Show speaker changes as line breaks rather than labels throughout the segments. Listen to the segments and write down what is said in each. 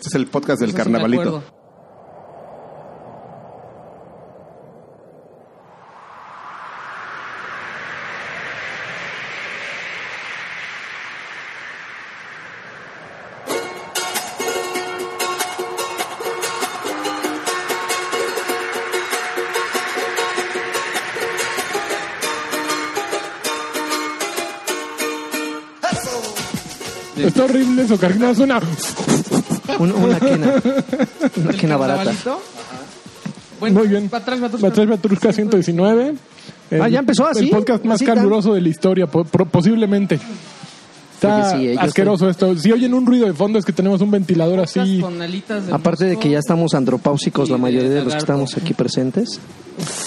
Este es el podcast del
Eso sí me
carnavalito.
acuerdo.
Está horrible eso, Karina. Suena.
Un- una quena. Una
¿El
quena barata.
carnavalito? Bueno,
Muy bien.
va atrás, va atrás.
Batrash Batrusca 119. El,
Ah, ya empezó así.
El podcast más
Así tan-
caluroso de la historia, po- pro- posiblemente. Está
Oye, sí, eh, yo
asqueroso esto. Si oyen un ruido de fondo es que tenemos un ventilador así.
Con alitas de
Aparte de
musgo.
que ya estamos andropáusicos
Sí,
la mayoría
de
de los que
lagarto.
estamos aquí presentes.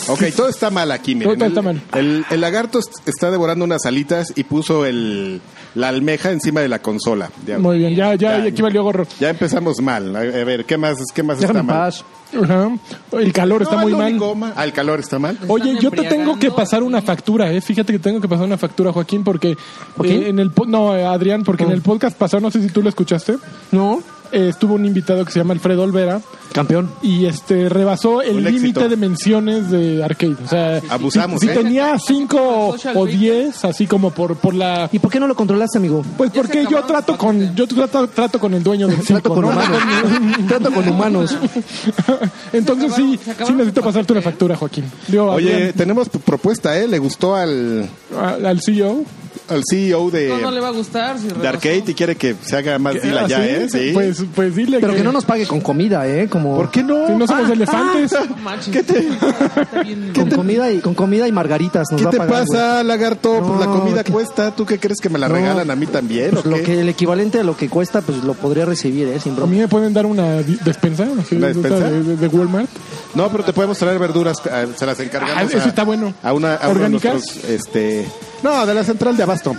Ok, todo está mal aquí, miren.
Todo
el,
está mal.
El, el lagarto est- está devorando unas alitas y puso el, la almeja encima de la consola. Ya,
Muy bien, ya, ya,
Ya.
ya aquí valió gorro.
ya empezamos mal. A, a ver, ¿qué más, qué más está
Déjame en
mal?
paz.
Ajá. El calor está
No,
muy
lo
mal.
único ma- Ah, el calor está mal.
Oye,
Están
yo te tengo que
embriagando,
pasar una
sí.
factura, ¿eh? Fíjate que tengo que pasar una factura, Joaquín, porque
¿Joaquín?
eh, en el po- no, eh, Adrián, porque en el podcast pasado, no sé si tú lo escuchaste,
No,
eh, estuvo un invitado que se llama Alfredo Olvera,
campeón.
y este rebasó el
Un éxito.
límite de menciones de arcade. O sea,
Abusamos,
si,
¿eh?
si tenía cinco
Social
o
media.
diez, así como por por la
¿Y por qué no lo controlaste, amigo?
pues
Ya se
porque yo
acabaron
trato
los
con
paquetes.
yo trato, trato con el dueño del
Trato
circo,
con
¿no?
humanos. Trato con humanos.
Entonces
Se acabaron-
sí,
se acabaron
sí necesito
los
pasarte una
paquetes.
factura, Joaquín. Digo,
Oye, tenemos p- propuesta, ¿eh? Le gustó al,
Adrián, a- al E CEO.
al CEO de,
No, no le va a gustar. Si
Eh, de
rebasó.
Arcade y quiere que se haga más
Ah,
dila ya,
¿sí?
¿eh? Sí.
Pues pues dile
Pero que no nos pague con comida, ¿eh? Como
¿Por qué no?
si no somos
Ah,
elefantes.
No manches. ¿Qué te,
con comida y con comida y margaritas nos
¿Qué
va a
te
pagar,
pasa, lagarto?
No,
Pues la comida
¿qué?
cuesta. ¿Tú qué crees que me la
No.
regalan a mí también?
güey. Pues
o
lo
qué?
que el equivalente a lo que cuesta, pues lo podría recibir, ¿eh? Sin
A mí
broma.
me pueden dar una di- despensa, así,
¿Una
de esta
despensa?
De, de- de Walmart.
No, pero te podemos traer verduras, eh, se las encargamos.
Ah, eso
a-
está bueno.
A una a uno de
¿Orgánicas?
nuestros, este, no, de la central de abasto.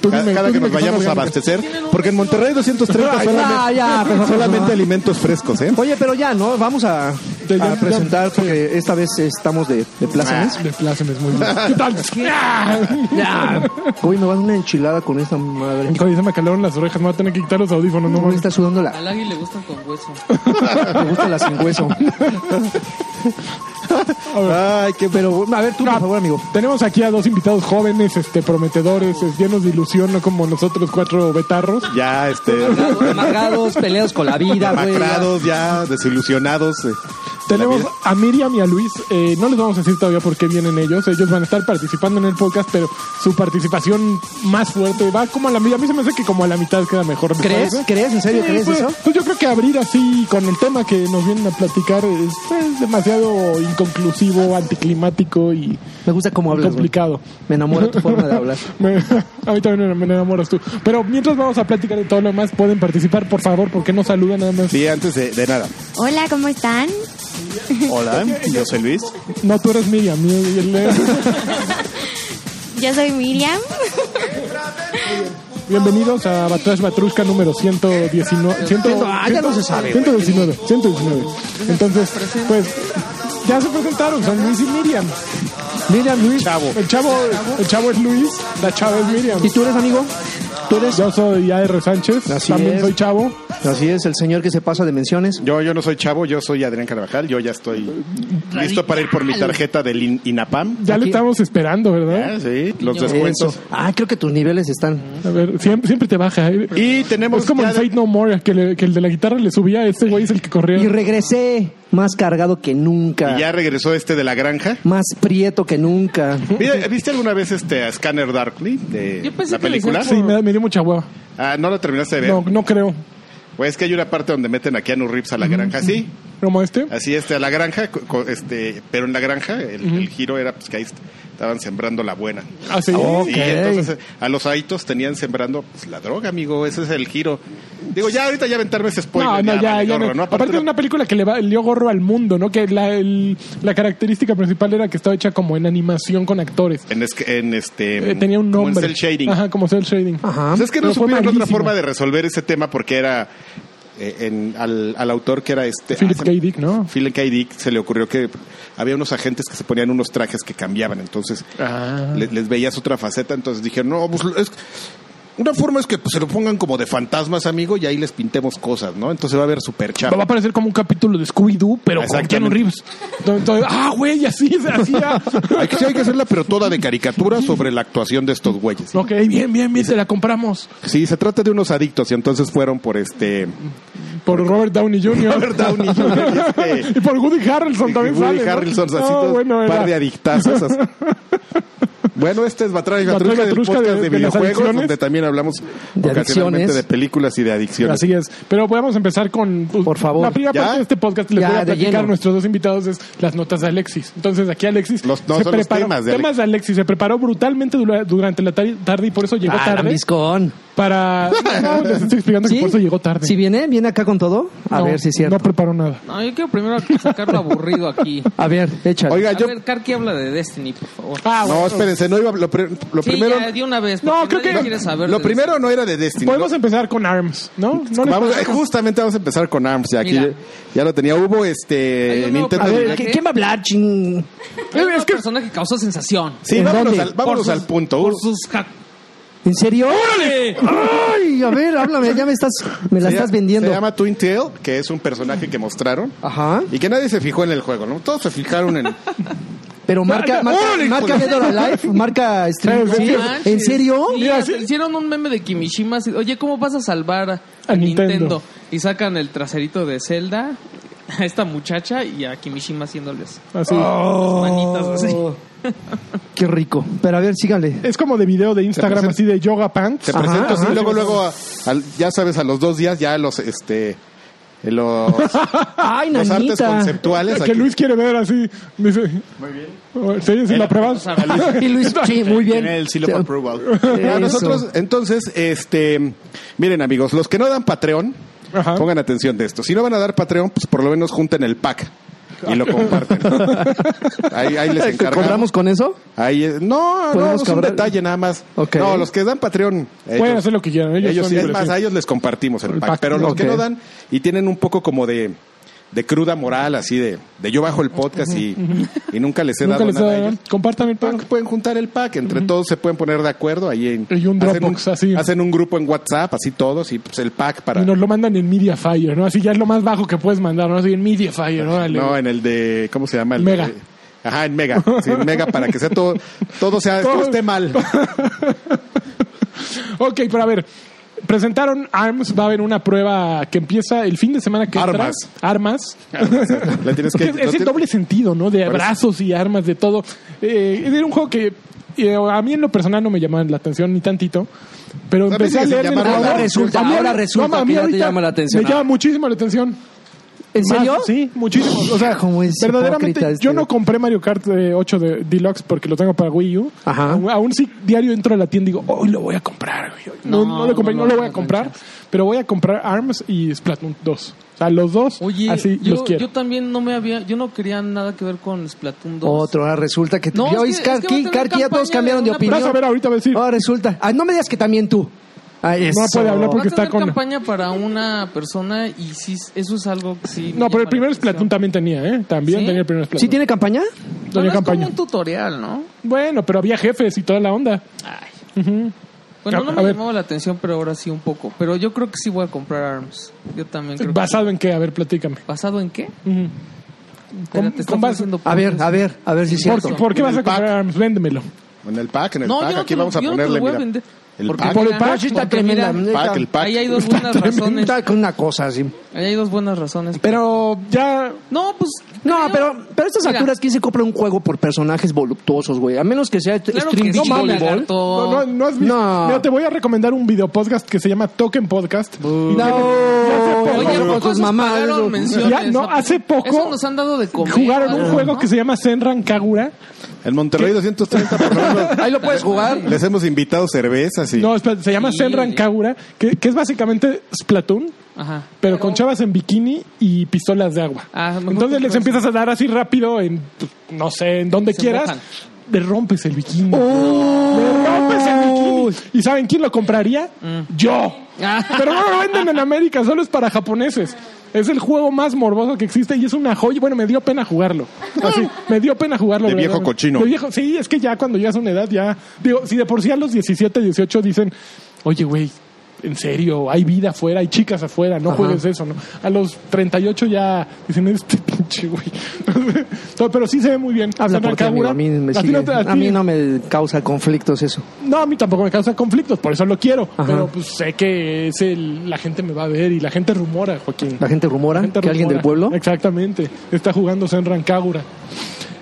Tú
Cada,
dime-
cada
tú
que nos
dime son
vayamos a
orgánicas.
abastecer, porque en Monterrey 230 solamente,
ya, ya, por favor,
solamente
no.
alimentos frescos, ¿eh?
Oye, pero ya, ¿no? Vamos a,
Ya, ya,
a
ya.
presentar, porque esta vez estamos de, de
Ah.
plácemes.
De plácemes, muy bien. ¿Qué tal? Ah.
Ya. Uy, me van una enchilada con esta madre.
Joder, se me calaron las orejas, me voy a tener que quitar los audífonos, no
No me
mames.
está sudando la.
Al águila le gustan con hueso.
Me gusta la sin hueso.
Ay, qué
Pero, a ver, tú, por favor, amigo.
Tenemos aquí a dos invitados jóvenes, este, prometedores, es- llenos de ilusión, no como nosotros cuatro betarros.
ya este
Amargados, peleados con la vida, güey.
macrados ya desilusionados. eh, de la
Tenemos
vida.
a Miriam y a Luis, eh, no les vamos a decir todavía por qué vienen ellos, ellos van a estar participando en el podcast, pero su participación más fuerte va como a la mitad, a mí se me hace que como a la mitad queda mejor. ¿me
¿Crees?
parece?
¿Crees? ¿En serio
Sí,
crees
pues,
eso?
pues yo creo que abrir así con el tema que nos vienen a platicar es, es demasiado inconclusivo, anticlimático y
Me gusta cómo hablas. güey.
complicado.
Me enamora tu forma de hablar.
Me- a mí también me enamoras tú. Pero mientras vamos a platicar de todo lo demás, pueden participar, por favor, porque no saludan nada más.
Sí, antes de, de nada.
Hola, ¿cómo están?
Hola, yo soy Luis.
No, tú eres Miriam. Miriam,
Yo soy Miriam.
Bienvenidos a Batrash Batrushka número 119. ciento-
Ah, ya no se sabe,
119, 119. Entonces, pues, ya se presentaron, son Luis y Miriam.
Miriam Luis.
Chavo.
El chavo, el chavo es Luis, la chava es Miriam.
¿Y tú eres amigo? ¿Tú eres?
Yo soy AR Sánchez,
Así
también
es.
soy chavo.
Así es, el señor que se pasa de menciones.
Yo, yo no soy chavo, yo soy Adrián Carvajal, yo ya estoy listo para ir por mi tarjeta del In- INAPAM.
Ya lo
Aquí-
estamos esperando, ¿verdad?
Ah, Sí, los descuentos.
Eso. Ah, creo que tus niveles están.
A ver, siempre, siempre te baja. ¿eh?
Y tenemos
Es como
ya
el Fate No More, que, le- que el de la guitarra le subía, este güey es el que corría.
Y regresé más cargado que nunca.
Y ya regresó este de la granja.
Más prieto que nunca.
Mira, ¿Viste alguna vez este a Scanner Darkly de
Yo pensé
la
que le
película?
decían
Sí, me, da- me dio mucha hueva.
Ah, no lo terminaste de ver.
No, no creo.
Pues es que hay una parte donde meten a Keanu Reeves a la granja, sí.
¿Como este?
Así este a la granja, co- co- este, pero en la granja el, el giro era pues que ahí est- estaban sembrando la buena.
Ah, sí.
Y entonces eh, a los aitos tenían sembrando pues, la droga, amigo, ese es el giro. Digo, ya ahorita ya aventarme ese
No,
spoiler.
no, ya,
vale
ya.
gorro,
no.
¿no?
Aparte,
lo-
es una película que le, va- le dio gorro al mundo, ¿no? Que la, el- la característica principal era que estaba hecha como en animación con actores.
en, es- en este
Eh, tenía un
Eh, como en
nombre.
cel shading.
Ajá, como cel shading.
Ajá.
Pues es que no
¿Ah? Pero fue
supieron otra
malísima.
forma de resolver ese tema porque era eh, en- al, al autor que era este
Philip
ah,
K.
se-
Dick, ¿no?
Philip K. Dick se le ocurrió que había unos agentes que se ponían unos trajes que cambiaban, entonces
Ah.
le- les veías otra faceta, entonces dijeron, no, pues, es- Una forma es que pues, se lo pongan como de fantasmas, amigo, y ahí les pintemos cosas, ¿no? Entonces va a haber super chat.
Va a parecer como un capítulo de Scooby-Doo, pero con
Exactamente.
Keanu Reeves. Entonces, entonces, ah, güey, así, así. ah.
Hay que, sí, hay que hacerla, pero toda de caricatura sobre la actuación de estos güeyes.
Ok, bien, bien, bien, se la compramos.
Sí, se trata de unos adictos y entonces fueron por este...
Por Robert Downey Jr.
Robert Downey Jr. y este-
y por Woody Harrelson también
Woody
sale, ¿no?
Harrelson, así,
No,
todo-
bueno,
un
era-
par de adictazos. así. Bueno, este es Batrán y
Batrán y
Batrushka del
Batrushka
podcast de,
de- de las
videojuegos,
adicciones.
donde también hablamos
De
ocasionalmente
adicciones.
de películas y de adicciones.
Así es. Pero podemos empezar con. pues,
Por favor.
La primera
¿Ya?
parte de este podcast les
Ya,
voy a
de
platicar a
lleno.
nuestros dos invitados es las notas de Alexis. Entonces aquí Alexis
Los- no, son los temas de
de Alexis. Se preparó brutalmente dura- durante la tar- tarde y por eso llegó
Ah, la
tarde.
miscón.
Para. No, les estoy explicando que por eso llegó tarde.
¿Sí viene? ¿Viene acá con todo? A
No,
ver si es cierto.
No preparó nada.
No, yo quiero primero sacar lo aburrido aquí.
A ver, échale.
Oiga,
A
yo...
ver, Karki habla de Destiny, por favor.
Ah,
No, espérense, no iba... Lo, pre- lo
sí,
primero...
ya, de una vez.
No,
porque
creo
nadie
que-
quiere saber
Lo
de
primero no era de Destiny. ¿no?
Podemos empezar con ARMS, ¿no? No les
Vamos, eh,
parece?
justamente vamos a empezar con ARMS. Ya, aquí
Mira.
ya, ya lo tenía. Hubo este
Hay un nuevo
Nintendo.
a ver,
¿qué?
¿qui- ¿quién va a hablar, ching?
Destiny. Es, que... persona que causó sensación.
Sí,
¿En
vámonos,
dónde?
al, vámonos
Por
al
sus-
punto.
Por sus hack-
¿En serio?
¡Órale!
Ay, a ver, háblame, ya me estás, me la
Se
estás
llama-
vendiendo.
Se llama Twin Tail, que es un personaje que mostraron
Ajá.
y que nadie se fijó en el juego, ¿no? Todos se fijaron en.
Pero marca, marca,
¡Órale, hijo
marca
de-
Dead or Alive, marca Stream.
Sí,
¿sí?
sí.
Manches.
¿En serio?
Mira, se hicieron un meme de Kimishima. así, Oye, ¿cómo vas a salvar a,
A
a Nintendo?
Nintendo?
Y sacan el traserito de Zelda a esta muchacha y a Kimishima haciéndoles
Así. Oh.
manitas
Oh.
así.
Qué rico. Pero a ver, síganle.
Es como de video de Instagram,
presenta-
así de yoga pants.
Se
Ajá,
presentó así,
ajá.
luego, luego, a- al- ya sabes, a los dos días ya los, este, los,
Ay,
los artes
nanita.
conceptuales.
que
aquí.
Luis quiere ver así. Dice, Muy bien. Sí, sí, la pruebas.
O sea,
Y Luis, sí, muy bien.
Tiene el seal of
Sí.
approval.
Ya,
Eso.
nosotros, entonces, este, miren amigos, los que no dan Patreon,
Ajá.
pongan atención de esto. Si no van a dar Patreon, pues por lo menos junten el pack y lo comparten. ahí, ahí les encargamos.
Este, ¿Cobramos con eso?
Ahí, es- no, no,
¿Podemos
es un
cobrar?
detalle nada más.
Ok.
No, los que dan Patreon, ellos,
Pueden hacer lo que quieran. Ellos,
ellos
son
sí, es
libres,
más,
sí.
a ellos les compartimos el,
El
pack,
pack,
Pero los que
ok.
no dan y tienen un poco como de, de cruda moral, así de, de yo bajo el podcast y, y nunca les he
Nunca
dado Ah,
les
nada a
da-
ellos.
Compartan el
Pero
pack.
que pueden juntar el pack, entre todos se pueden poner de acuerdo ahí en
Y un Dropbox,
hacen,
así.
hacen un grupo en WhatsApp, así todos, y pues el pack para
Y nos lo mandan en Mediafire, ¿no? Así ya es lo más bajo que puedes mandar, ¿no? Así en Mediafire, órale.
no eh. en el de ¿cómo se llama? El
Mega.
de- ajá, en Mega, sí, en Mega para que sea todo, todo sea
Todo-
todo esté mal.
Ok, pero a ver. Presentaron ARMS, va a haber una prueba que empieza el fin de semana que entra.
Armas.
Armas.
Le tienes que
es es el doble sentido, ¿no? De
Por eso.
abrazos y armas, de todo. Eh, era un juego que eh, a mí en lo personal no me llamaba la atención ni tantito. Pero
A mí sí
empecé a
que se
leer el
llamaron la
manual.
resulta,
A mí-
ahora resulta
a mí
que ya te
ahorita
llama la atención.
Me llama muchísimo la atención.
¿En
Más,
serio?
Sí, muchísimo. O sea,
Cómo es
verdaderamente
hipócrita este.
yo no compré Mario Kart eh, 8 de Deluxe porque lo tengo para Wii U.
Ajá.
Aún, aún sí, diario entro a la tienda y digo, hoy lo voy a comprar. güey. No, no,
No,
lo compré, no,
no,
lo
no,
voy a
no
comprar,
tengo
pero voy a comprar ARMS y Splatoon 2. O sea, los dos,
Oye,
así los
yo,
quiero.
yo también no me había, yo no quería nada que ver con Splatoon 2.
Otro, ahora resulta que...
No, es
ya
que-
oís,
es que va a
Karki,
tener
Karki, ya
campaña
todos
de
cambiaron de
una-
opinión.
Vas a ver, ahorita va a decir.
Ahora resulta... Ah, no me digas que también tú. Ah, eso.
puede hablar
Va a
porque está
tener
con-
campaña para una persona y sí, eso es algo que sí. me
No, pero
llama
el
la
primer
atención.
Splatoon también tenía, ¿eh? También
¿Sí?
tenía el primer Splatoon.
¿Sí tiene campaña?
No, no,
tenía
es
campaña.
como un tutorial, ¿no?
Bueno, pero había jefes y toda la onda. A-
Bueno, no
a
me
ver.
llamaba la atención, pero ahora sí un poco. Pero yo creo que sí voy a comprar ARMS. Yo también creo. que-
¿Basado en qué? A ver, platícame.
¿Basado en qué?
Ujú.
Espérate,
con
estamos
base-
haciendo
A ver, a ver, a ver si es
¿Por,
cierto.
por qué
En
vas
el
a comprar
pack.
ARMS? Véndemelo.
en el pack, en el
No, yo
pack,
no
aquí
te lo-
vamos a
yo no te lo
ponerle
voy a
mira,
vender.
el
Porque
pack,
Por el
mira,
pack,
Ah, sí está
porque
tremenda.
mira,
el
neta.
pack, el pack.
Ahí hay dos buenas razones.
Está con una cosa así.
Ahí hay dos buenas razones.
Pero ya
No, pues.
No,
creo-
pero, pero a estas
Mira,
alturas, ¿quién se compra un juego por personajes voluptuosos, güey? A menos que sea
Claro
Stream
que
Beach
sí,
Volleyball.
lagarto.
No, no, no has visto.
No.
Mira, te voy a recomendar un video podcast que se llama Token Podcast. Y tiene-
No,
Oye, ¿por
no, con
qué
tus
esos
mamás,
pagaron
eso.
menciones?
Ya, no, hace poco
Eso nos han dado de comer.
Jugaron un
Ah, ¿no?
juego que se llama Senran Kagura.
En Monterrey 230 por ejemplo,
Ahí lo puedes jugar.
les hemos invitado cervezas y
No, espera, se llama
Sí.
Senran Kagura, que, que es básicamente Splatoon,
Ajá.
pero con chavas en bikini y pistolas de agua.
Ah, mejor
Entonces
que
les
eso.
empiezas a dar así rápido en, no sé, en donde
Se
quieras.
mojan.
Le rompes el bikini.
¡Oh!
Le rompes el bikini. ¿Y saben quién lo compraría? Yo.
Ah.
Pero no lo venden en América, solo es para japoneses. Es el juego más morboso que existe y es una joya. Bueno, me dio pena jugarlo. Así, me dio pena jugarlo.
De viejo
verdaderamente.
cochino.
De viejo- sí, es que ya cuando llegas a una edad, ya. Digo, si de por sí a los 17, 18 dicen, oye, güey, en serio, hay vida afuera, hay chicas afuera, no
Ajá.
juegues eso, ¿no? A los 38 ya dicen, este pinche, güey. No, Pero sí se ve muy bien.
Habla
Son
por ti, amigo.
Arcabura.
A mí, me
ti
sigue-
no te- a
a mí
ti-
no me causa conflictos eso.
no, a mí tampoco me causa conflictos, por eso lo quiero.
Ajá.
Pero pues sé que es el, la gente me va a ver y la gente rumora, Joaquín.
La gente rumora
La gente
que alguien
rumora.
del pueblo.
Exactamente. Está jugándose en Rancagura.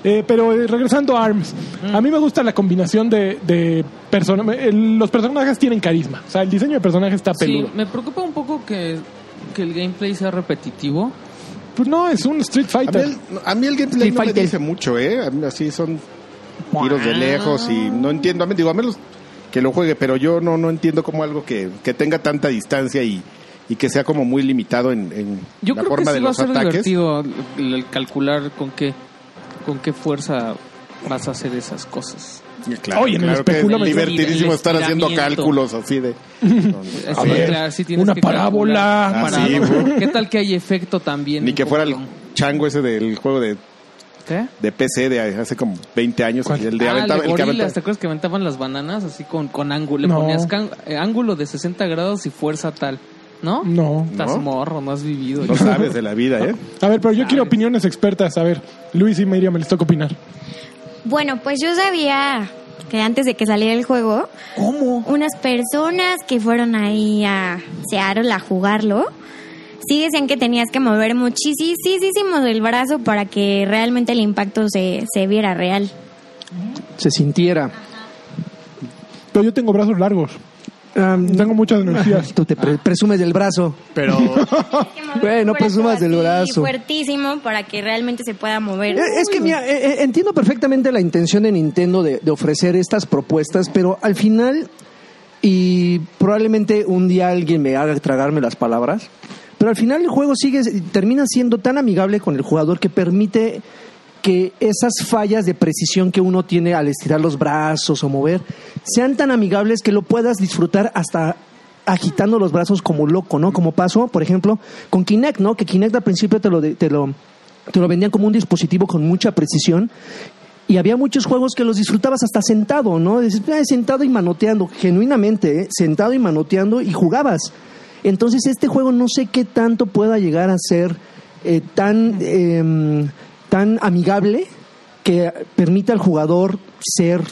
Eh, pero eh, regresando a ARMS, a mí me gusta la combinación de, de persona- el- los personajes tienen carisma. O sea, el diseño de personaje está
Sí,
peludo.
me preocupa un poco que, que el gameplay sea repetitivo.
Pues no, es un Street
A mí,
Fighter.
el, a mí el gameplay
Street
no me
Fighter.
dice mucho, ¿eh? A mí así son tiros de lejos y no entiendo. A mí, digo, a menos que lo juegue, pero yo no, no entiendo como algo que, que tenga tanta distancia y, y que sea como muy limitado en, en
Yo
la
creo que
forma de
sí va a
los
ser
ataques.
divertido el, el calcular con qué, con qué fuerza vas a hacer esas cosas.
Sí, Claro,
Oye, en el
claro que es
especulum-
divertidísimo
El
estar haciendo
estiramiento.
cálculos así de...
Sí,
ver,
claro, sí tienes
una
que calcular.
parábola.
Ah, sí,
Parábola.
güey.
¿Qué tal que hay efecto también?
Ni que
Un
fuera el
poco?
chango ese del juego de,
¿Qué?
de PC de hace como 20 años.
¿Cuál?
El de
ah,
aventaba-
el
el
de
que
gorilas,
aventaba-
¿te acuerdas que aventaban las bananas así con, con ángulo? Le
No.
ponías can- eh, ángulo de 60 grados y fuerza tal, ¿no?
No.
Estás
No.
morro, no has vivido.
No sabes de la vida, ¿eh?
A ver, pero yo quiero
Sabes.
opiniones expertas. A ver, Luis y Miriam, me les toca opinar.
Bueno, pues yo sabía que antes de que saliera el juego,
¿Cómo?
unas personas que fueron ahí a Seattle a jugarlo, sí decían que tenías que mover muchísimo el brazo para que realmente el impacto se, se viera real.
Se sintiera.
Pero yo tengo brazos largos.
Ah,
Tengo muchas energías.
Tú te pre- presumes del brazo.
Pero...
Ah, Güey, no presumas pues del brazo.
Fuertísimo para que realmente se pueda mover.
Eh, Es que, mira, eh, eh, entiendo perfectamente la intención de Nintendo de, de ofrecer estas propuestas, pero al final, y probablemente un día alguien me haga tragarme las palabras, pero al final el juego sigue, termina siendo tan amigable con el jugador que permite que esas fallas de precisión que uno tiene al estirar los brazos o mover sean tan amigables que lo puedas disfrutar hasta agitando los brazos como loco, ¿no? Como pasó, por ejemplo, con Kinect, ¿no? Que Kinect al principio te lo, de- te lo, te lo vendían como un dispositivo con mucha precisión y había muchos juegos que los disfrutabas hasta sentado, ¿no? Dices, "Ah, sentado y manoteando, genuinamente, ¿eh? sentado y manoteando y jugabas. Entonces este juego no sé qué tanto pueda llegar a ser eh, tan, em, tan amigable que permita al jugador ser...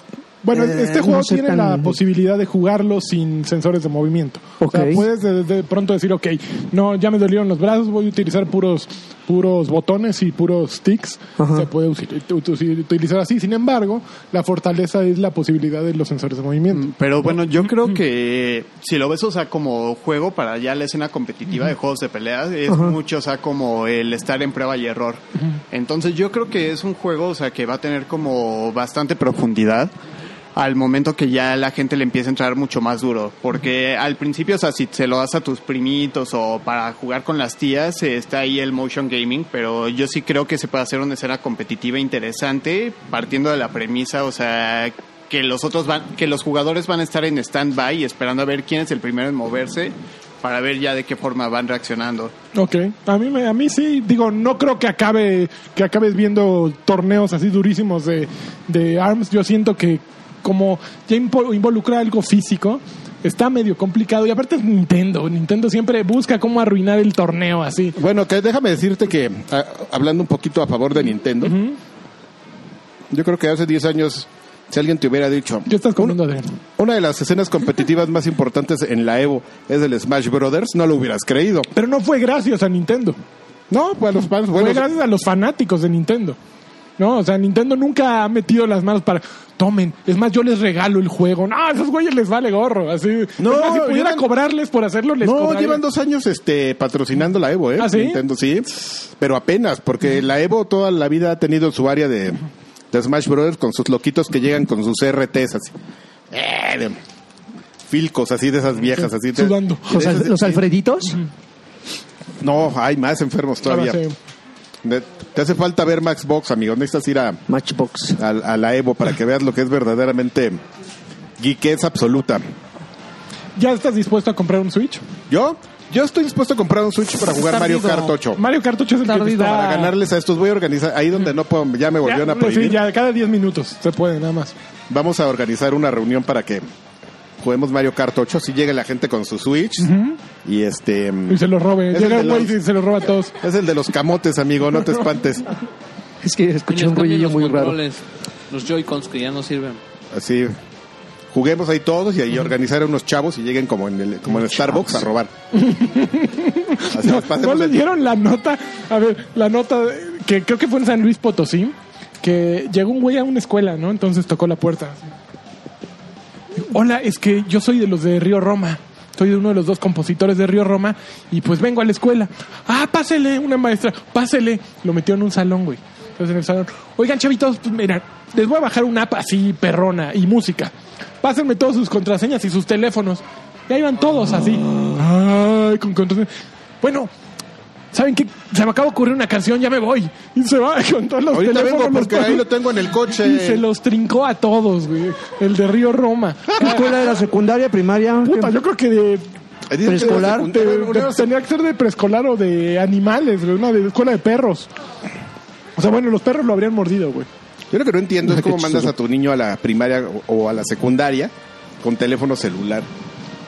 Bueno,
eh,
este
no
juego
ser
tiene
tan-
la posibilidad de jugarlo sin sensores de movimiento. O sea,
Ok.
puedes de, de pronto decir, ok, no, ya me dolieron los brazos, voy a utilizar puros puros botones y puros sticks.
Ajá.
Se puede usi- ut- ut- utilizar así. Sin embargo, la fortaleza es la posibilidad de los sensores de movimiento.
Pero bueno, yo creo que si lo ves, o sea, como juego para ya la escena competitiva de juegos de peleas, es mucho, o sea, como el estar en prueba y error. Entonces yo creo que es un juego, o sea, que va a tener como bastante profundidad al momento que ya la gente le empieza a entrar mucho más duro. Porque al principio, o sea, si se lo das a tus primitos o para jugar con las tías, eh, está ahí el motion gaming, pero yo sí creo que se puede hacer una escena competitiva interesante partiendo de la premisa, o sea, que los otros van, que los jugadores van a estar en stand-by esperando a ver quién es el primero en moverse para ver ya de qué forma van reaccionando.
Ok, a mí, me- a mí sí, digo, no creo que acabe que acabes viendo torneos así durísimos de, de ARMS. Yo siento que como ya impo- involucra algo físico, está medio complicado. Y aparte es Nintendo, Nintendo siempre busca cómo arruinar el torneo así.
Bueno, que déjame decirte que, a- hablando un poquito a favor de Nintendo, yo creo que hace 10 años, si alguien te hubiera dicho,
¿Qué estás comiendo, Adrián?
una de las escenas competitivas más importantes en la Evo es el Smash Brothers, no lo hubieras creído.
Pero no fue gracias a Nintendo.
No, pues los fans,
Fue
bueno,
gracias a los fanáticos de Nintendo. No, o sea, Nintendo nunca ha metido las manos para tomen. Es más, yo les regalo el juego. No, a esos güeyes les vale gorro. Así,
No,
Es más, si pudiera
llevan-
cobrarles por hacerlo, les
no,
cobraría.
llevan dos años este, patrocinando la Evo, ¿eh?
¿Ah, sí?
Nintendo sí, pero apenas, porque la Evo toda la vida ha tenido su área de, de Smash Brothers con sus loquitos que llegan con sus RTs así. Eh, de- filcos así de esas viejas, así. de-
Sudando.
de
Los,
esas-
al- los Alfreditos.
No, hay más enfermos todavía.
Ahora Ah, sí.
Ne- Te hace falta ver Max Box, amigo. Necesitas ir a,
Matchbox.
a- a la Evo para que veas lo que es verdaderamente geekez absoluta.
¿Ya estás dispuesto a comprar un Switch?
Yo, yo estoy dispuesto a comprar un Switch para jugar
Está
Mario
vivo.
Kart 8.
Mario Kart 8 es el que
Tardido.
está...
Para ganarles a estos voy a organizar, ahí donde no puedo, ya me volvieron
Ah. ya,
a prohibir.
sí, ya cada 10 minutos se puede, nada más.
Vamos a organizar una reunión para que juguemos Mario Kart 8, si llega la gente con su Switch y este...
Y se los robe.
Es
Llega
el
el
de
güey
los-
y se los roba a todos.
Es el de los camotes, amigo, no te espantes.
Es que escuché un ruido muy raro.
Los Joy-Cons que ya no sirven.
Así. Juguemos ahí todos y ahí organizar a unos chavos y lleguen como en el, como en el Starbucks a robar. Así nos
¿No
pues, pasemos
le
el-
dieron la nota? A ver, la nota de- que creo que fue en San Luis Potosí, que llegó un güey a una escuela, ¿no? Entonces tocó la puerta. Hola, es que yo soy de los de Río Roma. Soy de uno de los dos compositores de Río Roma y pues vengo a la escuela. Ah, pásele, una maestra, pásele. Lo metió en un salón, güey. Entonces en el salón, oigan, chavitos, pues mira, les voy a bajar una app así perrona y música. Pásenme todas sus contraseñas y sus teléfonos. Y ahí van todos así. Ay, con contraseñas. Bueno, ¿saben qué? Se me acaba de ocurrir una canción, ya me voy. Y se va con todos los
Ahorita
teléfonos.
vengo porque
los-
ahí lo tengo en el coche.
Y se los trincó a todos, güey. El de Río Roma.
¿Qué escuela era? ¿Secundaria? ¿Primaria? Em,
Puta,
¿Qué?
yo creo que de,
Dicen que
preescolar,
era
de-
secundaria,
de-
una
tenía que ser de preescolar o de animales, güey, una de escuela de perros. O sea, bueno, los perros lo habrían mordido, güey.
Yo lo que no entiendo es
Qué
cómo
chistoso.
mandas a tu niño a la primaria o- o a la secundaria con teléfono celular.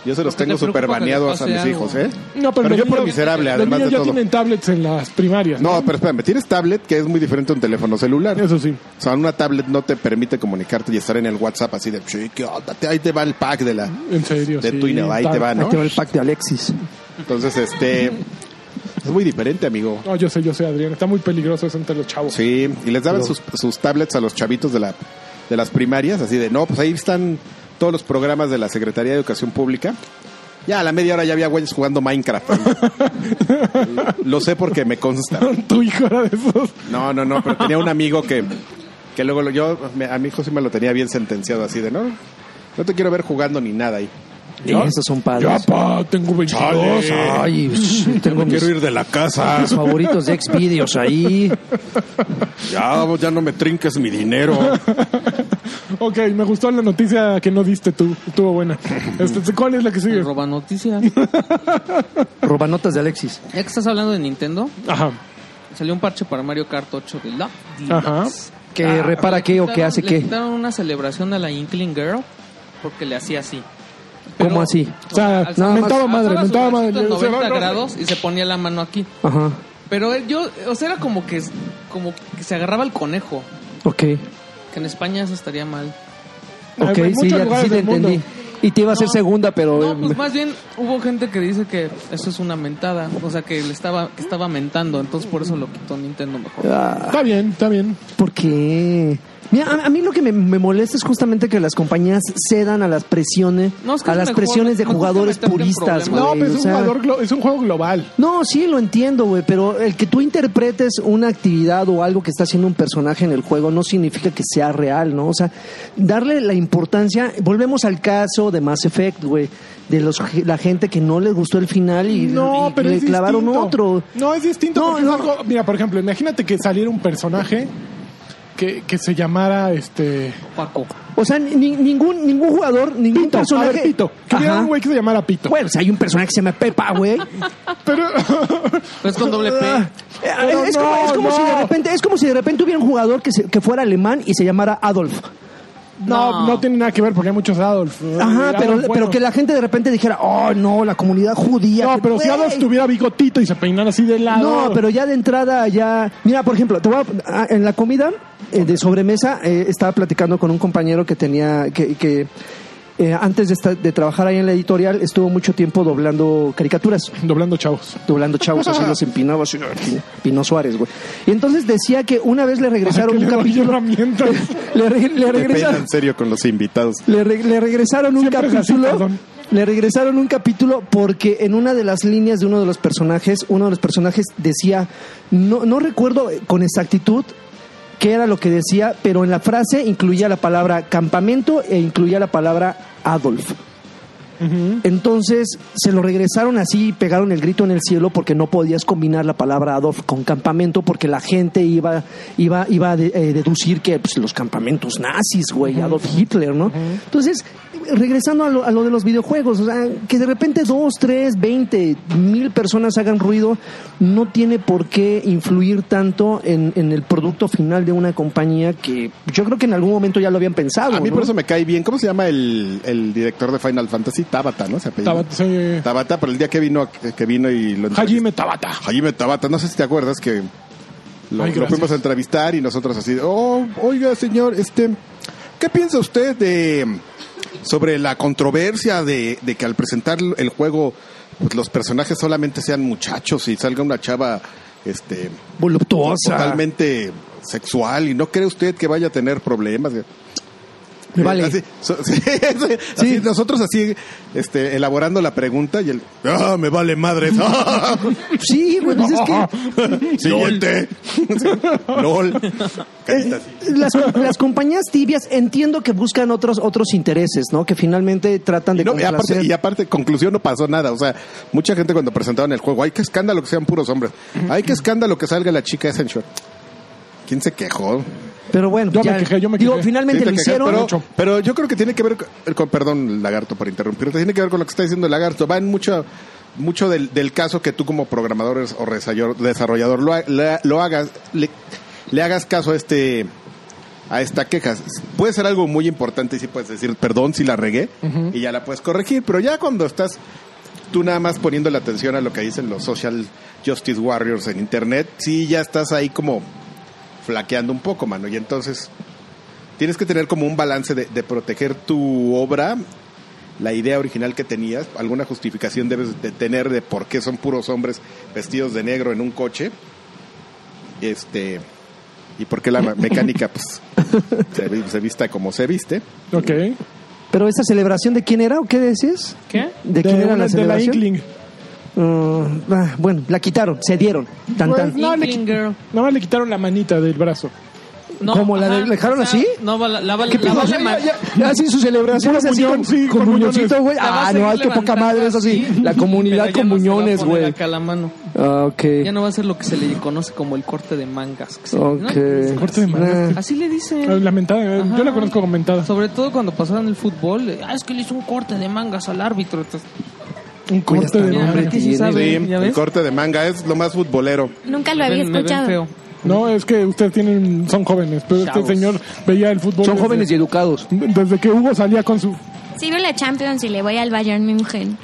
Yo se los
Porque
tengo
te
súper
preocupa que les
baneados a
pase
mis
algo.
hijos, ¿eh?
No, pero,
pero
los
yo por
niños-
miserable,
los
además
niños
de
ya
todo.
tienen tablets en las primarias.
No, pero espérame, tienes tablet que es muy diferente a un teléfono celular.
Eso sí.
O sea, una tablet no te permite comunicarte y estar en el WhatsApp así de, "Che, ¿qué onda? Te- ahí te va el pack de la...
En serio.
De
sí,
Twineo, ahí
tal-
te va,
Ahí
¿no?
te va el pack de Alexis.
Entonces, este... Es muy diferente, amigo.
No, yo sé, yo sé, Adrián. Está muy peligroso eso entre los chavos.
Sí, y les daban sus, sus tablets a los chavitos de, la, de las primarias, así de, no, pues ahí están todos los programas de la Secretaría de Educación Pública. Ya a la media hora ya había güeyes jugando Minecraft. Lo sé porque me consta.
tu hijo era de esos.
No, no, no, pero tenía un amigo que, que luego lo- yo, me- a mi hijo sí me lo tenía bien sentenciado, así de, no, no te quiero ver jugando ni nada ahí.
¿No?
Esos son
Ya,
padres.
pa, tengo Ah. 22.
Ay, ush, tengo mis,
ir de la casa.
mis favoritos de Xvideos ahí.
Ya, ya no me trinques mi dinero.
Ok, me gustó la noticia que no diste tú. Estuvo buena. Este, ¿Cuál es la que sigue?
Roba noticias.
Robanotas de Alexis.
Ya que estás hablando de Nintendo,
Ajá.
salió un parche para Mario Kart 8 de la
Ajá.
¿Que repara qué o que hace
Ah, Le
qué?
quitaron una celebración a la Inkling Girl porque le hacía así. Pero-
¿Cómo así?
O sea,
Alzaba-
nada más-
mentaba madre,
alzaba su
mentaba madre.
bracito
O sea,
90
no, no.
grados y se ponía la mano aquí.
Ajá.
Pero él- yo, o sea, era como que, como que se agarraba el conejo.
Ok.
Que en España eso estaría mal.
Hay-
Ok,
hay
sí,
muchos
ya,
lugares
sí te
del mundo.
entendí. Y te iba a hacer
No,
segunda, pero... eh,
No, pues más bien hubo gente que dice que eso es una mentada. O sea, que le estaba, que estaba mentando. Entonces por eso lo quitó Nintendo mejor.
Ah,
Está bien, está bien.
¿Por qué? Mira, a, a mí lo que me, me molesta es justamente que las compañías cedan a las presiones,
No, es que
a
es
las
mejor,
presiones de
mejor que
jugadores
meterte en
puristas, güey.
problemas.
No, pero es
o
un,
sea.
jugador glo- es un juego global.
No, sí, lo entiendo, güey, pero el que tú interpretes una actividad o algo que está haciendo un personaje en el juego no significa que sea real, ¿no? O sea, darle la importancia, volvemos al caso de Mass Effect, güey, de los la gente que no les gustó el final y,
No,
y
pero
le
es
clavaron
distinto.
otro.
No, es distinto.
No,
porque
no.
es algo- mira, por ejemplo, imagínate que saliera un personaje que, que se llamara este.
Paco.
O sea, ni- ningún ningún jugador, ningún
Pito.
personaje.
A ver, Pito. Que hubiera
Ajá.
un güey que se llamara Pito.
Bueno, o sea, hay un personaje que se llama Pepa, güey.
Pero.
Pero es con doble P.
Eh,
Pero
es, como,
no,
es como
no.
si de repente, es como si de repente hubiera un jugador que, se- que fuera alemán y se llamara Adolf.
no, no tiene nada que ver porque hay muchos Adolf.
Ajá, pero,
Adolf, bueno.
pero que la gente de repente dijera, oh no, la comunidad judía.
No,
que-
pero si
güey".
Adolf tuviera bigotito y se peinara así de lado.
No, pero ya de entrada ya... Mira, por ejemplo, te voy a- ah, en la comida eh, de sobremesa eh, estaba platicando con un compañero que tenía... que, que, eh, antes de, esta- de trabajar ahí en la editorial estuvo mucho tiempo doblando caricaturas.
Doblando chavos.
doblando chavos, así los empinaba, así, ah, Pino Suárez, güey. Y entonces decía que una vez le regresaron
Que
un
le doy
capítulo,
herramientas.
le, re- le
Qué pena, en
regresaron,
serio, con los invitados.
le, re- le regresaron un
Siempre es así,
capítulo,
perdón.
le regresaron un capítulo porque en una de las líneas de uno de los personajes, uno de los personajes decía, no, no recuerdo eh, con exactitud qué era lo que decía, pero en la frase incluía la palabra campamento e incluía la palabra Adolf. Entonces se lo regresaron así y pegaron el grito en el cielo porque no podías combinar la palabra Adolf con campamento porque la gente iba, iba, iba a de- eh, deducir que pues, los campamentos nazis, güey, Adolf Hitler, ¿no? Entonces, regresando a lo, a lo de los videojuegos, o sea, que de repente dos, tres, veinte, mil personas hagan ruido, no tiene por qué influir tanto en, en el producto final de una compañía que yo creo que en algún momento ya lo habían pensado.
A mí
¿no?
por eso me cae bien. ¿Cómo se llama el, el director de Final Fantasy? Tabata, ¿no? Se apellida.
Tabata, sí.
Tabata, pero el día que vino, que que vino y lo entrevistó-
Hajime Tabata.
Jaime Tabata, no sé si te acuerdas que lo,
Ay,
lo
gracias.
fuimos a entrevistar y nosotros así, oh, oiga señor, este, ¿qué piensa usted de sobre la controversia de, de que al presentar el juego pues, los personajes solamente sean muchachos y salga una chava este
voluptuosa.
totalmente sexual y no cree usted que vaya a tener problemas?
Me vale.
Así, so- sí, sí, así, nosotros así este, elaborando la pregunta y el ah me vale madres.
Sí, güey, pues es que
Siguiente. LOL. Carita así.
las, las compañías tibias entiendo que buscan otros otros intereses, ¿no? Que finalmente tratan de
No, y, aparte,
complacer.
y aparte, conclusión, no pasó nada. O sea, mucha gente cuando presentaban el juego, ay, qué escándalo que sean puros hombres. Ay, qué escándalo que salga la chica esa en short. ¿Quién se quejó?
Pero bueno,
Yo me
ya-
quejé, yo me
digo,
quejé.
finalmente
Sí, te
lo
quejas,
hicieron.
Pero, pero yo creo que tiene que ver con, con- perdón, lagarto, por interrumpirte, tiene que ver con lo que está diciendo el lagarto. Va en mucho, mucho del, del caso que tú como programador eres- o resayor- desarrollador lo, ha- le- lo hagas, le, le hagas caso a este a esta queja. Puede ser algo muy importante y sí puedes decir, perdón si la regué y ya la puedes corregir, pero ya cuando estás tú nada más poniendo la atención a lo que dicen los social justice warriors en internet, sí ya estás ahí como flaqueando un poco, mano. Y entonces tienes que tener como un balance de, de proteger tu obra, la idea original que tenías, alguna justificación debes de tener de por qué son puros hombres vestidos de negro en un coche. Este. Y por qué la ma- mecánica pues, se, vi- se vista como se viste.
Ok.
Pero esa celebración de quién era o qué decías?
¿Qué?
¿De quién era
una-
la
de la
celebración?
Inkling.
Mm, ah, bueno, la quitaron, se dieron. Tan, tan.
Pues, no, le,
Inkling
qui-
Girl.
nada más le quitaron la manita del brazo.
¿Cómo, la de- dejaron así?
No, la, la, la,
¿Qué
la
pedo?
vale ma-
Así su celebración
Puro
es así
muñón,
con,
sí,
con
con
muñoncito,
muñones.
güey.
la vas
Ah,
a
no,
seguir
ay, qué poca
levantando
madre es así.
así,
La
pero
comunidad
ya
con
no se va a
muñones,
poner
güey.
acá la mano.
Ah, ok.
Ya no va a ser lo que se le conoce como el corte de mangas. que se-
Ok.
¿no?
Corte de
Ah.
manita.
Así le dicen.
Lamentada. eh,
Ajá.
Yo la conozco como mentada.
Sobre todo cuando pasaban el fútbol, eh, ah, es que le hizo un corte de mangas al árbitro. Entonces,
Un corte
está,
de
mira,
manga.
hombre,
¿qué se sabe?
Sí,
¿Ya
el
ves?
corte de manga es lo más futbolero.
Nunca lo había
Ven- me ven
escuchado.
feo.
No, es que ustedes tienen, son jóvenes, pero
Chavos.
este señor veía el fútbol.
Son
desde-
jóvenes y educados.
Desde que Hugo salía con su...
Sigo la Champions y le voy al Bayern München.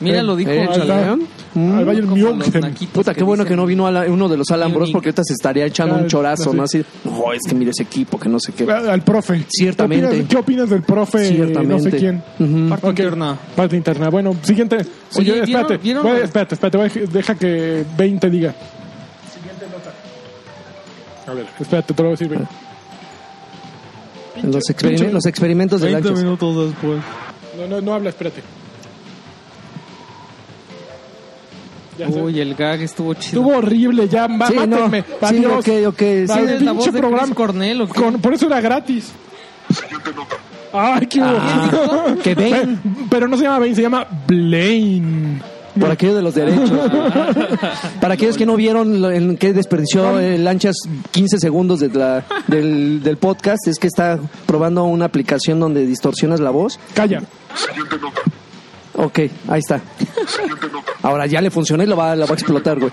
Mira, lo dijo
Eh,
Ahí
Chale,
está.
¿eh?
Mm.
Al Bayern
Como los
München.
naquitos
Puta, qué bueno que
dicen.
no vino a la- uno de los alambros
Munich.
porque ahorita se estaría echando
Ah,
un chorazo,
así.
¿no? Así, no, es que mire ese equipo, que no sé qué.
Al profe.
Ciertamente.
¿Qué opinas, qué opinas del profe? eh,
Ciertamente.
No sé quién.
Ujú.
Parte
Ok.
interna.
Parte interna. Bueno, siguiente. Oye,
¿vieron-
espérate.
vieron-
Voy- espérate, espérate. voy a- deja que 20 diga. Siguiente nota. A ver, espérate, te lo voy a decir. Bane.
Ah. Los, experime-
pinche-
los experimentos de Lanchas.
minutos después.
No, no, no habla, espérate. Ya está.
Uy, el gag estuvo chido.
Estuvo horrible, ya, má-
Sí, no.
mátenme.
Sí,
Adiós.
ok, ok.
Adiós,
Sí,
¿Eres la voz
pinche
de Chris
programa.
Cornell o qué?
Con- por eso era gratis. Ay, qué bueno.
Ah. que Bane.
Pero, pero no se llama Bane, se llama Blaine.
Por aquello de los derechos. Para aquellos que no vieron lo- en qué desperdició eh, Lanchas 15 segundos de la- del, del podcast, es que está probando una aplicación donde distorsionas la voz.
Calla.
Ok, ahí está. Ahora ya le funcionó y lo va, la va a explotar, güey.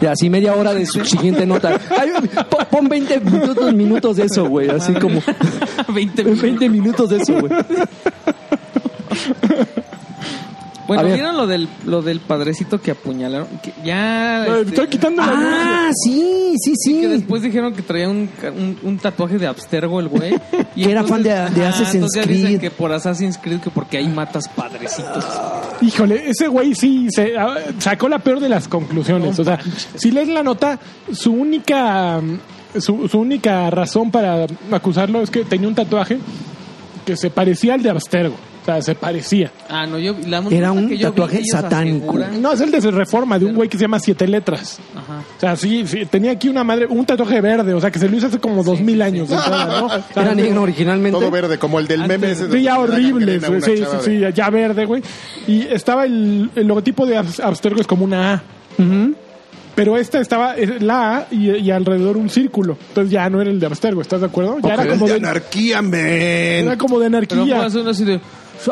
Y así media hora de su siguiente nota. Ay, pon- pon 20 minutos, minutos de eso, güey. Así como
20 minutos.
20 minutos de eso, güey. A
Bueno,
ver.
¿vieron lo del, lo del padrecito que apuñalaron? Que ya.
Ay,
este,
Estoy quitando la luz.
Ah, sí, sí,
que
sí.
después dijeron que traía un, ca- un, un tatuaje de Abstergo el güey.
Que era fan de- de
entonces, ajá,
Assassin's
entonces ya dicen
Creed.
que por Assassin's Creed, que porque ahí matas padrecitos.
Híjole, ese güey sí se, ah, sacó la peor de las conclusiones. O sea, si lees la nota, su única mm, su, su única razón para acusarlo es que tenía un tatuaje que se parecía al de Abstergo. O sea, se parecía.
Ah, no, yo. La
Era
cosa
un
que yo vi
tatuaje
que ellos
satánico.
aseguran-
No, es el de Reforma, de un güey que se llama Siete Letras.
Ajá.
O sea, sí, sí, tenía aquí una madre, un tatuaje verde, o sea, que se lo hizo hace como dos mil años. de entrada, ¿no? O sea,
Era
antes-
negro originalmente.
Todo verde, como el del meme ese.
Sí, ya horrible,
Una
güey. Sí, sí,
chava
sí,
de-
ya verde, güey. Y estaba el, el logotipo de Abs- Abstergo es como una A. Pero esta estaba eh, la A y, y alrededor un círculo. Entonces ya no era el de Abstergo, ¿estás de acuerdo? Ya era
Ojalá
como
de
de,
anarquía, men.
era como de
Pero fue
anarquía.
hacer así de.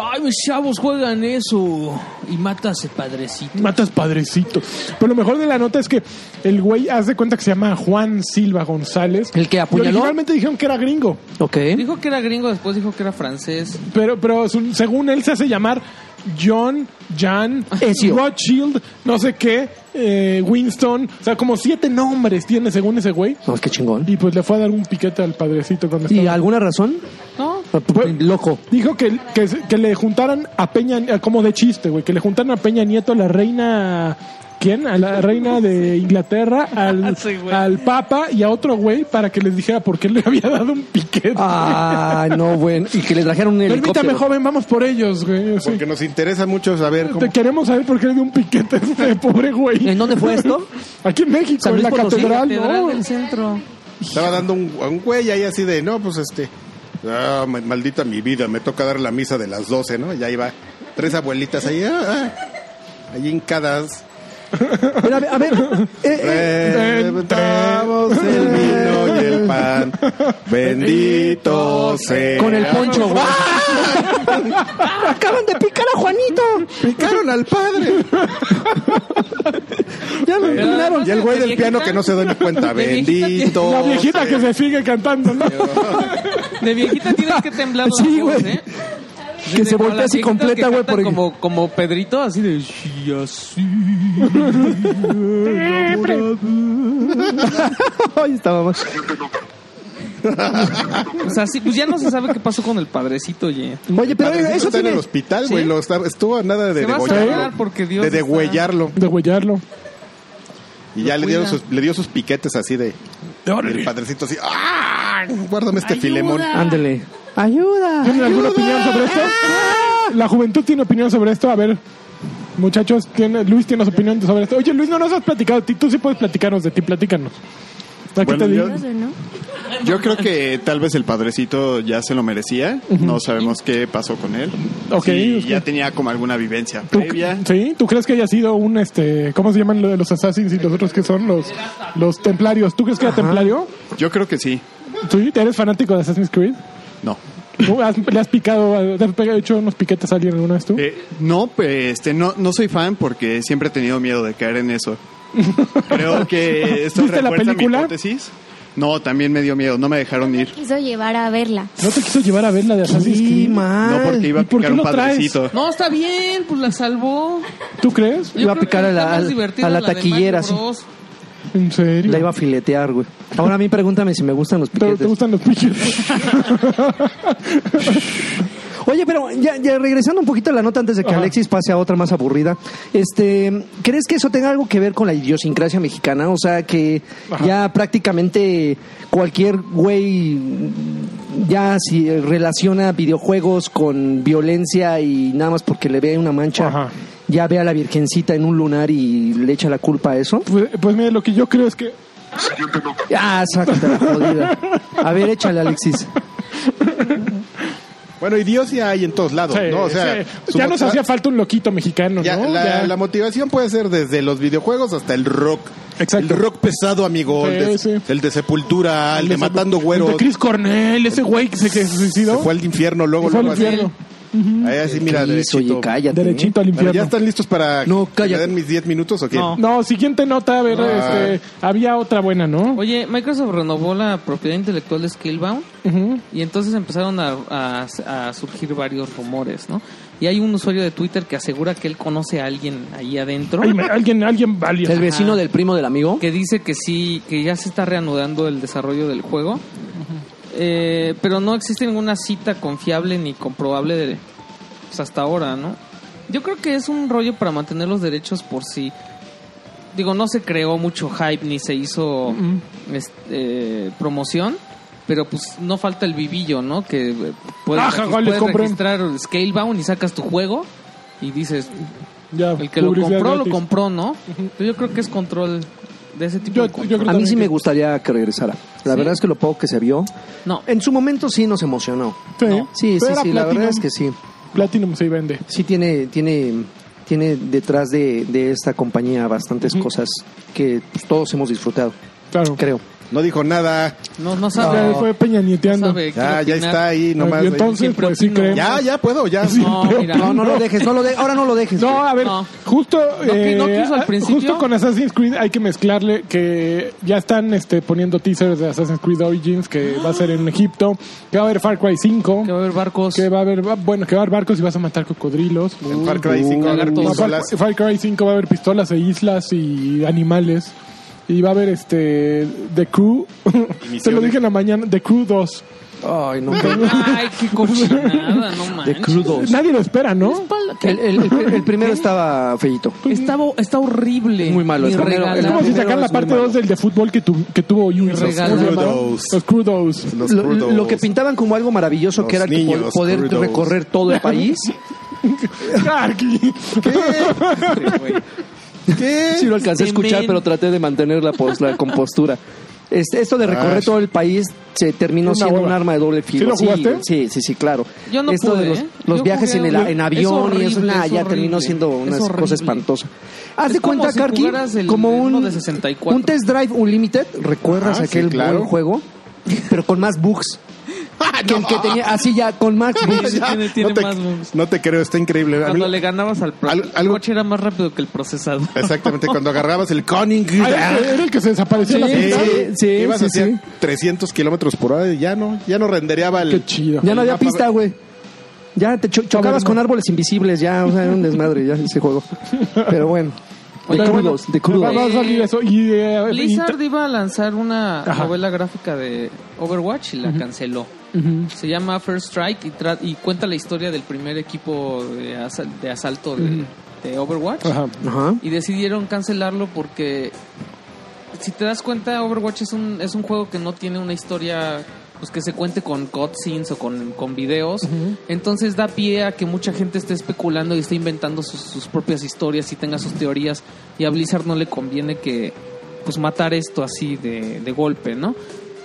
Ay, mis chavos juegan eso. Y matas el padrecito.
Matas padrecito. Pero lo mejor de la nota es que el güey hace cuenta que se llama Juan Silva González.
¿El que apuñaló?
Y Originalmente dijeron que era gringo.
Ok.
Dijo que era gringo, después dijo que era francés.
Pero, pero su- según él se hace llamar John, Jan,
Ezio.
Rothschild, no sé qué, eh, Winston. O sea, como siete nombres tiene según ese güey.
No, es que chingón.
Y pues le fue a dar un piquete al padrecito cuando
¿Y
estaba-
alguna razón? Ah, pues,
No,
Fue-
Loco.
Dijo que, que, que le juntaran a Peña, como de chiste, güey, que le juntaran a Peña Nieto, la reina, ¿quién? A la reina de Inglaterra, al,
Ah, Sí, güey.
al Papa y a otro güey para que les dijera por qué le había dado un piquete.
Ah, no, bueno. Y que le trajeron un helicóptero.
Permítame, joven, vamos por ellos, güey. Sí.
Porque nos interesa mucho saber cómo.
Te queremos saber por qué le dio un piquete a este pobre güey.
¿En dónde fue esto?
Aquí en México,
Eh, San
en
Luis
la
Potosí,
catedral,
catedral
¿no?
del centro.
Estaba dando un, a un güey ahí así de, no, pues este, ah, ma- maldita mi vida, me toca dar la misa de las 12, ¿no? Y ahí va, tres abuelitas ahí, ah, ah, ahí hincadas.
Pero, a ver, a ver. eh, eh,
Reventamos el vino y el pan, bendito sea.
con el poncho. güey. Acaban de picar a Juanito.
Picaron al padre.
Ya lo
además-
eliminaron.
Y el güey del piano que no se da ni cuenta,
De viejita que-
bendito.
Oh,
La viejita que se sigue cantando, ¿no?
De viejita tienes que temblar los
Sí,
ojos,
güey.
¿eh? Así
Que
de
se
como
voltea
las
así
viejitas
completa,
que
güey,
cantan
por el-
Como, como Pedrito, así de... "Sí, así".
Ay, estábamos.
O sea, sí, pues ya no se sabe qué pasó con el padrecito, oye.
Oye, pero
Padrecito
eso
está en
tiene.
el hospital, güey. lo está- Estuvo a nada de
Se va a
degollarlo.
salvar porque Dios
de
está-
degüellarlo.
De huellarlo.
Y ya
Lo
le, dieron
cuida.
sus, le dio sus piquetes así de. y el padrecito así. ¡Ah! Guárdame este filemón.
Ándele. Ayuda. Ah.
¿Tienen alguna opinión sobre esto? La juventud tiene opinión sobre esto. A ver, muchachos, ¿tiene, Luis tiene opinión sobre esto. Oye, Luis, no nos has platicado. de ti. Tú sí puedes platicarnos de ti, platícanos. ¿A qué
Bueno,
te
yo-
dedicas?
¿no?
Yo creo que tal vez el padrecito ya se lo merecía. No sabemos qué pasó con él.
Ok,
Si
ok.
ya tenía como alguna vivencia
¿Tú,
previa.
¿Sí? ¿Tú crees que haya sido un, este, cómo se llaman lo de los assassins y los otros que son los, los templarios? ¿Tú crees que era templario?
Yo creo que sí.
¿Sí? ¿Eres fanático de Assassin's Creed?
No.
¿Tú has- ¿Le has picado, le has pegado- hecho unos piquetes a alguien alguna vez tú?
Eh, no, pues este, no, no soy fan porque siempre he tenido miedo de caer en eso. Creo que esto
¿Viste la
refuerza mi
película?
hipótesis. No, también me dio miedo, no me dejaron ir.
Quiso llevar a verla.
¿No te quiso llevar a ver la de Assassin's
Sí,
Creed?
mal.
No, porque iba
Ah, ¿y
a
por qué
picar un
lo traes?
padrecito.
No, está bien, pues la salvó.
¿Tú crees?
Yo
Iba a
creo
picar
que
a la-
está más
al-
divertida
a la
de Mario
taquillera, sí.
Bros.
¿En serio?
La iba a filetear, güey. Ahora a mí pregúntame si me gustan los
¿Te, te
piquetes.
gustan los piquetes?
Oye, pero ya, ya regresando un poquito a la nota antes de que
Ajá.
Alexis pase a otra más aburrida, este, ¿crees que eso tenga algo que ver con la idiosincrasia mexicana? O sea, que
Ajá.
ya prácticamente cualquier güey ya si relaciona videojuegos con violencia y nada más porque le ve una mancha,
Ajá.
ya ve a la virgencita en un lunar y le echa la culpa a eso.
Pues, pues mire, lo que yo creo es que...
Ah, sácate la jodida. A ver, échale, Alexis.
Bueno, y Dios ya hay en todos lados,
Sí,
¿no? O sea,
sí.
su
ya nos
motiva-
hacía falta un loquito mexicano,
ya,
¿no?
la,
Ya.
la motivación puede ser desde los videojuegos hasta el rock.
Exacto.
El rock pesado, amigo.
Sí,
el, de,
sí.
el de Sepultura, el, de,
ese-
Matando
el
Güeros.
De Chris Cornell, ese güey que se, que se
Se
suicidó.
fue al infierno luego,
Se fue al
luego así.
infierno.
Ahí así, mira,
Chris,
derechito.
oye, cállate. ¿eh?
Derechito al infierno.
Pero ¿Ya están listos para
No,
que me
cállate.
den mis 10 minutos o qué?
No.
No, siguiente nota, a ver,
Ah.
este, había otra buena, ¿no?
Oye, Microsoft renovó la propiedad intelectual de Skillbound
Ujú.
y entonces empezaron a, a- a surgir varios rumores, ¿no? Y hay un usuario de Twitter que asegura que él conoce a alguien ahí adentro
Ay, me- alguien, alguien valioso.
El vecino del primo del amigo.
que dice que sí, que ya se está reanudando el desarrollo del juego, Eh, pero no existe ninguna cita confiable ni comprobable de, pues, hasta ahora, ¿no? Yo creo que es un rollo para mantener los derechos por si, digo, no se creó mucho hype ni se hizo este, eh, promoción, Pero pues no falta el vivillo, ¿no? Que eh, puedes,
Ajá,
regis-
¿cuál les
puedes
compré?
registrar Scalebound y sacas tu juego y dices,
Ya,
el que lo
publicidad
compró, lo
gratis.
compró, ¿no? Yo creo que es control de ese tipo
Yo-
de
yo
control.
creo-
A mí sí
también
me
que-
gustaría que regresara. La
Sí.
verdad es que lo poco que se vio.
Ah, No,
En su momento sí nos emocionó.
Sí,
Sí, sí,
Pero era
sí, la verdad
Platinum.
es que sí.
Platinum se vende.
Sí tiene, tiene, tiene detrás de, de esta compañía bastantes cosas que pues, todos hemos disfrutado,
Claro.
creo.
No dijo nada.
no, no
Ya
sabe.
fue
no
peñanieteando.
sabe, quiere
Ah, ya
opinar.
está ahí nomás. ahí.
y entonces,
Siempre
pues sí
opino.
creemos.
Ya, ya puedo, ya.
No, mira.
No, no lo dejes, no lo dejes, ahora no lo dejes.
No, a ver,
No.
justo
que-
eh,
no quiso al
ah,
principio.
justo con Assassin's Creed hay que mezclarle que ya están este poniendo teasers de Assassin's Creed Origins que va a ser en Egipto, que va a haber Far Cry 5,
Que va a haber barcos.
que va a haber bueno, que va a haber barcos y vas a matar cocodrilos.
En Far Cry 5 va a haber
lagartos.
Va a Far,
pistolas.
Far Cry 5 va a haber pistolas e islas y animales. Y va a haber este The Crew. Te lo
misiones.
dije en la mañana, The Crew 2.
Ay, no.
Ay, qué cochinada, no manches.
De crudos.
Nadie lo espera, ¿no?
Espalda-
El, el- el- el primero estaba feíto.
Está, bo- está horrible.
Es muy malo,
Ni
es como-
regalado.
Es como si
primero
sacaran la
es muy
parte
malo.
2 del de fútbol que, tu- que tuvo Ubisoft.
regalado.
¿Cómo se llamaron?
Crudos.
Los Crudos.
Los
Lo,
crudos.
lo que pintaban como algo maravilloso que
Los
era que po-
niños
poder
crudos.
recorrer todo el país.
Arqui.
Sí lo alcancé a escuchar,
Temen.
pero traté de mantener la, pos- la compostura. Este, esto de recorrer
Ay.
todo el país se terminó
Una
siendo
hueva.
un arma de doble filo.
¿Sí lo jugaste?
sí, sí, sí, claro.
Yo no
esto
pude,
de los,
¿eh?
los
Yo
viajes en,
jugué
el,
a-
en
es
avión y es
horrible,
una,
es
ya terminó
horrible,
siendo
es
una cosa
horrible.
espantosa. Haz
Es
de
como
cuenta,
si
Karki,
jugaras el-
como
uno
un,
de 64.
un test drive unlimited, ¿recuerdas
Ajá, sí,
aquel
claro.
buen juego? Pero con más bugs. que el que tenía, así Pues ya, con más bugs.
Sí, tiene- tiene
Pues no, te,
más bugs.
no te creo, está increíble. A mí-
Cuando le ganabas al pro,
Al-
el
algo-
coche era más rápido que el procesado.
Exactamente, cuando agarrabas el Conning.
Ah, Era el que se desapareció la
Sí,
pista.
sí,
que ibas
sí,
hacia
sí.
300 kilómetros por hora y ya no, ya no rendereaba el.
Qué chido.
Ya no
El
había
mapa-
pista, güey. Ya te cho- chocabas
no.
con árboles invisibles, ya, o sea, era un desmadre ya ese juego. Pero bueno, de
Pero bueno,
crudos, de crudos.
Va va a salir eso. Y, eh, y-
Blizzard iba a lanzar una
Ajá.
novela gráfica de Overwatch y la canceló. Se llama First Strike y, tra- y cuenta la historia del primer equipo de, asa- de asalto de, de Overwatch.
Ajá.
Ajá.
Y decidieron cancelarlo porque, si te das cuenta, Overwatch es un, es un juego que no tiene una historia pues, que se cuente con cutscenes o con, con videos. Entonces da pie a que mucha gente esté especulando y esté inventando sus, sus propias historias y tenga sus teorías. Y a Blizzard no le conviene que pues matar esto así de, de golpe, ¿no?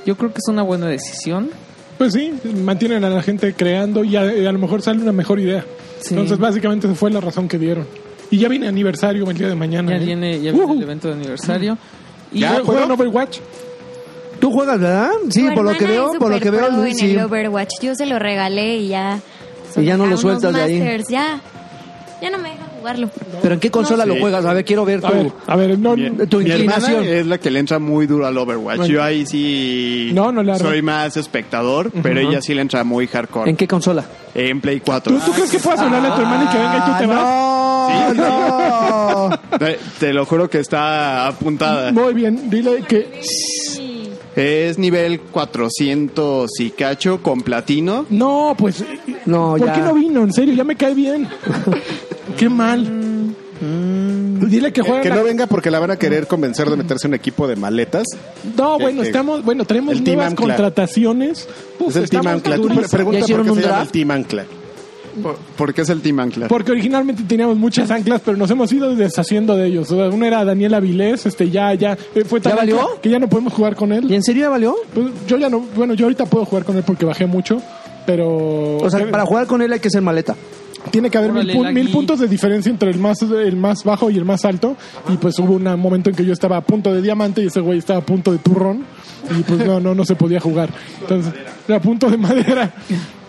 Yo creo que es una buena decisión.
Pues sí, mantienen a la gente creando y a, y a lo mejor sale una mejor idea.
Sí.
Entonces, básicamente, esa fue la razón que dieron. Y ya viene aniversario el día de mañana.
Ya
¿eh?
viene, ya viene
Ujú.
el evento de aniversario. Y
¿Ya
luego-
juegan Overwatch?
Tú juegas, ¿verdad? Sí,
Tu
por lo que
hermana
veo,
es
por lo que veo,
superpro
Luis,
en
sí.
el Overwatch. Yo se lo regalé y ya.
Y ya no
A
lo
unos
sueltas de ahí.
masters, Ya, ya no me dejan jugarlo.
Pero ¿en qué consola lo juegas? A ver, quiero ver
A ver,
tu,
a ver, no.
Mi-
tu
mi hermana
inclinación.
es la que le entra muy duro al Overwatch.
Bueno.
Yo ahí sí
No, no le arro-
soy más espectador, pero ella sí le entra muy hardcore.
¿En
En,
qué consola?
Play 4.
¿Tú, tú crees que puedas hablarle a tu hermana y que venga y tú te vas?
Ah,
Sí.
no, no.
Te, te lo juro que está apuntada.
Muy bien, dile que.
Sí.
Es nivel 400 y cacho con platino.
No, pues.
No,
¿Por
ya.
qué no vino? En serio, ya me cae bien. qué mal.
Mm.
Dile que juega.
Que no venga porque la van a querer convencer de meterse en un equipo de maletas.
No,
Que-
bueno,
que-
estamos, bueno,
el
tenemos
Team
nuevas
Ancla.
contrataciones. Uf,
es el Team
estamos
Ancla. Tú pre-
durísimos.
pregunta
¿Ya
por
hicieron
qué
un
se llama
draft?
el Team Ancla.
Por- Porque es el Team Ancla.
Porque originalmente teníamos muchas anclas, pero nos hemos ido deshaciendo de ellos. O sea, uno era Daniel Avilés, este ya, ya, eh, fue tan
¿Ya valió?
ancla que ya no podemos jugar con
¿Y
él.
en serio ya valió?
Pues, yo ya no, bueno, yo ahorita puedo jugar con él porque bajé mucho, pero
O sea,
eh,
para jugar con él hay que ser maleta.
tiene que haber mil,
Órale,
pu-
Lagui.
mil puntos de diferencia entre el más, el más bajo y el más alto. Y pues hubo una- un momento en que yo estaba a punto de diamante y ese güey estaba a punto de turrón. Y pues no, no, no se podía jugar. Entonces, era a punto de madera.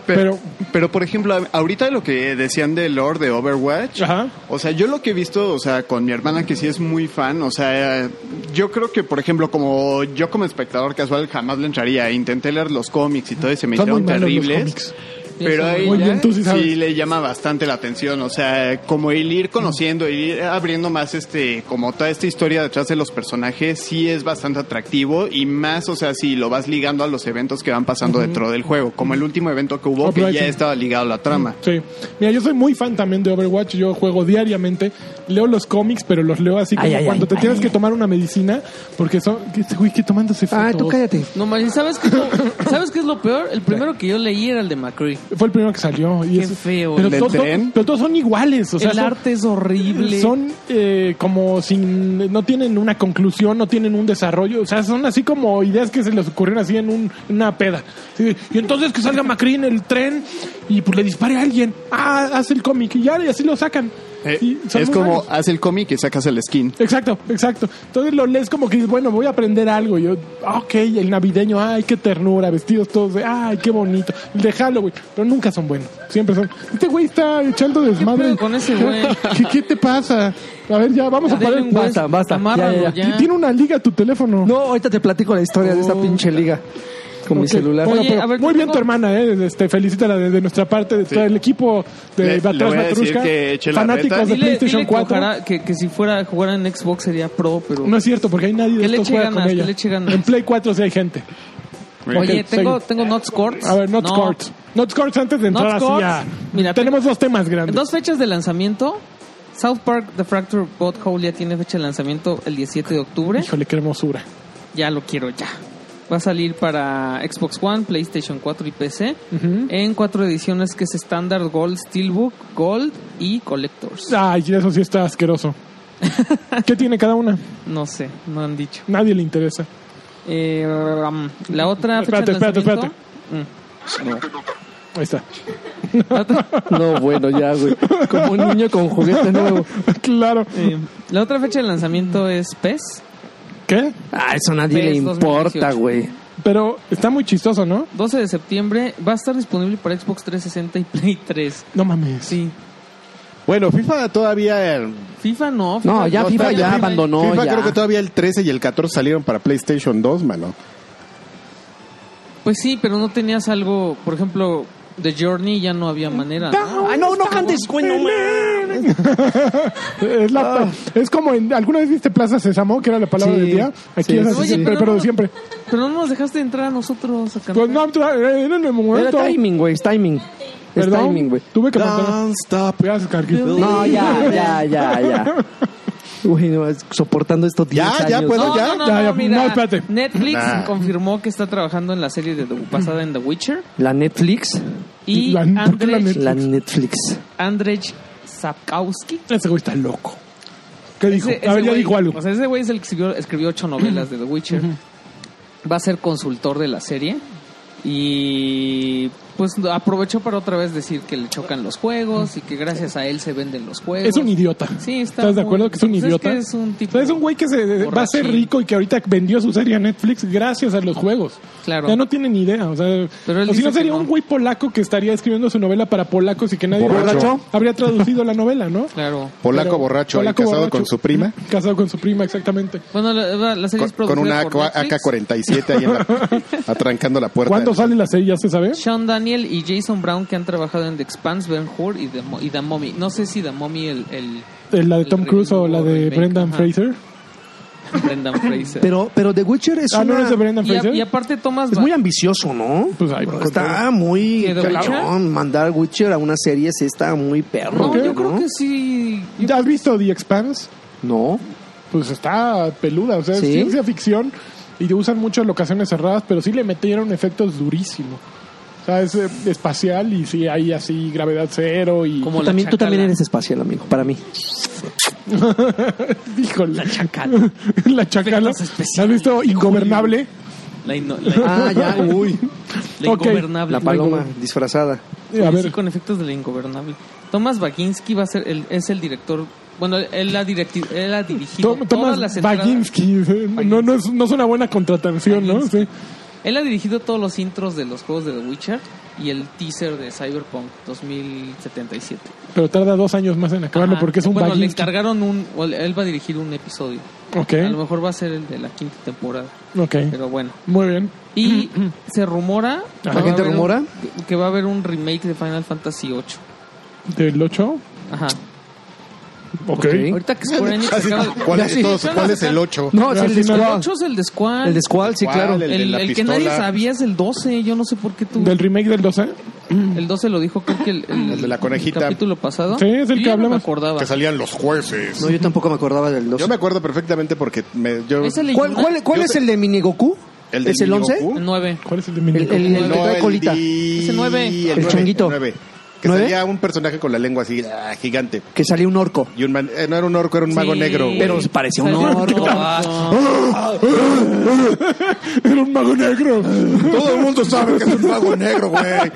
Pero,
Pero,
pero por ejemplo, a- ahorita lo que decían del Lord de Overwatch,
Ajá.
o sea, yo lo que he visto, o sea, con mi hermana que sí es muy fan, o sea, yo creo que, por ejemplo, como yo como espectador casual jamás le entraría, intenté leer los cómics y todo y se me
Son muy
hicieron
malos los
terribles.
cómics.
Pero ahí
Muy
ya
bien, tú sí
sí,
sabes.
le llama bastante la atención, o sea, como el ir conociendo, el ir abriendo más este, como toda esta historia detrás de los personajes, sí es bastante atractivo y más, o sea, si lo vas ligando a los eventos que van pasando dentro del juego, como el último evento que hubo que ya
Uprising.
estaba ligado a la trama.
Sí. Mira, yo soy muy fan también de Overwatch. Yo juego diariamente. Leo los cómics, pero los leo así como
Ay, ay,
cuando
ay,
te
ay,
tienes
ay.
que tomar una medicina. Porque son. ¿Qué este güey que tomándose fotos?
Ah, tú cállate.
No, manches, ¿sabes qué, es lo- ¿sabes qué es lo peor? El primero que yo leí era el de McCree.
Fue el primero que salió. Y
Qué
es-
feo.
Pero,
¿El
del
todos-
tren?
pero todos son iguales. O sea,
el
son-
arte es horrible.
Son eh, como sin. No tienen una conclusión, no tienen un desarrollo. O sea, son así como ideas que se les ocurrieron así en, un, en una peda. Sí, Y entonces que salga Macri en el tren y pues le dispare a alguien. Ah, hace el cómic y ya, y así lo sacan.
Eh,
Y son
es
muy
como
raros.
haz el cómic y sacas el skin.
Exacto, exacto. Entonces lo lees como que dices, bueno, voy a aprender algo. Y yo, ah, ok, el navideño, ay, qué ternura, vestidos todos de, ay, qué bonito. El de Halloween, pero nunca son buenos, siempre son. Este güey está echando desmadre.
pedo con ese güey?
¿Qué, qué te pasa? A ver, ya, vamos a parar.
Denle un
basta,
hueso,
basta.
amárralo
Ya, ya,
ya.
Tiene una liga tu teléfono.
No, ahorita te platico la historia de esta pinche liga con mi
Ok,
celular.
bueno,
Oye,
pero
a ver,
muy bien
tengo-
tu hermana, eh, este, felicítala de, de nuestra parte, de todo el equipo
Le-
de
le
Batrás
voy a decir
Matrushka,
que eche la
fanáticos
reta.
de
Dile,
PlayStation
dile que,
4.
ojalá- que, que si fuera jugara en Xbox sería pro, pero...
No es cierto, porque hay nadie de
Que le
estos
eche
juega con
ganas,
ella.
que le eche ganas.
En Play 4 sí hay gente.
Oye,
Ok,
tengo,
sigue.
tengo Not Courts.
A ver, Not
No.
Courts. Not Courts antes de entrar
Not
así
Courts.
a...
Mira,
Tenemos dos temas
En
grandes.
dos fechas de lanzamiento. South Park The Fracture Butthole ya tiene fecha de lanzamiento el 17 de
¿eh?
octubre.
Híjole, qué hermosura.
Ya lo quiero ya. Va a salir para Xbox One, PlayStation 4 y PC.
Ujú.
En cuatro ediciones que es Standard, Gold, Steelbook, Gold y Collectors.
Ay, eso sí está asqueroso. ¿Qué tiene cada una?
No sé, no han dicho.
Nadie le interesa.
Eh, um, la otra fecha
Espérate,
de
espérate,
lanzamiento-
Ahí está.
No, bueno, ya, güey. Como un niño con juguete nuevo.
claro.
Eh, la otra fecha de lanzamiento es PES.
¿Qué?
Ah, eso a nadie
PES
le importa,
2018.
güey.
Pero está muy chistoso, ¿no?
12 de septiembre va a estar disponible para Xbox 360 y Play 3.
No mames.
Sí.
Bueno, FIFA todavía. eh,
FIFA no.
No, ya
no
FIFA
está,
ya abandonó.
FIFA
ya.
creo que todavía el 13 y el 14 salieron para PlayStation 2, mano.
Pues sí, pero no tenías algo, por ejemplo, de Journey ya no había manera. Ah, ¿no?
Ay, no, no cantes, güey, no mames.
Es, la- es como en, alguna vez viste Plaza Sésamo, que era la palabra
Ah. Sí,
del día. Aquí
sí,
es
sí,
así
sí.
Oye,
siempre, pero,
pero no-
siempre.
Pero no nos dejaste entrar a nosotros a cantar.
Pues no, era en el
Era
momento.
timing, güey, es timing. Es
Perdón,
timing, güey.
Tuve que mantener.
Don't stop.
Voy a sacar aquí.
No, ya, ya, ya, ya. Güey, no, es- soportando estos 10
Ya,
años.
ya, puedo.
No,
ya,
no, no,
ya,
no,
ya,
mira,
no, espérate.
Netflix
Nah.
confirmó que está trabajando en la serie de The, basada en The Witcher
La Netflix.
y
La- ¿por qué la
Andrzej-
Netflix?
La Netflix.
Andrzej Sapkowski.
Ese güey está loco. ¿Qué dijo?
Ese-
a ver,
ese
ya
güey-
dijo algo.
O sea, ese güey es el que escribió, escribió ocho novelas de The Witcher. Va a ser consultor de la serie. Y pues aprovechó para otra vez decir que le chocan los juegos y que gracias a él se venden los juegos.
es un idiota.
Sí, está
¿Estás
muy-
de acuerdo que es un
pues es
idiota?
que es un tipo
O sea, es un güey que se va a ser
borrachín.
rico y que ahorita vendió su serie a Netflix gracias a los juegos.
Claro.
Ya no tiene ni idea. O sea,
Pero él
o si no
dice que
sería
no.
un güey polaco que estaría escribiendo su novela para polacos y que nadie
Borracho.
habría traducido la novela, ¿no?
Claro.
Polaco
Pero-
borracho, el
polaco
casado
borracho.
con su prima.
Casado con su prima, exactamente.
Bueno, la, la
Con,
serie es producida
con una
por Netflix.
AK-47 ahí en la- atrancando la puerta.
¿Cuándo sale la serie? ¿Ya se sabe?
Sean Daniel y Jason Brown que han trabajado en The Expanse, Ben Hur y The, Mo- y The Mommy. No sé si The Mommy el, el
Eh, ¿La de
El
Tom Cruise o la de
remake,
Brendan
ajá.
Fraser?
Brendan Fraser.
Pero, pero The Witcher es
Ah,
una...
no, es de Brendan
y, a-
Fraser.
y aparte Thomas
Es muy ambicioso, ¿no?
Pues ahí va.
está muy
¿Qué, The Witcher?
cabrón. Mandar Witcher a una serie sí está muy perro.
No, yo creo
¿no?
que sí. Yo-
¿Ya has visto The Expanse?
No.
Pues está peluda, o sea,
¿Sí?
es ciencia ficción y usan mucho locaciones cerradas, pero sí le metieron efectos durísimos. O sea, es eh, espacial y sí hay así gravedad cero y...
Como
Tú
la
también, tú
chacala.
también eres espacial, amigo, para mí.
Híjole. La chacala. la chacala.
Efectos especiales.
¿Has visto Ingobernable?
La, ino- la-
Ah, ya. Uy.
la
Ok.
ingobernable.
La paloma disfrazada.
Eh, A
Oye, sí,
ver,
con efectos de la ingobernable. Thomas Baginski va a ser el, es el director. Bueno, él ha, directi- él ha dirigido
Tom-
todas las
Thomas eh,
entradas.
Baginski. No, no, es, no es una buena contratación, ¿no? Sí.
Él ha dirigido todos los intros de los juegos de The Witcher y el teaser de Cyberpunk 2077.
Pero tarda dos años más en acabarlo
Ajá.
porque es un
Bueno, le
Baginski.
encargaron un... o Él va a dirigir un episodio.
Ok,
A lo mejor va a ser el de la quinta temporada,
ok.
pero bueno.
Muy bien.
Y se rumora... que
¿La
va a
gente
haber un-
rumora?
que va a haber un remake de Final Fantasy VIII.
¿Del 8?
Ajá.
Ok.
Ahorita que Square Enix
Así,
acaba-
¿cuál, es,
Ya sí.
todos, ¿Cuál es el 8?
No, es el de
Así no.
El
Squall.
8 es el de Squall.
El de Squall, sí,
¿Cuál?
claro.
El
El,
de la
el que nadie
pistola.
sabía es el 12. Yo no sé por qué tú...
¿Del remake del 12?
El 12 lo dijo creo que el,
El de la conejita.
capítulo pasado.
Sí, es el
Yo
que
ya no
hablamos.
me acordaba.
Que salían los jueces.
No, yo tampoco me acordaba del 12.
Yo me acuerdo perfectamente porque me, yo...
¿Es el
¿Cuál, cuál, cuál
Yo
es
te-
el de Minigoku?
de
¿Es el 11?
Minigoku.
El 9.
¿Cuál es el de
El,
Minico?
el- el
No,
que trae
el
colita.
di-
Ese nueve.
El, nueve,
chonguito.
el nueve. Que
¿Nueve?
salía un personaje con la lengua así, ah, gigante.
Que salió un orco.
Y un man- eh, no era un orco, era un mago
Sí.
negro. güey.
Pero se parecía un
Salió-
orco.
Ah,
Era un mago negro.
todo el mundo sabe que es un mago negro, güey.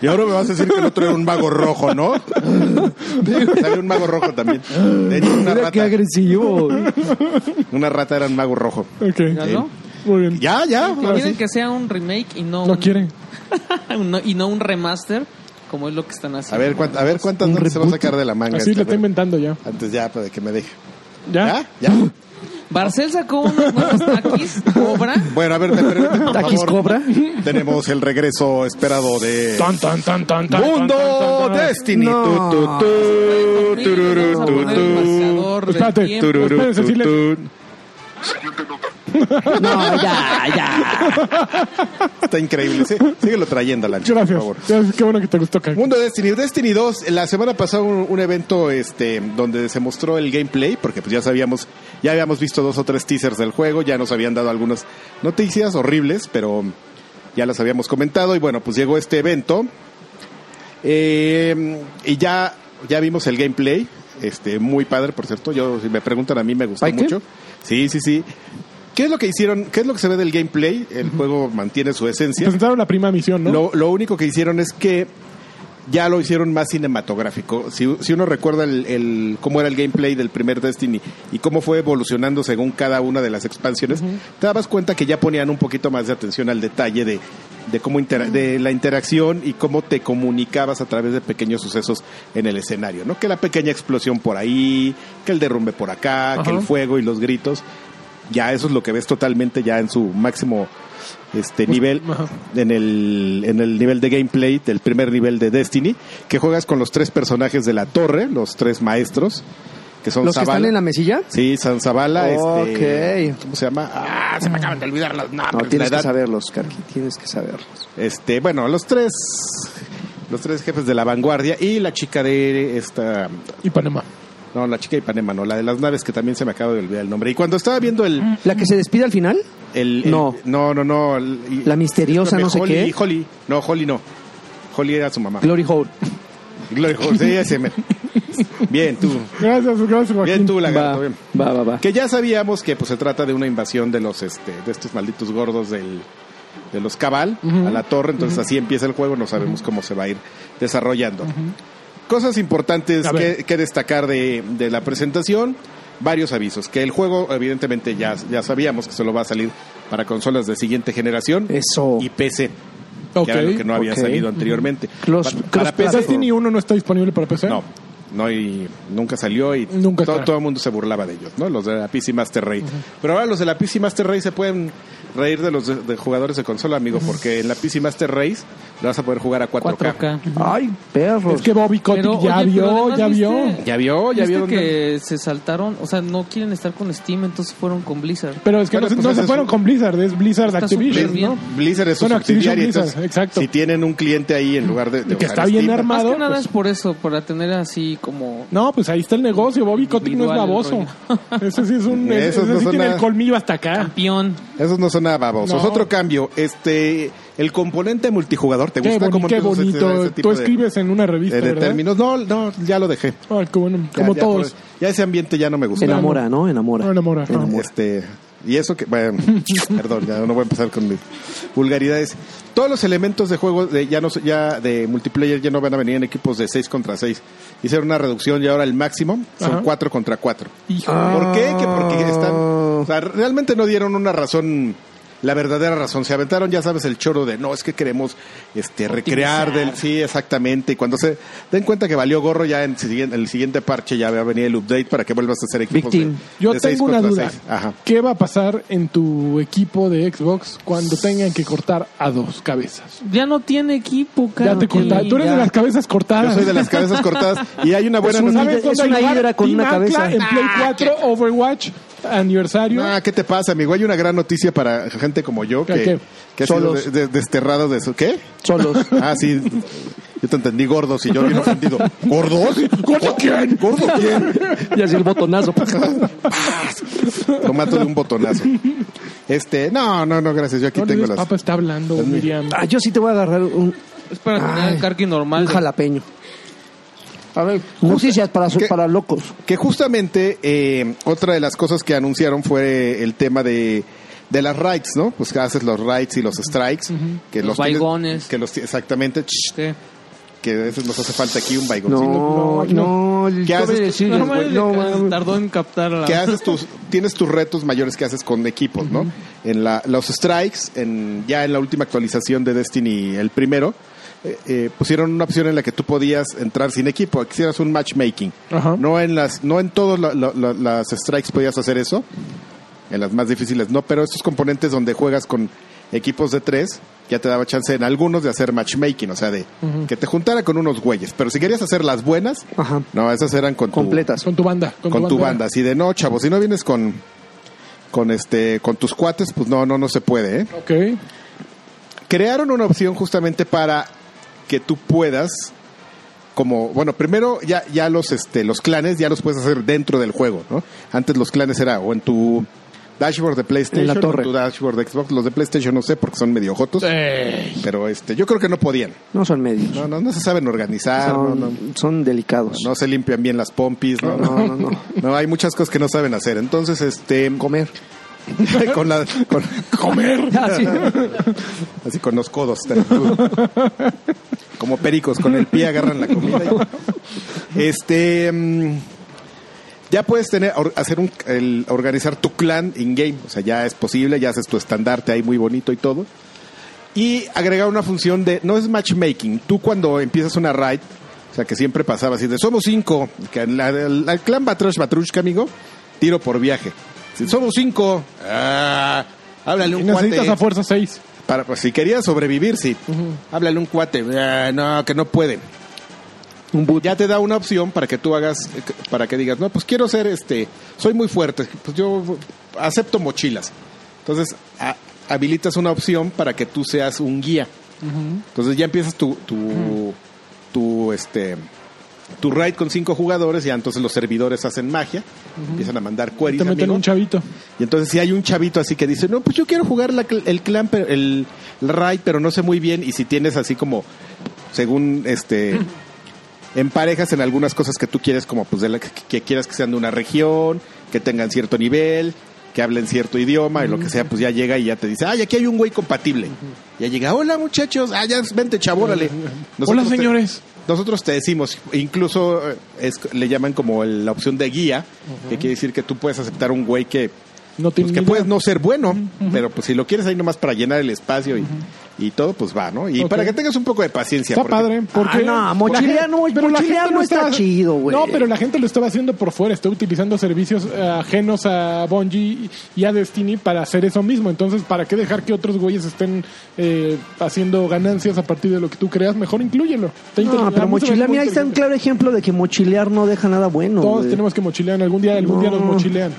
Y ahora me vas a decir que el otro era un mago rojo, ¿no? Salió un mago rojo también. De hecho, una
Mira qué
rata,
agresivo.
una rata era un mago rojo.
Ok.
¿Ya no?
Muy bien.
Ya, ya.
no. Quieren que sea un remake y no,
No
un-
quiere.
no- y no un remaster, como es lo que están haciendo.
A ver, cuánt- a ver cuántas
Un
notas se va a
reboot.
sacar de la manga.
Así
este,
lo
a
está
ver.
inventando ya.
Antes ya, para que me deje.
¿Ya?
¿Ya? ¿Ya?
Barcel sacó unos buenos taquis, cobra.
Bueno, a ver, me permiten, por
¿Taquis
favor.
cobra?
Tenemos el regreso esperado de...
Tan, tan, tan, tan, tan, tan,
Mundo
tan, tan.
Destiny.
No.
Tu, tu, tu, tururú,
Vamos a
tu,
poner el
tu.
marcador del
Espérate.
tiempo.
Tururú,
Espérense,
tu,
sí le-
tu.
No, ya, ya.
Está increíble. Sí, síguelo trayendo, Lancho, por
Gracias.
favor.
Gracias, Qué bueno que te gustó, Cac.
Mundo Destiny, Destiny 2, la semana pasada un, un evento este donde se mostró el gameplay, porque pues ya sabíamos, ya habíamos visto dos o tres teasers del juego, ya nos habían dado algunas noticias horribles, pero ya las habíamos comentado, y bueno, pues llegó este evento. eh, y ya, ya vimos el gameplay, este, muy padre, por cierto. Yo, si me preguntan a mí, me gustó
¿Ay, qué?
mucho. Sí, sí, sí. ¿Qué es lo que hicieron? ¿Qué es lo que se ve del gameplay? El juego mantiene su esencia.
Presentaron la prima misión, ¿no?
Lo, lo único que hicieron es que ya lo hicieron más cinematográfico. Si, si uno recuerda el, el- cómo era el gameplay del primer Destiny y cómo fue evolucionando según cada una de las expansiones, te dabas cuenta que ya ponían un poquito más de atención al detalle de, de cómo intera- de la interacción y cómo te comunicabas a través de pequeños sucesos en el escenario, ¿no? Que la pequeña explosión por ahí, que el derrumbe por acá, que el fuego y los gritos. Ya eso es lo que ves totalmente ya en su máximo
Pues,
este nivel
ajá.
en el, en el nivel de gameplay del primer nivel de Destiny, que juegas con los tres personajes de la torre, los tres maestros, que son
¿Los que
Zavala.
están en la mesilla?
Sí, San Zavala, este,
Ok.
¿cómo se llama? Ah, se me acaban de olvidar los nombres.
No,
la
tienes que
edad.
saberlos, Karki. Tienes que saberlos.
Este, bueno, los tres los tres jefes de la vanguardia y la chica de esta
Y Panamá.
no, la chica de Ipanema, no, la de las naves que también se me acaba de olvidar el nombre. Y cuando estaba viendo el,
¿La que se despide al final?
El, el-
No.
no, no, no. el- y-
La misteriosa,
Espérame,
no sé
Holly,
qué.
Holly, no, Holly no. Holly era su mamá.
Glory Hole.
Gloria Hall, sí, ese me- Bien, tú.
Gracias, gracias, Joaquín.
Bien, tú,
Va,
lagarto. bien.
va, va. va.
Que ya sabíamos que pues se trata de una invasión de los este de estos malditos gordos del de los cabal a la torre, entonces así empieza el juego, no sabemos cómo se va a ir desarrollando. Cosas importantes
A ver.
que, que destacar de, de la presentación, varios avisos, que el juego evidentemente ya, ya sabíamos que solo va a salir para consolas de siguiente generación
Eso.
y PC,
Ok.
que era lo que no había
ok.
salido anteriormente.
Cross-
Pa-
cross
para PC
Destiny 1 no está disponible para PC.
no, no y nunca salió y
Nunca
todo,
está.
todo el mundo se burlaba de ellos, ¿no? Los de la PC Master Race. Pero ahora los de la PC Master Race se pueden reír de los de- de jugadores de consola, amigo, porque en la PC Master Race lo vas a poder jugar a 4K.
4K.
Ay, perros.
Es que Bobby Kotick
Pero,
ya
oye, pero
vio,
además
ya
viste-
vio.
Ya vio, Oh, ya
¿Viste
vio dónde-
que se saltaron, o sea, no quieren estar con Steam, entonces fueron con Blizzard.
Pero es que
Bueno,
no, se-
pues
no
ese
se
es
fueron
un-
con Blizzard, es Blizzard
Está
Activision,
súper bien.
¿no?
Blizzard es su
Bueno, Activision
subsidiaria,
Blizzard,
entonces,
exacto.
si tienen un cliente ahí en lugar de, de
Y que
usar
está bien
Steam,
Más
armado.
que nada
pues,
es por eso, para tener así como
No, pues ahí está el negocio. Bobby Kotick no es
Individual el
baboso. Ese sí es un. Ese,
Esos
ese
no
sí
son
tiene
nada.
el colmillo hasta acá.
campeón.
Esos no son nada babosos.
No.
Otro cambio, este el componente multijugador, ¿te
Qué,
gusta
boni-
cómo
qué
empiezas ese-
bonito.
ese tipo
Tú
de-
escribes en una revista,
de, de
¿verdad?
términos? No, no, ya lo dejé.
Ay, qué bueno.
Ya-
Como
ya
todos.
por- ya ese ambiente ya no me gusta.
Enamora, ¿no? Enamora.
No, enamora, no.
Este, y eso que, bueno, perdón, ya no voy a empezar con mis vulgaridades. Todos los elementos de juego de, ya no, ya de multiplayer ya no van a venir en equipos de 6 contra 6. Hicieron una reducción y ahora el máximo son
Ajá.
4 contra 4.
Hijo.
¿Por qué? Que porque están. o sea, realmente no dieron una razón la verdadera razón. Se aventaron, ya sabes, el choro de no, es que queremos este recrear del. Sí, exactamente. Y cuando se den cuenta que valió gorro, ya en, siguien- el siguiente parche ya va a venir el update para que vuelvas a hacer equipos.
Victim.
de-
Yo
de seis
tengo una
contra
duda.
seis. Ajá.
¿Qué va a pasar en tu equipo de Xbox cuando tengan que cortar a dos cabezas?
Ya no tiene equipo, cara.
ya te cortaste. Tú eres de las cabezas
Yo
cortadas. Pues,
soy de las cabezas cortadas y hay una buena
Es un
noticia.
¿Sabes
Es una
dónde ayudar?
hidra con
Team
una
Ancla
cabeza.
En Play 4, Overwatch, aniversario.
Ah, ¿qué te pasa, amigo? Hay una gran noticia para gente como yo
¿Qué, qué?
que, que ha sido
Solos.
de- de- desterrado de su... ¿Qué?
Solos.
Ah, sí. Yo te entendí gordos y yo bien ofendido. ¿Gordos?
¿Gordo quién?
¿Gordo quién?
Y así el botonazo.
Tomato de un botonazo. Este, no, no, no, gracias. Yo aquí
No le
tengo
digas,
las...
Papa está hablando, Miriam.
Ah, yo sí te voy a agarrar un,
Es para tener
Ay,
el carqui normal.
un jalapeño. A ver, noticias para, su-
¿Qué?
para locos.
Que justamente eh, otra de las cosas que anunciaron fue el tema de, de las rights, ¿no? Pues que haces los rights y los strikes. que tienes-
Los vaigones.
Que los, exactamente. ch,
Sí.
que a veces nos hace falta aquí un vaigoncito.
No, no, el
¿Qué
pobre
haces?
de Sirius,
No,
güey,
mames,
no, mames.
tardó en captar a la...
que haces tus tienes tus retos mayores que haces con equipos, ¿no? En la, los strikes, en ya en la última actualización de Destiny, el primero, eh, eh, pusieron una opción en la que tú podías entrar sin equipo, que hicieras un matchmaking.
Ajá.
No en las no en todas la- la- la- las strikes podías hacer eso, en las más difíciles no, pero estos componentes donde juegas con equipos de tres ya te daba chance en algunos de hacer matchmaking, o sea, de que te juntara con unos güeyes. Pero si querías hacer las buenas,
Ajá.
no, esas eran con tu-
Completas.
Con tu banda. Con,
con tu banda, así de no, chavo, si no vienes con con este con tus cuates, pues no, no, no se puede, ¿eh?
Ok.
Crearon una opción justamente para que tú puedas como bueno, primero ya ya los este los clanes ya los puedes hacer dentro del juego, ¿no? Antes los clanes era o en tu dashboard de PlayStation,
En la torre.
o en tu dashboard de Xbox, los de PlayStation no sé porque son medio jotos,
Ey.
pero este yo creo que no podían.
No son medios.
No, no, no se saben organizar, no,
son,
no.
son delicados.
No se limpian bien las pompis, no,
No, no, no.
No, hay muchas cosas que no saben hacer. Entonces, este
Comer.
con la, con-
Así.
así con los codos. tal. Como pericos, con el pie agarran la comida. y- Este. mm, Ya puedes tener, or- hacer un, el- organizar tu clan in-game. O sea, ya es posible, ya haces tu estandarte ahí muy bonito y todo. Y agregar una función de, no es matchmaking. Tú cuando empiezas una raid, o sea, que siempre pasaba así de, somos cinco. Que la, la- el clan Batrash Batrushka, amigo, tiro por viaje. Si somos cinco, ah, háblale
Y
un
necesitas
cuate.
a fuerza 6.
Para, pues, si quería sobrevivir, sí. Háblale un cuate. Ah, no, que no puede. Ya te da una opción para que tú hagas, eh, que- para que digas, no, pues quiero ser este, soy muy fuerte, pues yo acepto mochilas. Entonces, a- habilitas una opción para que tú seas un guía. Entonces ya empiezas tu, tu, tu, este, tu raid con cinco jugadores y entonces los servidores hacen magia, empiezan a mandar queries.
Te meten
amigo.
un chavito.
Y entonces si hay un chavito así que dice, no, pues yo quiero jugar la cl- el clan, pero, el, el raid, pero no sé muy bien. Y si tienes así como, según este, en parejas en algunas cosas que tú quieres, como pues de la, que, que quieras que sean de una región, que tengan cierto nivel, que hablen cierto idioma y lo que sea, pues ya llega y ya te dice, ay, aquí hay un güey compatible. Ya llega, hola muchachos, ah, ya vente chavo, órale.
Hola,
Nosotros te-
señores.
nosotros te decimos, incluso eh, es- le llaman como el- la opción de guía, que quiere decir que tú puedes aceptar un güey que,
No tiene
pues, que
ni
puedes
idea.
no ser bueno, pero pues si lo quieres ahí nomás para llenar el espacio y, y todo, pues va, ¿no? Y
Ok.
para que tengas un poco de paciencia.
Está
porque-
padre. Porque
Ah, no, mochilear no, mochilear no está chido, güey.
No, pero la gente lo estaba haciendo por fuera. Está utilizando servicios eh, ajenos a Bungie y a Destiny para hacer eso mismo. Entonces, ¿para qué dejar que otros güeyes estén eh, haciendo ganancias a partir de lo que tú creas? Mejor inclúyelo. Está
No,
inter- a
pero
mí se me hace
mochilear,
muy
mira, ahí está un
inteligente.
claro ejemplo de que mochilear no deja nada bueno.
Todos
güey.
tenemos que mochilear. Algún día, algún día
No.
nos mochilean.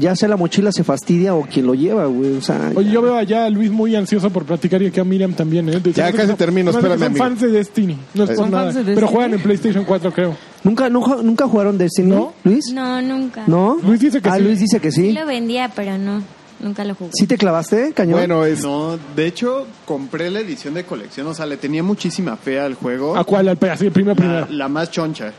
Ya sea la mochila se fastidia o quien lo lleva, güey. O sea,
Oye,
ya.
yo veo allá a Luis muy ansioso por platicar y acá a Miriam también, ¿eh?
Ya
que
casi
son-
termino,
se me hace que
espérame,
Son
amigo. Eh.
fans de Destiny. No es por
¿Son
nada.
fans de
Pero
Destiny?
juegan en PlayStation 4, creo.
¿Nunca, nunca, nunca jugaron Destiny,
¿No?
Luis?
No, nunca.
¿No?
Luis dice que
ah,
sí.
Luis dice que
Sí
sí.
lo vendía, pero no. Nunca lo jugué.
¿Sí te clavaste, cañón?
Bueno, es,
No, de hecho, compré la edición de colección, o sea, le tenía muchísima fe al juego.
¿Oh?
¿A cuál? Al pe- Así, primero, primero.
La, la más choncha.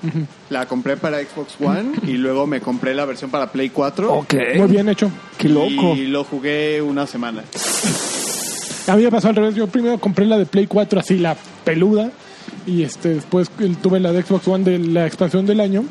La compré para Xbox One y luego me compré la versión para Play 4.
ok.
Muy bien hecho.
Qué loco.
Y lo jugué una semana.
A mí me pasó al revés. Yo primero compré la de Play 4, así la peluda. Y este después el- tuve la de Xbox One de la expansión del año.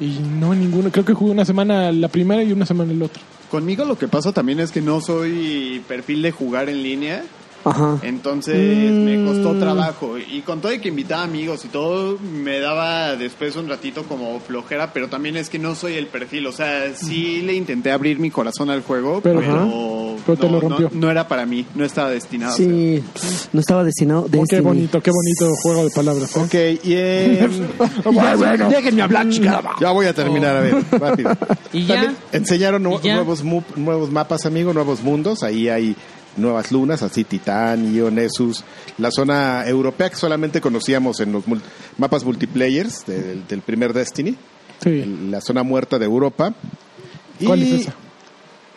Y no, ninguno. Creo que jugué una semana la primera y una semana el otro.
Conmigo lo que pasa también es que no soy perfil de jugar en línea.
Ajá.
Entonces
Mm.
me costó trabajo. Y con todo y que invitaba amigos y todo, me daba después un ratito como flojera, pero también es que no soy el perfil. O sea, sí le intenté abrir mi corazón al juego,
Pero-
pero,
Ajá. Pero te
no,
lo
no-
rompió.
No, era para mí, no estaba destinado. a ser.
Sí, no estaba destinado.
Oh, qué
Destiny.
bonito, qué bonito juego de palabras. ¿eh?
Ok, y em,
Déjenme hablar, chingada.
ya voy a terminar, a ver, rápido.
Y ya.
También enseñaron nu-
Y ya.
nuevos, mu- nuevos mapas, amigo, nuevos mundos. Ahí hay nuevas lunas, así Titán, Ionesus, la zona europea que solamente conocíamos en los mul- mapas multiplayers de- del, del primer Destiny,
Sí.
el- la zona muerta de Europa.
¿Cuál
Y
es esa?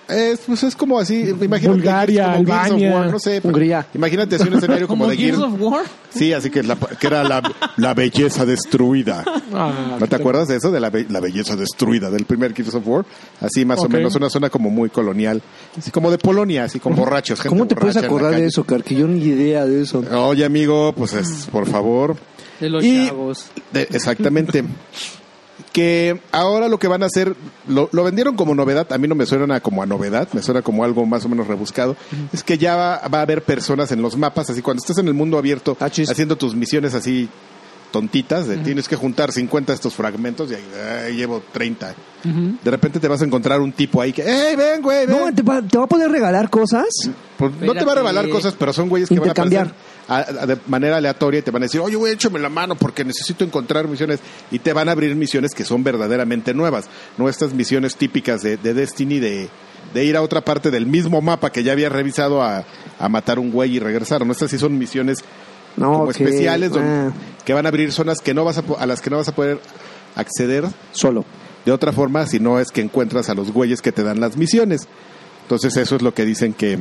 es- pues es como así, imagínate.
Bulgaria,
como Gears of
Albania,
War, no sé, pero
Hungría.
Imagínate así un escenario como,
Como
de Gears.
Gears of War.
Sí, así que, la- que era la, la belleza destruida.
Ah,
¿No te acuerdas de eso? De la, be- la belleza destruida del primer Gears of War. Así más
Ok.
o menos, una zona como muy colonial. Así como de Polonia, así con borrachos. gente
¿Cómo te puedes
borracha en la
acordar de
calle.
eso, Car? Que yo ni idea de eso.
Oye, amigo, pues es, por favor.
De los
Y-
chavos.
de- Eh, exactamente. que ahora lo que van a hacer, lo, lo vendieron como novedad, a mí no me suena a como a novedad, me suena como algo más o menos rebuscado, es que ya va, va a haber personas en los mapas, así cuando estés en el mundo abierto
Ah, chis.
haciendo tus misiones así tontitas, de tienes que juntar 50 de estos fragmentos y ahí, "Ay, llevo 30. De repente te vas a encontrar un tipo ahí que, ¡Ey, ven, güey! ven".
No, ¿te va, te va a poder regalar cosas?
Pues no te va a
Espérate.
revelar cosas, pero son güeyes que van a
Intercambiar.
aparecer a- a- de manera aleatoria y te van a decir, oye, güey, échame la mano porque necesito encontrar misiones. Y te van a abrir misiones que son verdaderamente nuevas. No estas misiones típicas de, de Destiny de, de ir a otra parte del mismo mapa que ya había revisado a, a matar un güey y regresar. No estas sí son misiones
No,
como
ok,
especiales donde-
ah.
que van a abrir zonas que no vas a, po- a las que no vas a poder acceder
Solo.
de otra forma, si no es que encuentras a los güeyes que te dan las misiones. Entonces eso es lo que dicen que,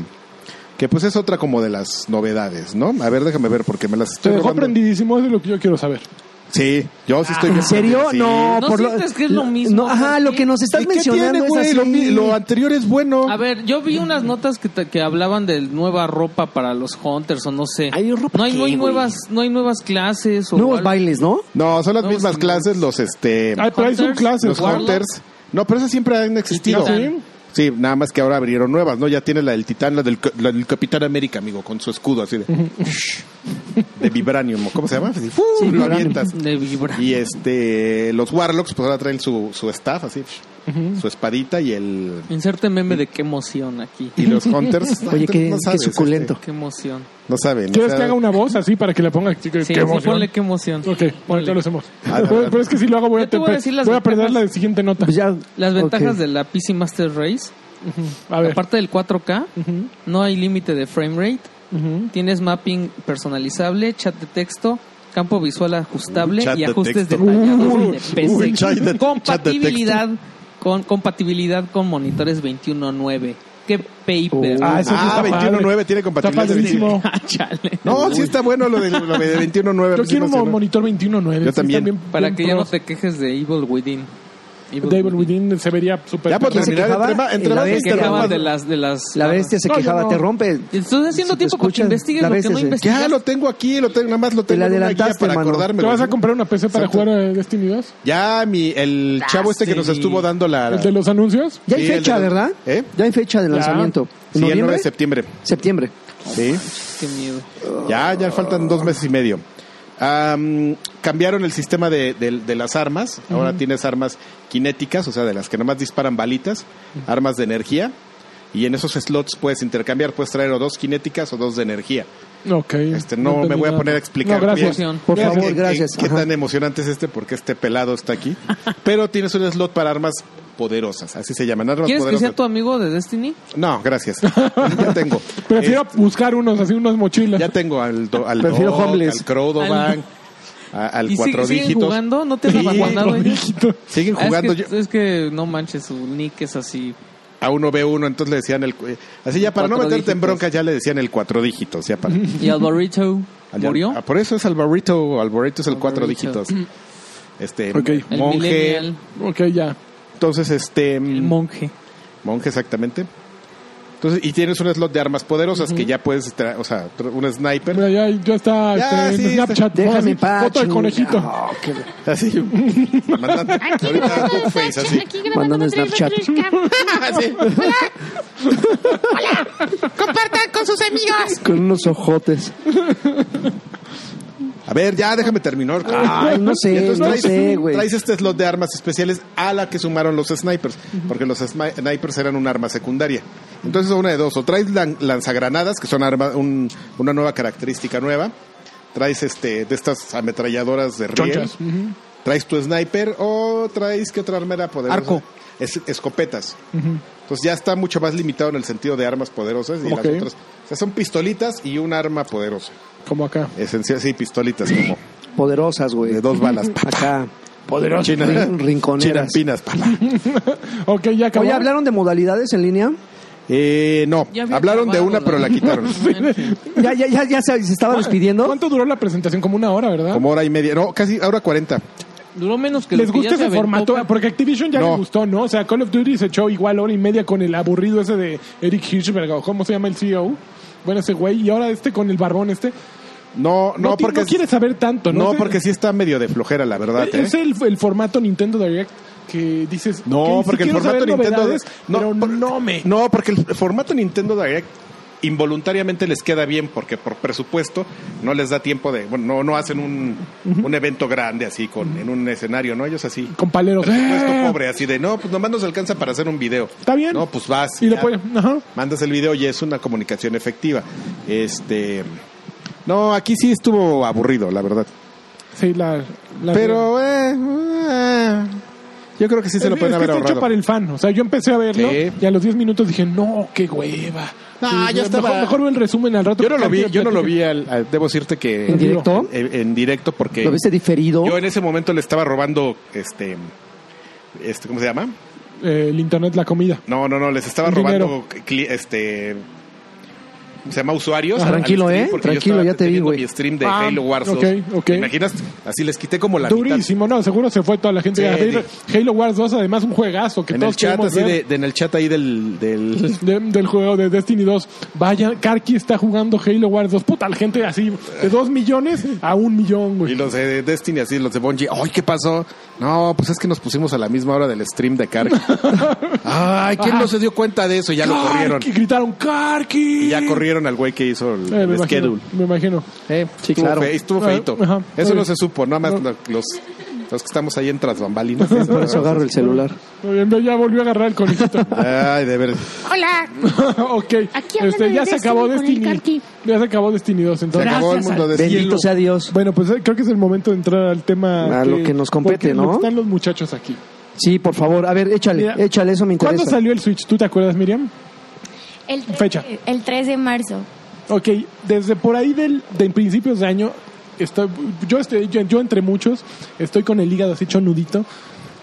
que pues es otra como de las novedades, ¿no? A ver, déjame ver porque me las
Te
estoy
dejó
robando.
prendidísimo, eso es lo que yo quiero saber.
Sí, yo sí estoy
¿En
bien
serio?
prendido, sí.
No,
¿No sientes que es lo mismo,
no, ajá,
Jorge?
lo que nos
¿Y
estás
qué
mencionando
tiene, güey?
es así.
Lo mi- Lo, anterior es bueno.
A ver, yo vi unas notas que, te- que hablaban de nueva ropa para los hunters o no sé.
Ay, ¿ropa
no hay, no hay
qué, güey?
nuevas, no hay nuevas clases o
Nuevos
algo.
bailes, ¿no?
No, son las
No,
mismas
sí,
clases, los este
Ay, pero ahí son
Hunters,
clases. ¿Ah,
los
Warlock.
hunters. No, pero esas siempre han existido.
Titán.
Sí, nada más que ahora abrieron nuevas, ¿no? Ya tiene la del Titán, la del, la del Capitán América, amigo, con su escudo así de... de vibranium, ¿o ¿cómo se llama? Así, ¡fuu! lo avientas.
De vibra.
eh,
Y este, los Warlocks, pues ahora traen su, su staff, así, su espadita y el.
Inserte meme de qué emoción aquí.
Y los Hunters.
Oye, qué, qué
sabes,
suculento.
Qué emoción.
este, no saben. o
¿Quieres
sea,
que haga una voz así para que la ponga? Sí, que-
Sí, sí,
qué emoción.
ponle qué emoción.
Ok, bueno, ya lo hacemos.
Ah,
Pero, pero es que si lo hago voy a,
Yo te voy a
pe-
decir las
voy a perder
ventajas.
la siguiente nota.
Pues ya,
Las ventajas
ok.
de la PC Master Race,
A ver.
aparte del 4K,
Ujú,
no hay límite de frame rate,
ujú.
tienes mapping personalizable, chat de texto, campo visual ajustable
Chat
y
de
ajustes
texto.
detallados
Uy,
de PC.
uy, chat de- chat de texto.
compatibilidad con compatibilidad con monitores 21.9. Qué paper. Ah,
Ah, eso sí
Ah,
está
21.9
padre.
tiene compatibilidad
Está padrísimo.
Chale.
No, sí está bueno lo de, lo de 21.9.
Yo
sí
quiero
me
un
suena.
monitor 21.9.
Yo
sí,
también.
está bien-
Para
bien
que ya no
pro.
te quejes de Evil Within. Evil
David Within se vería súper.
Ya pues, por
¿Quién se
terminar,
quejaba?
entre más, entre
La
más
bestia.
Que acaban
interrumpas-
de las de las
La bestia se
No, yo
quejaba,
no.
te rompe.
Estás haciendo
Si te
tiempo para que
escuchan,
investigues
la
lo que
bestia
no
se-
investigas.
Ya lo tengo aquí, lo tengo, nada más lo tengo en una guía
adelantaste,
para
mano.
acordarme.
¿Te vas a comprar una PC para
Exacto.
jugar a Destiny 2?
Ya mi, el chavo este que nos estuvo dando la.
¿El de los anuncios?
Ya hay
Sí, el
fecha,
de-
¿verdad?
¿Eh?
Ya hay fecha de
Ya.
lanzamiento. ¿En
Sí, el 9
noviembre?
de septiembre.
septiembre.
Sí.
Qué miedo.
Ya, ya faltan dos meses y medio. Am, cambiaron el sistema de, de- de las armas. Ahora tienes armas cinéticas, o sea, de las que nomás disparan balitas, armas de energía. Y en esos slots puedes intercambiar, puedes traer o dos cinéticas o dos de energía.
Ok.
Este, no, me
entendí
voy a
nada.
poner a explicar.
No, gracias.
bien.
Por
Vean
favor,
qué- qué-
gracias.
Qué,
Ajá.
tan emocionante es este porque este pelado está aquí. Pero tienes un slot para armas poderosas, así se llaman, armas
¿Quieres que
poderosas.
sea tu amigo de Destiny?
No, gracias. ya tengo.
Prefiero buscar unos, así unas mochilas.
Este, Ya tengo al, do- al
Prefiero
Doc,
homeless.
al Crodovan, a- al
¿Y sig-
cuatro
siguen
dígitos.
jugando? ¿No te has
Sí,
abandonado
cuatro
ya?
dígitos. Siguen
Ah,
jugando.
Es que,
yo-
es que no manches, su nick es así.
a uno ve uno, entonces le decían el. cu- eh, Así ya para no
Cuatro
meterte en
dígitos.
bronca, ya le decían el cuatro dígitos. Ya para.
¿Y Alvarito
al-
murió?
ah, por eso es Alvarito. Alvarito es el cuatro
Alvarito.
dígitos. Este.
Ok.
El
Monje.
millennial,
Ok, ya.
Entonces, este.
el monje.
Monje, exactamente. Entonces, y tienes un slot de armas poderosas que ya puedes, tra- o sea, tra- un sniper.
Mira, ya, ya está
Ya,
este,
sí,
en Snapchat. ¿no?
Déjame
Así,
en paz.
Foto de
chinga.
conejito.
Ah, qué-
Así. mandando-
Aquí
ahorita
grabando
poke
en
face,
Snapchat,
así.
aquí grabando
Mandando
en
Snapchat.
Así.
Compartan con sus amigos.
Con unos ojotes.
A ver, ya déjame terminar.
Ah.
Ay, no sé,
Y entonces
no
traes,
sé, güey.
Traes este slot de armas especiales a la que sumaron los snipers, porque los sni- snipers eran un arma secundaria. Entonces, una de dos, o traes lan- lanzagranadas, que son arma, un- una nueva característica nueva, traes este de estas ametralladoras de riel,
Chonchas.
traes tu sniper o traes, ¿qué otra arma era poderosa?
Arco.
Es- escopetas. Entonces ya está mucho más limitado en el sentido de armas poderosas y
Ok.
las otras. O sea, son pistolitas y un arma poderosa.
Como acá.
Esencial, sí, pistolitas como
Poderosas, güey.
de dos balas.
Acá.
Poderosas.
Rin- rinconeras.
Chinampinas, pa, pa.
Ok, ya acabó.
Oye, ¿hablaron de modalidades en línea?
Eh, no,
Ya había
hablaron de
acabado
una,
la-
pero la quitaron.
Ya, ya, ya, ya se, se estaba despidiendo.
¿Cuánto duró la presentación? Como una hora, ¿verdad?
Como hora y media. No, casi ahora 40.
Duró menos que lo
¿Les
que
gusta
ya se
ese
aventó,
formato?
pero-
Porque Activision ya
No.
le gustó, ¿no? O sea, Call of Duty se echó igual hora y media con el aburrido ese de Eric Hirschberg, o cómo se llama el CEO. Bueno, ese güey. Y ahora este con el barbón este.
No, no,
No, ti-
porque.
no quiere saber tanto, ¿no?
No,
Es-
porque sí está medio de flojera, la verdad. ¿eh?
Es el, el formato Nintendo Direct que dices.
No,
ok, sí
porque el
quiero
formato
saber
Nintendo-
novedades,
no,
pero
por-
no me.
No, porque el formato Nintendo Direct involuntariamente les queda bien porque por presupuesto no les da tiempo de bueno no no hacen un, un evento grande así con en un escenario no ellos así
Con paleros.
presupuesto
¡Eh!
pobre así de no pues nomás nos alcanza para hacer un video
Está bien.
no pues vas
Y
ya.
después. Ajá.
mandas el video y es una comunicación efectiva. Este no, aquí sí estuvo aburrido, la verdad.
Sí, la. la-
Pero eh, eh, yo creo que sí se lo
Es-
pueden
es que
haber
está hecho
ahorrado.
para el fan. O sea, yo empecé a verlo
Sí.
y a los 10 minutos dije, no, qué hueva.
No,
Sí,
ya
mejor-
estaba-
Mejor veo el resumen al rato.
Yo no lo vi, yo no lo
Platica.
vi al- al- debo decirte que
¿En directo?
en, en directo porque
¿Lo viste diferido?
yo en ese momento le estaba robando este este ¿cómo se llama?
Eh, el internet, la comida.
No, no, no, les estaba
El
robando cli- este ¿cómo se llama usuarios.
Ah,
al- al
tranquilo,
stream,
¿eh?
porque yo
Tranquilo,
estaba
ya te vi,
teniendo
güey.
Mi stream de
Ah,
Halo Warzone.
ok, ok.
¿Te imaginas? Así les quité como la mitad.
Durísimo, no, seguro se fue toda la gente.
Sí,
Halo, Halo Wars 2, además, un juegazo que
en
todos
el chat
queremos
así
ver.
de, de- en el chat ahí del, del
De- del juego de Destiny 2. Vaya, Karki está jugando Halo Wars 2. Puta, la gente así, de 2 millones a 1 millón,
y
güey.
los de Destiny así los de Bungie ay qué pasó no pues es que nos pusimos a la misma hora del stream de Karki ay quién no se dio cuenta de eso ya lo corrieron
Karki, gritaron, Karki.
y ya corrieron al güey que hizo el,
Eh,
el
me, imagino,
schedule
me imagino.
Eh, sí,
estuvo,
claro.
fe- estuvo
Ah,
feito
ajá.
eso
Oye.
no se supo nada más
No.
los los que estamos ahí en tras bambalinas
Por eso Pues agarro el celular.
Muy bien, ve, ya volvió a agarrar el conejito.
ay de ver
Hola.
ok. este,
Aquí hablan de
ya se
Destiny
acabó
con el
Destiny.
Karki.
Ya se acabó Destiny 2,
se
entonces.
acabó el mundo de
Bendito
cielo
sea Dios.
Bueno, pues eh, creo que es el momento de entrar al tema.
A lo que nos compete,
porque
¿no?
lo que Están los muchachos aquí.
Sí, por favor. A ver, échale,
Mira,
échale, eso me
¿Cuándo
interesa.
salió el Switch? ¿Tú te acuerdas, Miriam?
El 3,
Fecha.
El 3 de marzo.
Ok, desde por ahí del, de principios de año, estoy, yo, estoy, yo, yo entre muchos, estoy con el hígado así hecho nudito.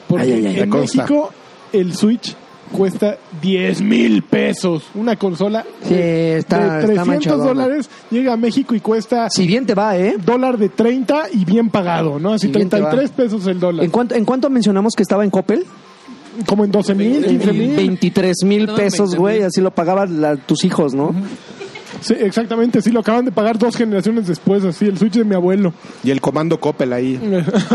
Porque
Ay, ay, ay,
en
me consta.
México el Switch cuesta 10 mil pesos. Una consola
Sí, está-
de
está
300
manchadona.
dólares llega a México y cuesta
Si bien te va, ¿eh?
dólar de 30 y bien pagado, ¿no? Así
Si bien te va.
33 pesos el dólar.
¿En cuánto, ¿En cuánto mencionamos que estaba en Coppel?
como en 12 mil, 15 mil.
23 mil
Perdón,
pesos,
20,000.
güey. Así lo pagaban la- tus hijos, ¿no?
Sí, exactamente, sí, lo acaban de pagar dos generaciones después, así, el Switch de mi abuelo.
y el comando Coppel ahí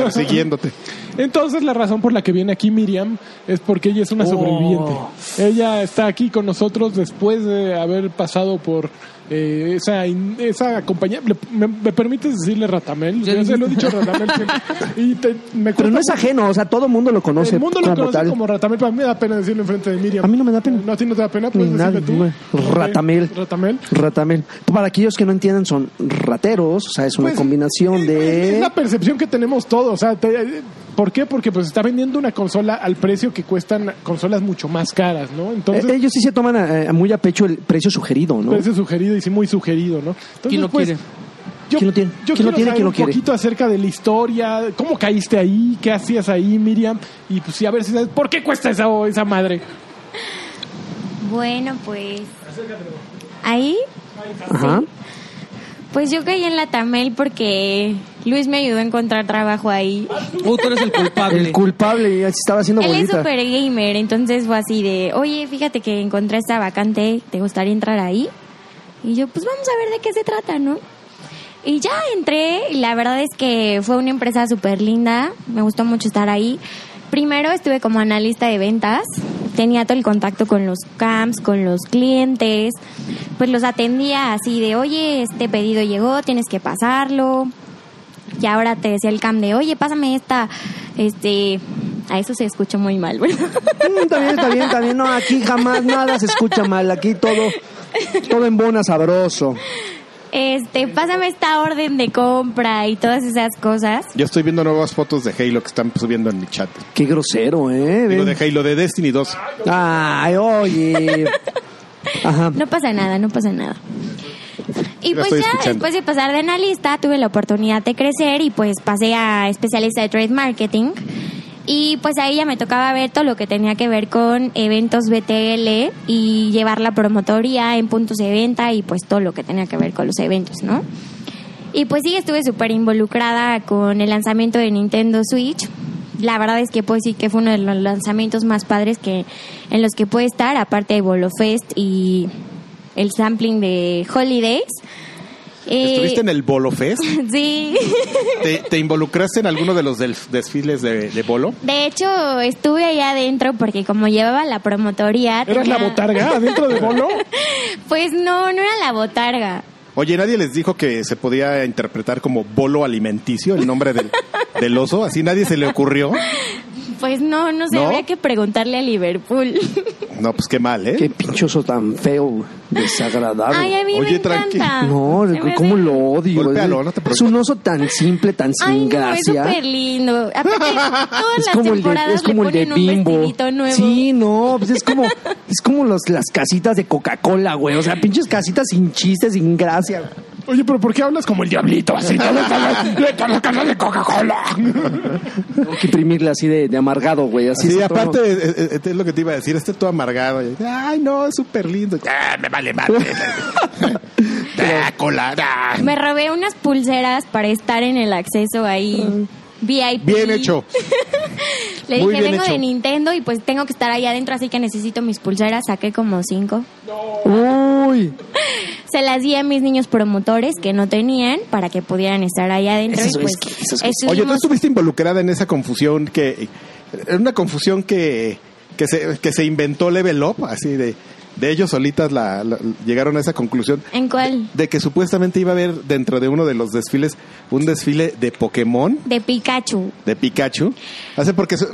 persiguiéndote
Entonces la razón por la que viene aquí Miriam es porque ella es
Oh.
una sobreviviente. Ella está aquí con nosotros después de haber pasado por eh, esa in- esa compañía. Le- ¿Me, me permites decirle Ratamel?
Ya
Yo se lo he
dijiste.
dicho Ratamel. siempre. y te- me cuesta
Pero no es ajeno, o sea, todo el mundo lo conoce
el mundo lo
como
conoce
tal.
como Ratamel, pero a mí me da pena decirlo enfrente de Miriam.
A mí no me da pena.
No, a ti no te da pena, puedes
Ni
decirle
nadie,
tú.
güey.
Ok,
Ratamel.
Ratamel.
Ratamel. Para aquellos que no entienden, son rateros, o sea, es una
Pues,
combinación
eh, pues, Es
de...
la percepción que tenemos todos. O sea, te- eh, ¿Por qué? Porque pues está vendiendo una consola al precio que cuestan consolas mucho más caras, ¿no? Entonces,
Eh, Ellos sí se toman eh, muy a pecho el precio sugerido, ¿no?
precio sugerido y sí muy sugerido, ¿no? Entonces,
¿Quién lo
pues,
quiere?
Yo,
¿Quién lo tiene?
yo
¿Quién
quiero
lo tiene?
saber
¿Quién lo
un
quiere?
poquito acerca de la historia, cómo caíste ahí, qué hacías ahí, Miriam, y pues sí, a ver si sabes, ¿por qué cuesta esa, esa madre?
Bueno, pues. Ahí,
Ajá.
pues yo caí en la Tamel porque Luis me ayudó a encontrar trabajo ahí.
Uh, tú eres el culpable.
El culpable y estaba haciendo
Él es
bolita.
super gamer, entonces fue así de, oye, fíjate que encontré esta vacante, ¿te gustaría entrar ahí? Y yo, pues vamos a ver de qué se trata, ¿no? Y ya entré, y la verdad es que fue una empresa súper linda, me gustó mucho estar ahí. Primero estuve como analista de ventas, tenía todo el contacto con los camps, con los clientes, pues los atendía así de, oye, este pedido llegó, tienes que pasarlo, y ahora te decía el cam de, oye, pásame esta, este, a eso se escucha muy mal, ¿verdad?
Mm, Está bien, está bien, está bien. No, aquí jamás nada se escucha mal. Aquí todo, todo en bona sabroso.
Este, pásame esta orden de compra y todas esas cosas.
Yo estoy viendo nuevas fotos de Halo que están subiendo en mi chat.
Qué grosero, ¿eh?
Digo,
Ven.
de Halo de Destiny 2.
Ay, oye. Ajá.
No pasa nada, no pasa nada. Y
La
pues
estoy
ya,
escuchando.
después de pasar de analista, tuve la oportunidad de crecer y pues pasé a especialista de trade marketing. Y pues ahí ya me tocaba ver todo lo que tenía que ver con eventos BTL y llevar la promotoría en puntos de venta y pues todo lo que tenía que ver con los eventos, ¿no? Y pues sí, estuve súper involucrada con el lanzamiento de Nintendo Switch. La verdad es que puedo decir que fue uno de los lanzamientos más padres que en los que puede estar, aparte de Bolo Fest y el sampling de Holidays. Eh,
¿Estuviste en el Bolo Fest?
Sí.
¿Te, te involucraste en alguno de los del- desfiles de, de Bolo?
De hecho, estuve allá adentro porque como llevaba la promotoría...
¿Eras la
tenía-
botarga adentro de bolo?
Pues no, no era la botarga.
Oye, nadie les dijo que se podía interpretar como Bolo Alimenticio el nombre del, del oso. Así nadie se le ocurrió.
Pues no, no sé,
¿No?
habría que preguntarle a Liverpool.
No, pues qué mal, ¿eh?
Qué pinchoso tan feo, desagradable.
Ay, a mí
Oye,
me
tranqui.
encanta.
No,
Se Ah, me
¿cómo
hace-
lo odio?
Golpéalo, no te preocupes.
es un oso tan simple, tan
Ay,
sin
no, es
gracia.
súper lindo. Aparte, todas
es
las
como el de,
temporadas
es como
le
el de
ponen un
Bimbo.
vestidito nuevo.
Sí, no, pues es como, es como los, las casitas de Coca-Cola, güey. O sea, pinches casitas sin chistes, sin gracia.
Oye, pero ¿por qué hablas como el diablito? Así todo está la cara de Coca-Cola.
Tengo que imprimirle así de, de amargado, güey. Así
Sí,
es todo.
aparte eh, eh, es, lo que te iba a decir, este todo amargado. y, Ay, no, es súper lindo. Ah, me vale madre. ah, colada.
Me robé unas pulseras para estar en el acceso ahí.
Ah.
VIP.
Bien hecho.
Le
Muy
dije,
bien
vengo
hecho.
de Nintendo y pues tengo que estar ahí adentro, así que necesito mis pulseras. Saqué como cinco.
Uy,
Se las di a mis niños promotores que no tenían para que pudieran estar ahí adentro.
Esas
y pues
cosas, esas cosas.
Oye, tú
estuvimos-
estuviste involucrada en esa confusión que. Era una confusión que, que, se, que se inventó Level Up, así de. De ellos solitas la- la- llegaron a esa conclusión.
¿En cuál?
De que supuestamente iba a haber dentro de uno de los desfiles un desfile de Pokémon,
De Pikachu.
de Pikachu. Hace porque. se-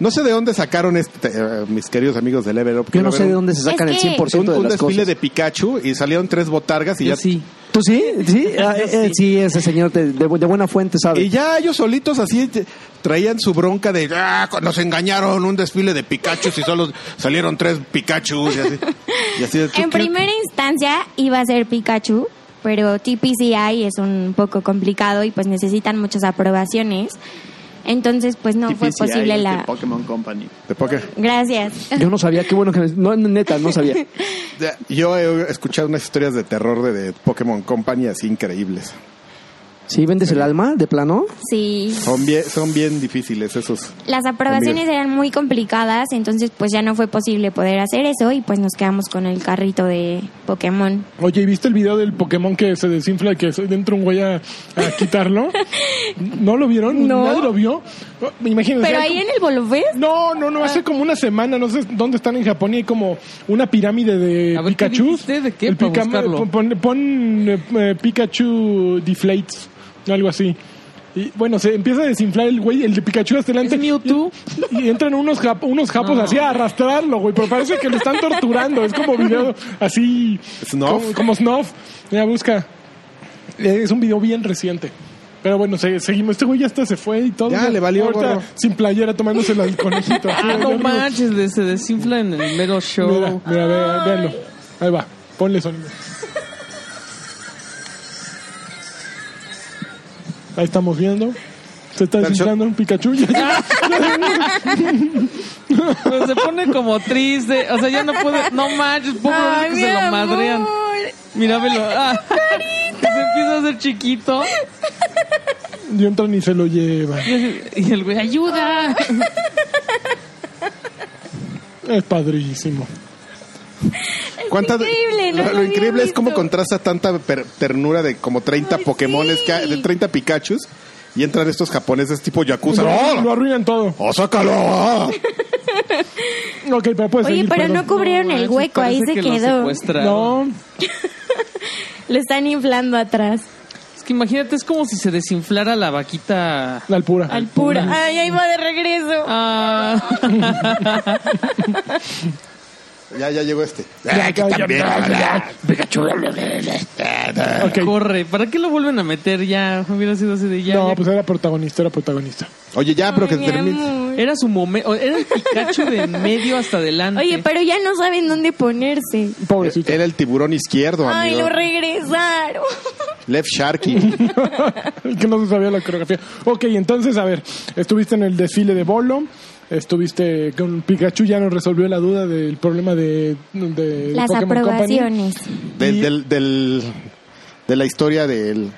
No sé de dónde sacaron este, eh, mis queridos amigos de Level Up. que
yo no
iba a
sé
haber
de
un-
dónde se sacan
Es que-
el 100%
un,
de
un
las
desfile
cosas.
de Pikachu y salieron tres botargas y
Yo
ya
sí.
¿Tú sí? Sí, Ah, eh, sí, ese señor de, de bu- de buena fuente sabe.
y ya ellos solitos así te- traían su bronca de "Ah, nos engañaron un desfile de Pikachu y solo salieron tres Pikachu y así, y así de, "¿Tú
En
qué?".
primera instancia iba a ser Pikachu, pero TPCI es un poco complicado y pues necesitan muchas aprobaciones. Entonces, pues no fue
TPCI
posible
es de
la...
Pokémon Company.
De poca.
Gracias.
Yo no sabía, qué bueno que me- no, neta, no sabía.
Yo he escuchado unas historias de terror de, de Pokémon Company así increíbles.
¿Sí vendes el alma de plano?
Sí.
Son bien, son bien difíciles esos.
Las aprobaciones
Amigos.
eran muy complicadas, entonces pues ya no fue posible poder hacer eso y pues nos quedamos con el carrito de Pokémon.
Oye, ¿y viste el video del Pokémon que se desinfla y que se- entra un güey a, a quitarlo? ¿No lo vieron?
No.
¿Nadie lo vio? Oh, Imagínense.
Pero
hay
ahí
como-
en el Ah. Bolofest,
No, no, no, hace como una semana, no sé dónde están en Japón y hay como una pirámide de
A ver, ¿qué
Pikachu.
dijiste? ¿De qué?
El
Para buscarlo.
pon pon, eh, eh, Pikachu Deflates, algo así. Y bueno, se empieza a desinflar el güey, el de Pikachu hasta delante.
¿Es Mewtwo?
Y, y entran unos, jap- unos japos así a arrastrarlo, güey, pero parece que lo están torturando. Es como video así.
¿Snuff?
Como, como Snuff. Mira, busca. Eh, Es un video bien reciente. Pero bueno, se- seguimos. Este güey ya hasta se fue y todo.
Ya, le valió
Ahorita,
gorro.
sin playera tomándosela al conejito.
Ah, no manches, le- se desinfla en el mero show.
Mira, mira, ve- véanlo. Ahí va, ponle sonido. Ahí estamos viendo. Se está
Pero yo-
desinflando un Pikachu. Ya-
Pero Pues se pone como triste. O sea, ya no puede. No manches, pobre
Ay,
que se
mi
lo madrean.
amor.
Mira, velo. Ah, que se empieza a hacer chiquito.
Y entran y se lo llevan.
Y el güey, ayuda.
Es padrísimo.
¿Cuántas-
increíble, no
lo,
lo
lo
había
increíble es cómo
visto.
contrasta tanta per- ternura de como 30
Ay,
Pokémones,
sí.
que hay- de 30 Pikachus, y entran estos japoneses tipo Yakuza.
Lo, lo
¡No!
arruinan todo.
¡Oh, sácalo!
Ok, pero
Pues
puedes
Oye,
seguir,
pero
perdón.
no cubrieron el hueco, ahí se
Parece que lo
quedó.
secuestraron.
No,
Lo están inflando atrás.
Es que imagínate, es como si se desinflara la vaquita.
la alpura.
Al pura. Ay, ahí va de regreso.
Ah.
ya, ya llegó este.
Ya, ya, ya, ya, ya. Ok.
Corre, ¿para qué lo vuelven a meter ya? Hubiera sido así de ya.
No,
ya.
pues era protagonista, era protagonista.
Oye, ya, pero que
Ay, mi
termine.
amor.
Era su momento, era el Pikachu de en medio hasta adelante.
Oye, pero ya no saben dónde ponerse.
Pobrecito.
Era el tiburón izquierdo,
Ay,
amigo.
lo regresaron.
Left Sharky.
que no se sabía la coreografía. Ok, entonces, a ver, estuviste en el desfile de Bolo, estuviste con Pikachu, ya nos resolvió la duda del problema de, de
Las
Pokémon Company.
aprobaciones.
Del, del, del- de la historia del...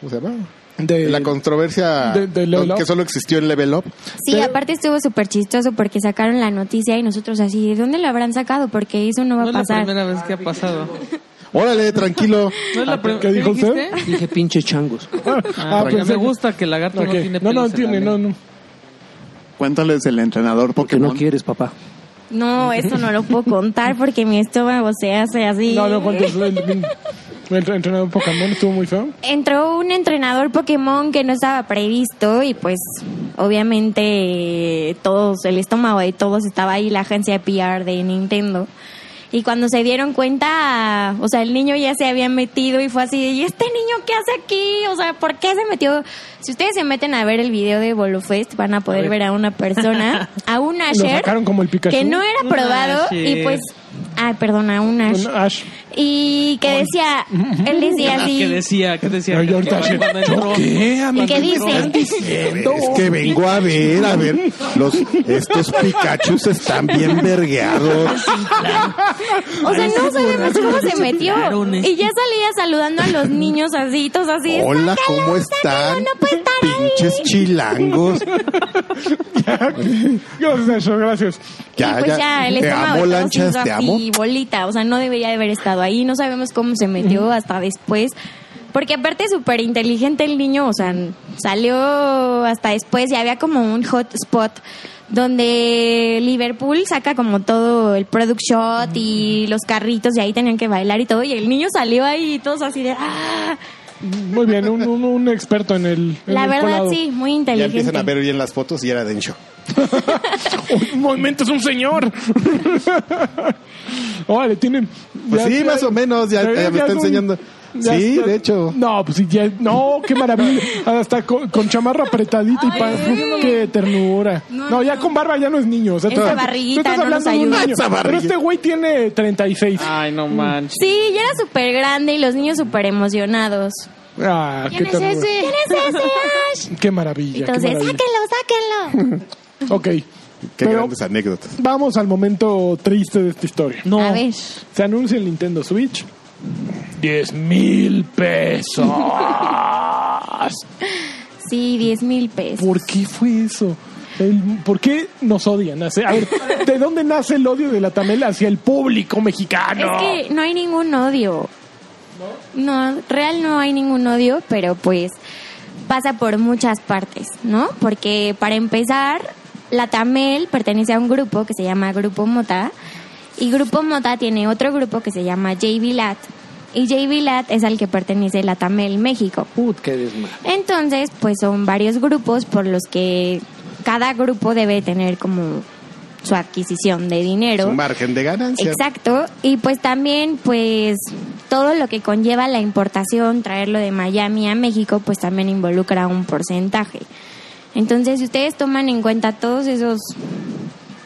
¿Cómo se llama?
De-
De la controversia
de- de Level
que
Up.
solo existió en Level Up.
Sí, aparte estuvo súper chistoso porque sacaron la noticia y nosotros así, ¿de dónde la habrán sacado? Porque eso no va
no
a
es la
pasar.
primera vez que ha pasado.
Órale, tranquilo.
No es la prim-
Ah, ¿Qué dijo usted?
dijiste?
Dije, pinches changos.
Ah,
Ah,
porque
pensé
me
que-
gusta que el lagarto
Ok.
no tiene
No, no
pelos en la
entiende, no,
lengua.
no.
Cuéntales el entrenador
Que
Pokémon.
no quieres, papá.
No, eso no lo puedo contar porque mi estómago se hace así.
No, no, cuántos. El, el- el entrenador Pokémon estuvo muy feo.
Entró un entrenador Pokémon que no estaba previsto y pues obviamente eh, todos, el estómago de todos estaba ahí, la agencia de PR de Nintendo. Y cuando se dieron cuenta, o sea, el niño ya se había metido y fue así, de, ¿y este niño qué hace aquí? O sea, ¿por qué se metió? Si ustedes se meten a ver el video de Bolofest, van a poder ver a una persona, a un
Lo
Asher,
sacaron como el Pikachu.
que no era
Un
probado y
Asher.
pues, ay, perdona, un Ash.
Un Ash.
Y que decía, él decía
Ah,
así.
¿Qué decía? ¿Qué decía?
Ay, ahorita
Cuando
sí.
entró-
¿Y qué dice?
Es que vengo a ver, a ver, los estos Pikachus están bien vergueados.
O sea, no sabemos cómo se metió. Y ya salía saludando a los niños así, todos así.
Hola,
"Sácalo,
¿cómo
sácalo,
están?
No puede estar
Pinches
ahí.
chilangos.
Gracias, Ash, gracias.
y pues ya, el
te
estómago
amo,
de todos
lanchas,
hizo
te
así,
amo.
bolita, o sea, no debería de haber estado ahí, no sabemos cómo se metió hasta después. Porque aparte súper inteligente el niño, o sea, n- salió hasta después y había como un hot spot donde Liverpool saca como todo el product shot y los carritos y ahí tenían que bailar y todo y el niño salió ahí y todos así de ¡ah!
Muy bien, un, un- un experto en el. en
La
el
verdad
colado.
sí, muy
Ya
inteligente.
empiezan a ver bien las fotos y era Densho.
Un momento es un señor. Órale, tienen.
Pues sí, más o menos, ya- ya me está enseñando. Sí, de hecho.
No, pues sí, ya. No, qué maravilla. Hasta con, con chamarra apretadita y
Ay,
pan.
sí.
Qué ternura. No,
No,
ya con barba ya no es niño. O sea, tú
Esa
estás- tú
barriguita
estás
no nos
hablando de un
ayuda.
niño.
Esa barriguita. Ah.
Pero este güey tiene 36.
Ay, no
Mm.
manches.
Sí, ya era súper grande y los niños súper emocionados.
Ah, qué
¿Quién es
ternura.
ese? ¿Quién es ese Ash?
Qué maravilla. qué
Entonces,
maravilla.
sáquenlo, sáquenlo.
Ok.
Qué
Pero
grandes anécdotas.
vamos al momento triste de esta historia.
No.
A ver.
Se anuncia el Nintendo Switch.
10 mil pesos.
Sí, 10 mil pesos.
¿Por qué fue eso? El- ¿Por qué nos odian? Hace- A ver, ¿de dónde nace el odio de la Tamela hacia el público
Es
mexicano?
que no hay ningún odio. ¿No? real no hay ningún odio, pero pues pasa por muchas partes, ¿no? Porque para empezar, la Tamel pertenece a un grupo que se llama Grupo Mota y Grupo Mota tiene otro grupo que se llama JB Lat y JB Lat es al que pertenece la Tamel México.
Put, qué desmadre.
Entonces, pues son varios grupos por los que cada grupo debe tener como su adquisición de dinero.
Su margen de ganancia.
Exacto. Y pues también, pues, todo lo que conlleva la importación, traerlo de Miami a México, pues también involucra un porcentaje. Entonces, si ustedes toman en cuenta todos esos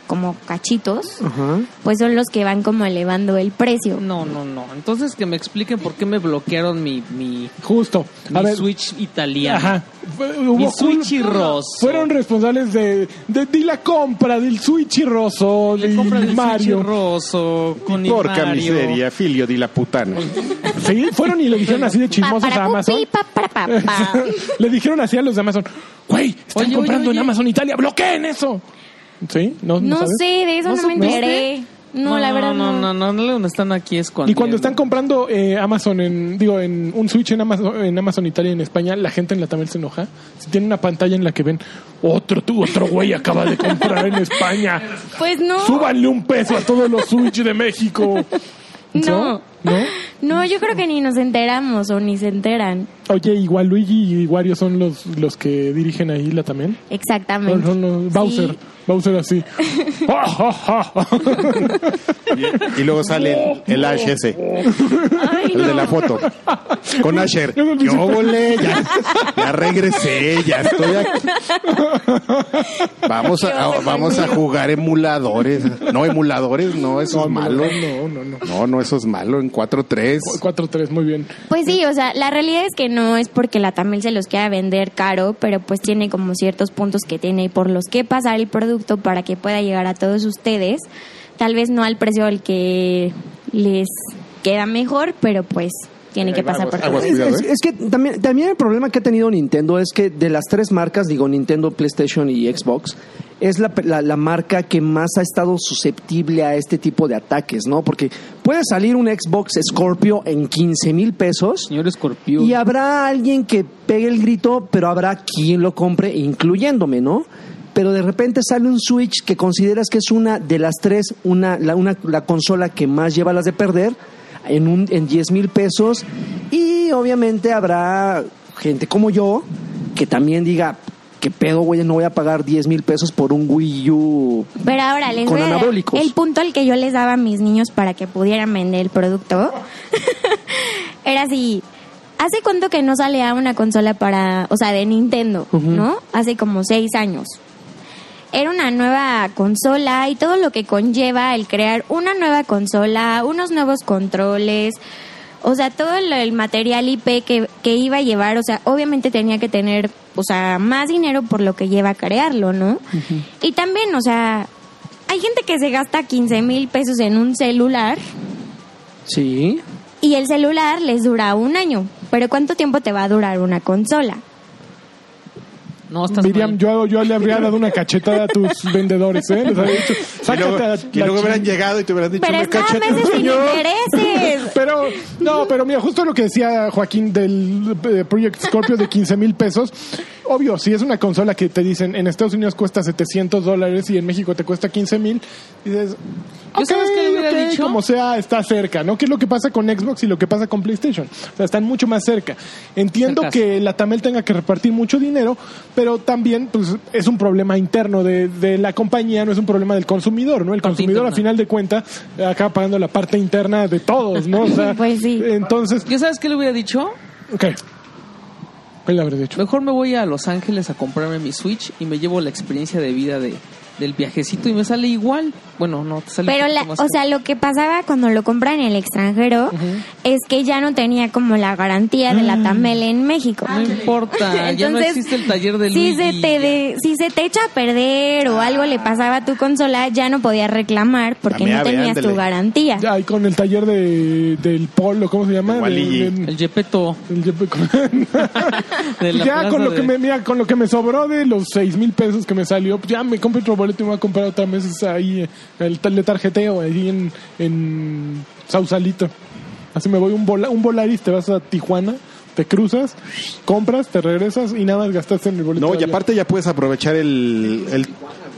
como cachitos,
Ajá.
pues son los que van como elevando el precio.
No, no, no. Entonces que me expliquen por qué me bloquearon mi, mi,
Justo. A
mi
ver.
Switch italiano.
Ajá. Fue- hubo
Mi
cul-
Switch y roso.
Fueron responsables de, de, de la compra del Switch y roso,
Le
del
compran el Mario.
Mario.
Switch roso, con el
Porca
Mario.
miseria, filio di la putana.
Sí, fueron y le dijeron así de
Pa,
chismosos
para,
a
pu,
Amazon.
pi, pa, para, pa, pa.
le dijeron así a los de Amazon, güey, están
Oye, oye,
comprando
oye.
en Amazon Italia, bloqueen eso. ¿Sí? No, no
No
sabes?
sé, de eso
¿No
no, me
supiste?
enteré. No, la verdad
No,
no.
no, no, no, donde están aquí es cuando.
Y cuando están comprando eh, Amazon en, digo, en un Switch en Amazon, en Amazon Italia y en España, la gente en la también se enoja. Si tienen una pantalla en la que ven, otro tú, otro güey acaba de comprar en España.
Pues no.
Súbanle un peso a todos los Switch de México.
No.
¿No?
No, yo creo que ni nos enteramos o ni se enteran.
Oye, igual Luigi y Wario son los, los que dirigen ahí la también. Son,
Exactamente.
son los Bowser.
Sí.
Bowser así. Ah,
Y luego sale el, el Ash ese,
Ay,
el de
no.
la foto. Con Asher.
Yo me
Yo volé, ya, ya regresé, ya estoy aquí. Vamos a, a- vamos a jugar emuladores. No, emuladores, no, eso es malo.
No, no, no.
No, no, eso es malo. En 4-3.
4-3, muy bien.
Pues sí, o sea, la realidad es que no es porque la Tamil se los quiera vender caro, pero pues tiene como ciertos puntos que tiene por los que pasar el producto para que pueda llegar a todos ustedes. Tal vez no al precio al que les queda mejor, pero pues tiene que pasar por
aguas.
todo.
cuidado,
es,
¿eh?
es que también, también el problema que ha tenido Nintendo es que de las tres marcas, digo Nintendo, PlayStation y Xbox, es la, la- la marca que más ha estado susceptible a este tipo de ataques, ¿no? Porque puede salir un Xbox Scorpio en 15 mil pesos
Señor Escorpio.
y habrá alguien que pegue el grito, pero habrá quien lo compre, incluyéndome, ¿no? Pero de repente sale un Switch que consideras que es una de las tres, una, la, una, la consola que más lleva las de perder, en, un, en 10 mil pesos. Y obviamente habrá gente como yo que también diga, qué pedo, güey, no voy a pagar 10 mil pesos por un Wii U.
Pero ahora les
Con
voy a dar
anabólicos.
el punto al que yo les daba a mis niños para que pudieran vender el producto. Era así, ¿hace cuánto que no sale a una consola para, o sea, de Nintendo, ¿no? Hace como seis años. Era una nueva consola y todo lo que conlleva el crear una nueva consola, unos nuevos controles, o sea, todo lo- el material IP que, que iba a llevar, o sea, obviamente tenía que tener, o sea, más dinero por lo que lleva a crearlo, ¿no? Y también, o sea, hay gente que se gasta 15 mil pesos en un celular
Sí.
y el celular les dura un año. Pero ¿cuánto tiempo te va a durar una consola?
No, estás
Miriam,
mal.
yo, yo le habría dado una cachetada a tus vendedores, ¿eh? Les habría dicho,
Y luego,
"Sácate a
y
la
luego hubieran
chingada".
llegado y te hubieran dicho,
Pero
me
está a
cachete,
meses sin
señor.
Pues,
intereses.
Pero, no, pero mira, justo lo que decía Joaquín del eh, Project Scorpio de 15 mil pesos. Obvio, si es una consola que te dicen en Estados Unidos cuesta 700 dólares y en México te cuesta 15 mil, dices,
¿Yo sabes qué le hubiera
ok,
dicho?
como sea, está cerca, ¿no? ¿Qué es lo que pasa con Xbox y lo que pasa con PlayStation? O sea, están mucho más cerca. Entiendo
Cercas.
que la Tamel tenga que repartir mucho dinero, pero también pues, es un problema interno de, de la compañía, no es un problema del consumidor, ¿no? El consumidor, al
interna.
final de cuenta acaba pagando la parte interna de todos, ¿no? O sea,
Pues sí.
Entonces,
¿Yo sabes qué le hubiera dicho?
ok. ¿Qué le habré dicho?
Mejor me voy a Los Ángeles a comprarme mi Switch y me llevo la experiencia de vida de, del viajecito y me sale igual. Bueno, no, te sale
Pero,
un
la,
poquito más
o sea, lo que pasaba cuando lo compran en el extranjero es que ya no tenía como la garantía de la Tamel en México.
Mm. No importa, ya no existe el taller de
si
Luigi.
se, te de- si se te echa a perder o algo le pasaba a tu consola, ya no podías reclamar porque
Dame,
no
ave,
tenías
ándale.
tu garantía.
Ahí con el taller de, del polo, ¿cómo se llama?
De Waligi.
El Jepeto.
el Jeep- con-
De la
Pues ya
plaza
con lo
de-
que me mira, con lo que me sobró de los seis mil pesos que me salió, pues ya me compré otro boleto y me voy a comprar otra vez esa ahí eh, el tal de tarjeteo ahí en, en Sausalito. Así me voy un bola, un Volaris, te vas a Tijuana, te cruzas, compras, te regresas y nada más gastaste en el boleto.
No,
de
y
avión.
aparte ya puedes aprovechar el, el,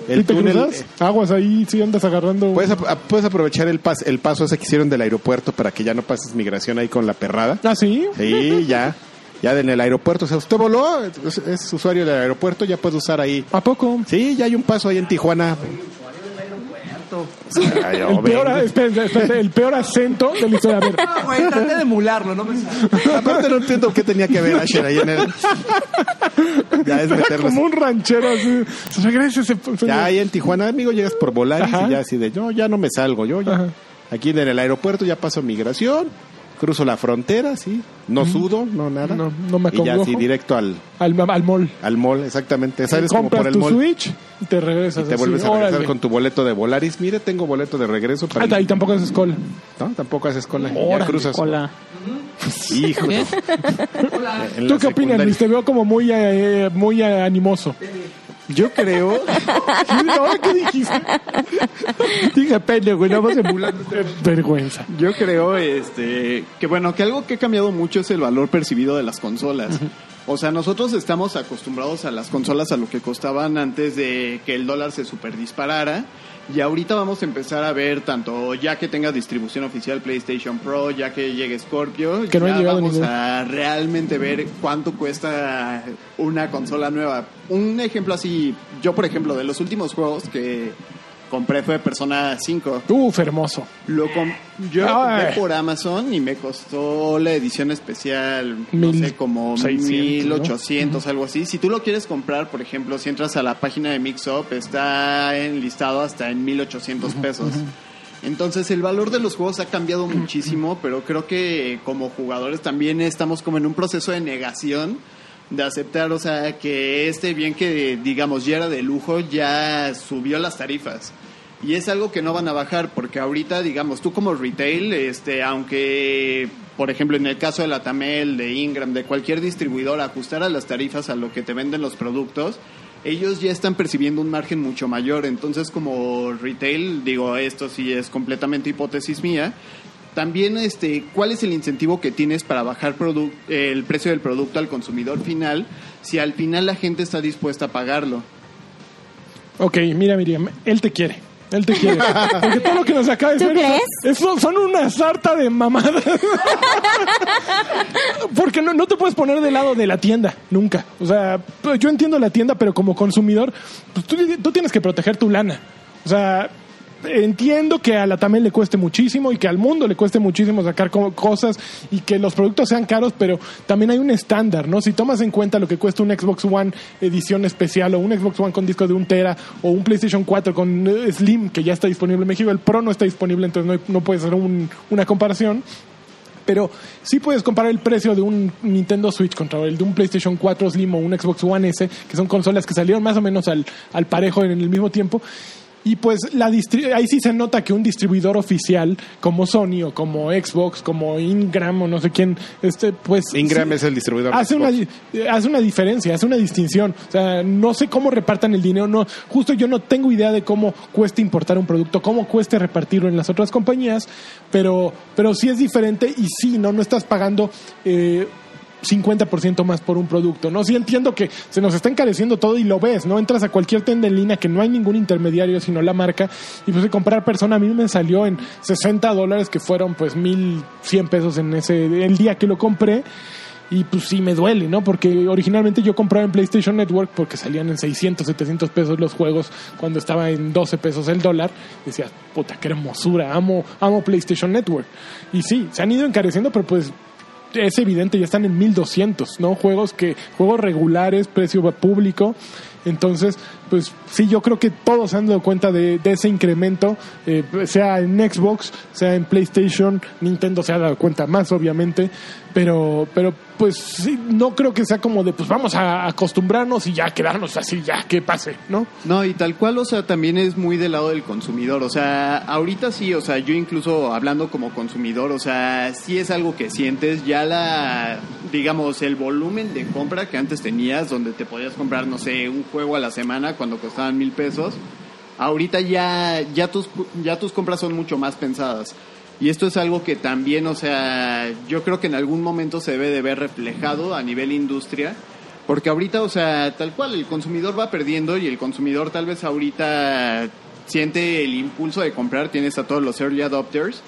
¿Y
el
te
túnel. eh.
cruzas? aguas ahí si andas agarrando.
Puedes, ap- ap- puedes aprovechar el, pas, el paso ese que hicieron del aeropuerto para que ya no pases migración ahí con la perrada.
Ah, sí.
Sí, ya. Ya en el aeropuerto. O sea, usted voló, es, es usuario del aeropuerto, ya puede usar ahí.
¿A poco?
Sí, ya hay un paso ahí en Tijuana. Ay,
El
oh,
peor, ah,
venga.
espérate, espérate, el peor acento de la historia. A ver,
No, Ah, güey, traté de emularlo, no me sale.
Aparte no entiendo qué tenía que ver Asher ahí en el... Ya es
era
meterlos.
como un ranchero así. Regrese ese.
Ya ahí en Tijuana, amigo, llegas por Volaris
Ajá.
y ya así de, yo ya no me salgo, yo ya-
Ajá.
Aquí en el aeropuerto ya paso migración, cruzo la frontera, sí, no sudo, no nada.
No, no me
Y ya
acongojo.
así directo al,
Al, al mall.
al mall, exactamente. Sales como
Eh, compras
Eh, por el
tu
mall.
Switch y te regresas.
Y te
así,
vuelves a regresar
Pues órale.
con tu boleto de Volaris. Mire, tengo boleto de regreso para.
Ah, y tampoco es escola.
No, tampoco haces cola.
Órale, ¿Eh?
ya cruzas.
Hola.
Hijo.
¿Qué?
En la
¿Tú qué opinas,
secundaria.
Luis? Te veo como muy, eh, muy eh, animoso.
Yo creo.
Ahora, ¿Qué dijiste?
Dije pene, güey, nada más emulando.
Vergüenza.
Yo creo este que bueno, que algo que ha cambiado mucho es el valor percibido de las consolas. O sea, nosotros estamos acostumbrados a las consolas a lo que costaban antes de que el dólar se superdisparara. Y ahorita vamos a empezar a ver tanto ya que tenga distribución oficial PlayStation Pro, ya que llegue Scorpio,
Que no ha
ya
llegado
vamos
ningún.
a realmente ver cuánto cuesta una consola nueva. Un ejemplo así, yo por ejemplo, de los últimos juegos que compré fue Persona 5.
Uf, hermoso.
Lo com- yo lo
Ay.
compré por Amazon y me costó la edición especial,
Mil
no sé, como
seiscientos,
1800, algo así. Si tú lo quieres comprar, por ejemplo, si entras a la página de Mixup, está enlistado hasta en 1800 pesos. Entonces el valor de los juegos ha cambiado muchísimo, pero creo que como jugadores también estamos como en un proceso de negación de aceptar, o sea, que este bien que digamos ya era de lujo ya subió las tarifas. Y es algo que no van a bajar porque ahorita, digamos, tú como retail, este, aunque, por ejemplo, en el caso de la Tamel, de Ingram, de cualquier distribuidor, ajustara las tarifas a lo que te venden los productos, ellos ya están percibiendo un margen mucho mayor. Entonces, como retail, digo, esto sí es completamente hipótesis mía. También, este, ¿cuál es el incentivo que tienes para bajar produ- el precio del producto al consumidor final si al final la gente está dispuesta a pagarlo?
Ok, mira, Miriam, él te quiere. Él te quiere. Porque todo lo que nos acaba de
¿Tú
decir
crees?
Eso son una sarta de mamadas. Porque no, no te puedes poner del lado de la tienda, nunca. O sea, pues, yo entiendo la tienda, pero como consumidor, pues, tú, tú tienes que proteger tu lana. O sea, entiendo que a la también le cueste muchísimo y que al mundo le cueste muchísimo sacar co- cosas y que los productos sean caros, pero también hay un estándar, ¿no? Si tomas en cuenta lo que cuesta un Xbox One edición especial o un Xbox One con disco de un tera o un PlayStation 4 con eh, Slim que ya está disponible en México, el Pro no está disponible, entonces no, hay- no puedes hacer un- una comparación. Pero sí puedes comparar el precio de un Nintendo Switch contra el de un PlayStation 4 Slim o un Xbox One S, que son consolas que salieron más o menos al, al parejo en el mismo tiempo. Y pues la distri- ahí sí se nota que un distribuidor oficial como Sony o como Xbox, como Ingram o no sé quién, este pues
Ingram
sí-
es el distribuidor. de
hace
Xbox.
una, di- eh, hace una diferencia, hace una distinción. O sea, no sé cómo repartan el dinero. No, justo yo no tengo idea de cómo cuesta importar un producto, cómo cuesta repartirlo en las otras compañías, pero, pero sí es diferente y sí, no, no estás pagando. eh, 50% más por un producto, ¿no? Sí entiendo que se nos está encareciendo todo y lo ves, ¿no? Entras a cualquier tienda en línea que no hay ningún intermediario sino la marca y pues de comprar persona a mí me salió en 60 dólares que fueron pues 1100 pesos en ese el día que lo compré y pues sí me duele, ¿no? Porque originalmente yo compraba en PlayStation Network porque salían en 600, 700 pesos los juegos cuando estaba en 12 pesos el dólar. Decía, puta, qué hermosura, amo, amo PlayStation Network. Y sí, se han ido encareciendo, pero pues es evidente, ya están en 1200, ¿no? Juegos que, juegos regulares, precio público. Entonces, pues sí, yo creo que todos se han dado cuenta de, de ese incremento, eh, sea en Xbox, sea en PlayStation, Nintendo se ha dado cuenta más, obviamente, pero, pero pues sí, no creo que sea como de, pues vamos a acostumbrarnos y ya quedarnos así, ya que pase, ¿no?
No, y tal cual, o sea, también es muy del lado del consumidor. O sea, ahorita sí, o sea, yo incluso hablando como consumidor, o sea, sí es algo que sientes ya la, digamos, el volumen de compra que antes tenías, donde te podías comprar, no sé, un juego a la semana cuando costaban mil pesos. Ahorita ya, ya tus, ya tus compras son mucho más pensadas. Y esto es algo que también, o sea, yo creo que en algún momento se debe de ver reflejado a nivel industria. Porque ahorita, o sea, tal cual, el consumidor va perdiendo y el consumidor tal vez ahorita siente el impulso de comprar, tienes a todos los early adopters,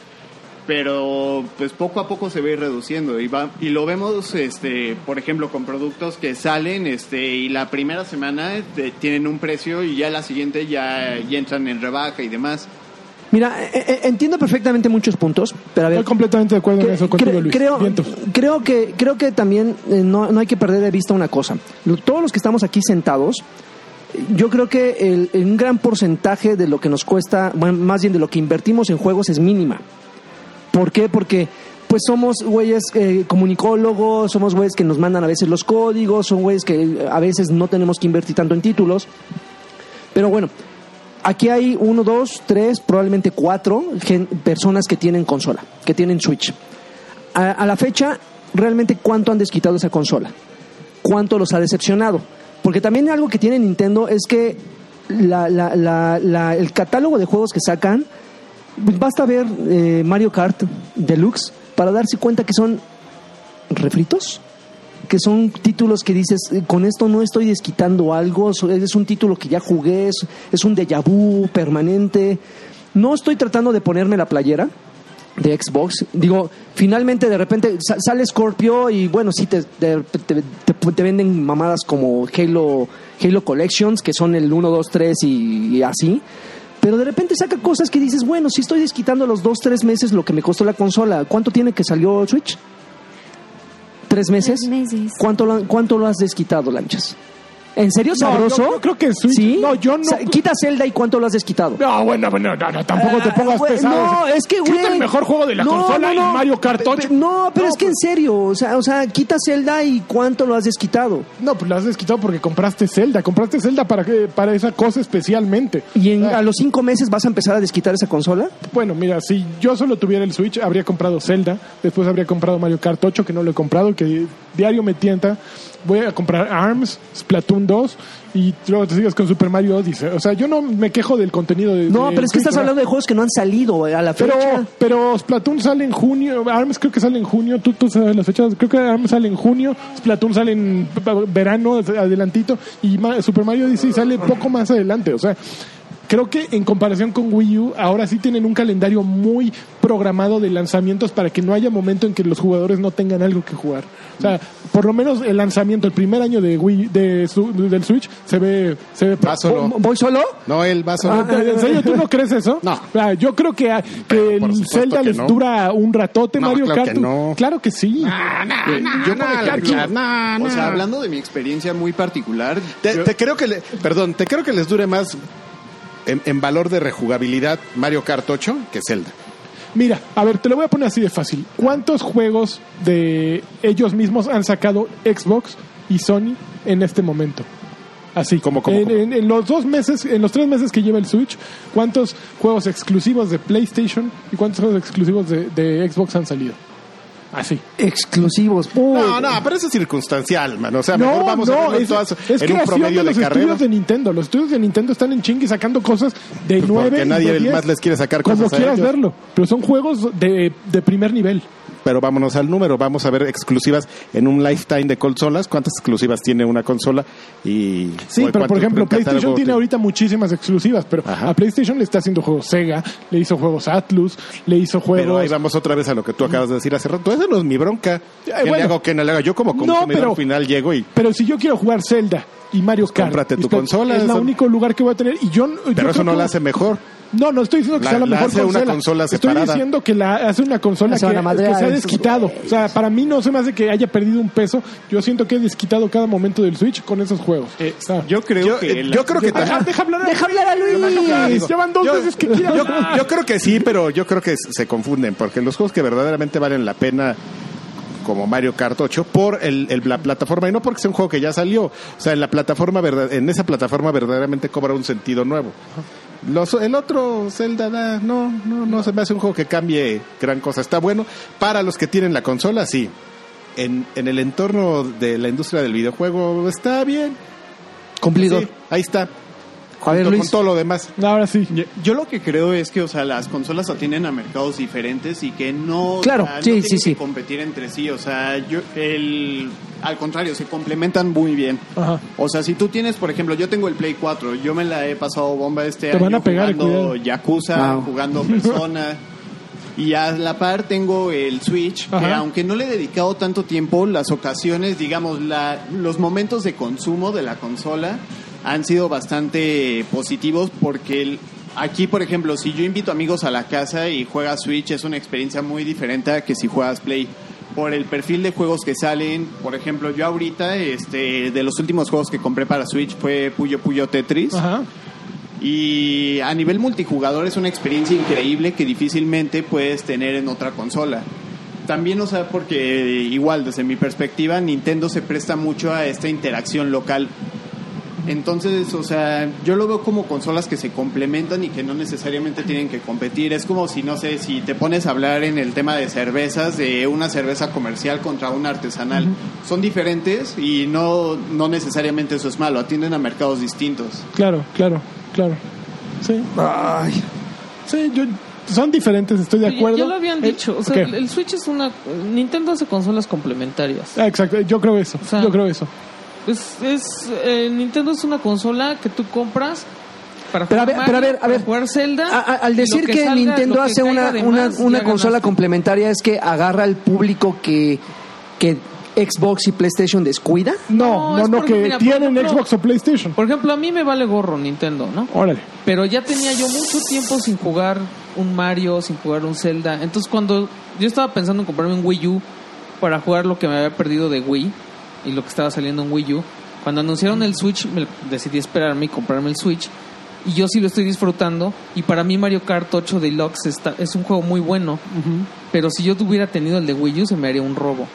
pero pues poco a poco se va a ir reduciendo y va y lo vemos este, por ejemplo, con productos que salen este y la primera este, semana te- tienen un precio y ya la siguiente ya ya entran en rebaja y demás.
Mira, eh, eh, entiendo perfectamente muchos puntos, pero a ver.
Estoy completamente de acuerdo en
Cre-
eso contigo,
cre-
Luis.
Creo,
Vientos.
creo que, creo que también eh, no, no hay que perder de vista una cosa. Lo- Todos los que estamos aquí sentados, eh, yo creo que el- el- un gran porcentaje de lo que nos cuesta, bueno, más bien de lo que invertimos en juegos es mínima. ¿Por qué? Porque pues somos güeyes eh, comunicólogos, somos güeyes que nos mandan a veces los códigos, son güeyes que eh, a veces no tenemos que invertir tanto en títulos. Pero bueno, aquí hay uno, dos, tres, probablemente cuatro gen- personas que tienen consola, que tienen Switch. A, a la fecha, realmente cuánto han desquitado esa consola, cuánto los ha decepcionado. Porque también algo que tiene Nintendo es que la- la- la- la- el catálogo de juegos que sacan, basta ver eh, Mario Kart Deluxe para darse cuenta que son refritos que son títulos que dices, eh, con esto no estoy desquitando algo, so- es un título que ya jugué, es, es un déjà vu permanente. No estoy tratando de ponerme la playera de Xbox. Digo, finalmente de repente sa- sale Scorpio y bueno, sí, te, de- te- te- te venden mamadas como Halo, Halo Collections, que son el 1, 2, 3 y, y así. Pero de repente saca cosas que dices, bueno, sí estoy desquitando los 2, 3 meses lo que me costó la consola. ¿Cuánto tiene que salió Switch? ¿Tres meses?
Tres meses.
¿Cuánto lo, cuánto lo has desquitado, Lanchas? ¿En serio,
No,
sabroso?
yo- yo creo que Switch-
¿Sí?
no, yo no-
Sa- Quita Zelda y cuánto lo has desquitado.
No, bueno, bueno, no, no, tampoco te
Ah,
pongas
güey,
pesado.
No, es que, güey.
Quita el mejor juego de la
No,
consola
no, no.
y Mario Kart pues,
Pe-
8.
pe- No, pero es que en serio. O sea, o sea, quita Zelda y cuánto lo has desquitado.
No, pues lo has desquitado porque compraste Zelda. Compraste Zelda para, que- para esa cosa especialmente.
¿Y en-
Ah,
a los cinco meses vas a empezar a desquitar esa consola?
Bueno, mira, si yo solo tuviera el Switch, habría comprado Zelda. Después habría comprado Mario Kart 8, que no lo he comprado, que diario me tienta. Voy a comprar ARMS, Splatoon 2 y luego te sigues con Super Mario Odyssey. O sea, yo no me quejo del contenido de.
No,
de
pero es que
Switch,
estás
¿verdad?
hablando de juegos que no han salido a la fecha.
Pero, pero Splatoon sale en junio, ARMS creo que sale en junio, tú, tú sabes las fechas, creo que ARMS sale en junio, Splatoon sale en p- p- verano, adelantito, y Ma- Super Mario Odyssey sale poco más adelante, o sea, creo que en comparación con Wii U, ahora sí tienen un calendario muy programado de lanzamientos para que no haya momento en que los jugadores no tengan algo que jugar. O sea, por lo menos el lanzamiento, el primer año de Wii, de su- del Switch, se ve... Se ve
Va solo.
¿Vo- ¿Voy solo?
No, él va solo.
Ah, ¿En serio tú no crees eso?
No.
Ah, Yo creo que, ah, que
por
el
supuesto
Zelda
que
les
no.
dura un ratote,
No,
Mario
claro
Kart.
que no.
Claro que sí.
Yo por ejemplo,
O sea,
hablan-
hablando de mi experiencia muy particular,
Te,
yo-
te creo que le- perdón, te creo que les dure más en, en valor de rejugabilidad Mario Kart 8 que Zelda.
Mira, a ver, te lo voy a poner así de fácil. ¿Cuántos juegos de ellos mismos han sacado Xbox y Sony en este momento? Así.
¿Cómo, cómo,
en,
cómo?
en- en los dos meses, en los tres meses que lleva el Switch, ¿cuántos juegos exclusivos de PlayStation y cuántos juegos exclusivos de, de Xbox han salido? Así.
Exclusivos. Uy,
No, no, pero eso es circunstancial, man. O sea,
no,
mejor vamos a
no,
verlo
es,
todas
es
en un
creación
promedio
de
de,
los
carrera.
estudios de Nintendo. Los estudios de Nintendo están en chingue sacando cosas de
Pues
nueve.
porque
y
nadie
de diez.
más les quiere sacar
Como
cosas a
quieras
ellos.
verlo, pero son juegos de, de primer nivel.
Pero vámonos al número, vamos a ver exclusivas en un lifetime de consolas, cuántas exclusivas tiene una consola y
Sí,
o
pero
cuánto
por ejemplo,
catálogo
PlayStation tiene ahorita muchísimas exclusivas, pero
Ajá.
a PlayStation le está haciendo juegos Sega, le hizo juegos Atlus, le hizo juegos... Eh,
Pero ahí vamos otra vez a lo que tú acabas de decir hace rato. Esa no es mi bronca. ¿Qué le
bueno.
hago, qué no le hago? Yo como consumidor
pero-
al final llego y...
Pero si yo quiero jugar Zelda y Mario Kart,
cómprate tu
y Splatoon,
consola,
es el
eso-
único lugar que voy a tener y yo, yo
Pero eso
creo
no
que-
la hace mejor.
No, no estoy diciendo que
La-
sea la
la
mejor
hace una
consola.
consola
estoy
separada.
diciendo que la hace una consola
Se
que,
van a madrear
que se ha
estos
desquitado. O sea, para mí no se me hace que haya perdido un peso. Yo siento que he desquitado cada momento del Switch con esos juegos.
eh,
O sea,
yo creo
Yo,
que...
eh,
la-
yo creo que
Ah,
también...
deja hablar a
Deja hablar a Luis.
Ya van dos veces que quiere
yo,
hablar.
yo creo que sí, pero yo creo que se confunden, porque los juegos que verdaderamente valen la pena, como Mario Kart 8, por el, el- la plataforma, y no porque sea un juego que ya salió, o sea, en la plataforma verdad, en esa plataforma verdaderamente cobra un sentido nuevo. Los- el otro Zelda da- no, no, no se me hace un juego que cambie gran cosa. Está bueno para los que tienen la consola, sí. En, en el entorno de la industria del videojuego está bien.
Cumplido.
Sí, ahí está.
A ver,
Junto
Luis.
con todo lo demás.
Ahora sí.
Yo, yo lo que creo es que, o sea, las consolas atienden a mercados diferentes y que no, o
Claro,
sea, no
sí,
tienen
sí, sí.
que competir entre sí. O sea, yo, el, al contrario, se complementan muy bien.
Ajá.
O sea, si tú tienes, por ejemplo, yo tengo el Play 4, yo me la he pasado bomba este
Te
año
van a pegar,
jugando
cuidado.
Yakuza,
Wow.
jugando Persona. Y a la par tengo el Switch, que
Ajá.
aunque no le he dedicado tanto tiempo, las ocasiones, digamos, la- los momentos de consumo de la consola han sido bastante positivos porque el- Aquí, por ejemplo, si yo invito amigos a la casa y juegas Switch, es una experiencia muy diferente a que si juegas Play. Por el perfil de juegos que salen, por ejemplo, yo ahorita, este, de los últimos juegos que compré para Switch fue Puyo Puyo Tetris.
Ajá.
Y a nivel multijugador es una experiencia increíble que difícilmente puedes tener en otra consola. También, o sea, porque igual desde mi perspectiva, Nintendo se presta mucho a esta interacción local. Entonces, o sea, yo lo veo como consolas que se complementan y que no necesariamente tienen que competir. Es como si, no sé, si te pones a hablar en el tema de cervezas, de una cerveza comercial contra una artesanal. Son diferentes y no, no necesariamente eso es malo, atienden a mercados distintos.
Claro, claro, claro. Sí. Sí, yo, son diferentes, estoy de
Ya-
acuerdo.
Ya lo habían
Eh,
dicho. O sea,
ok.
el- el Switch es una. Nintendo hace consolas complementarias.
Ah, exacto, yo creo eso.
O sea,
yo creo eso.
Es, es, eh, Nintendo es una consola que tú compras para
Pero a
jugar,
ver, pero a ver, a
para
ver.
jugar Zelda.
A- a-
y
al
lo
decir que,
salga, lo
Nintendo
que
hace
caiga
una,
de
una,
más,
una
ya
consola
ganaste.
complementaria es que agarra al público que, que Xbox y PlayStation descuida.
No,
No,
no,
es
no,
porque,
que
mira, por
tienen
ejemplo-
Xbox o PlayStation.
Por ejemplo, a mí me vale gorro Nintendo, ¿no?
Órale.
Pero ya tenía yo mucho tiempo sin jugar un Mario, sin jugar un Zelda. Entonces, cuando yo estaba pensando en comprarme un Wii U para jugar lo que me había perdido de Wii y lo que estaba saliendo en Wii U, cuando anunciaron el Switch, me decidí esperarme y comprarme el Switch. Y yo sí lo estoy disfrutando. Y para mí, Mario Kart 8 Deluxe está, es un juego muy bueno. Pero si yo hubiera tenido el de Wii U, se me haría un robo.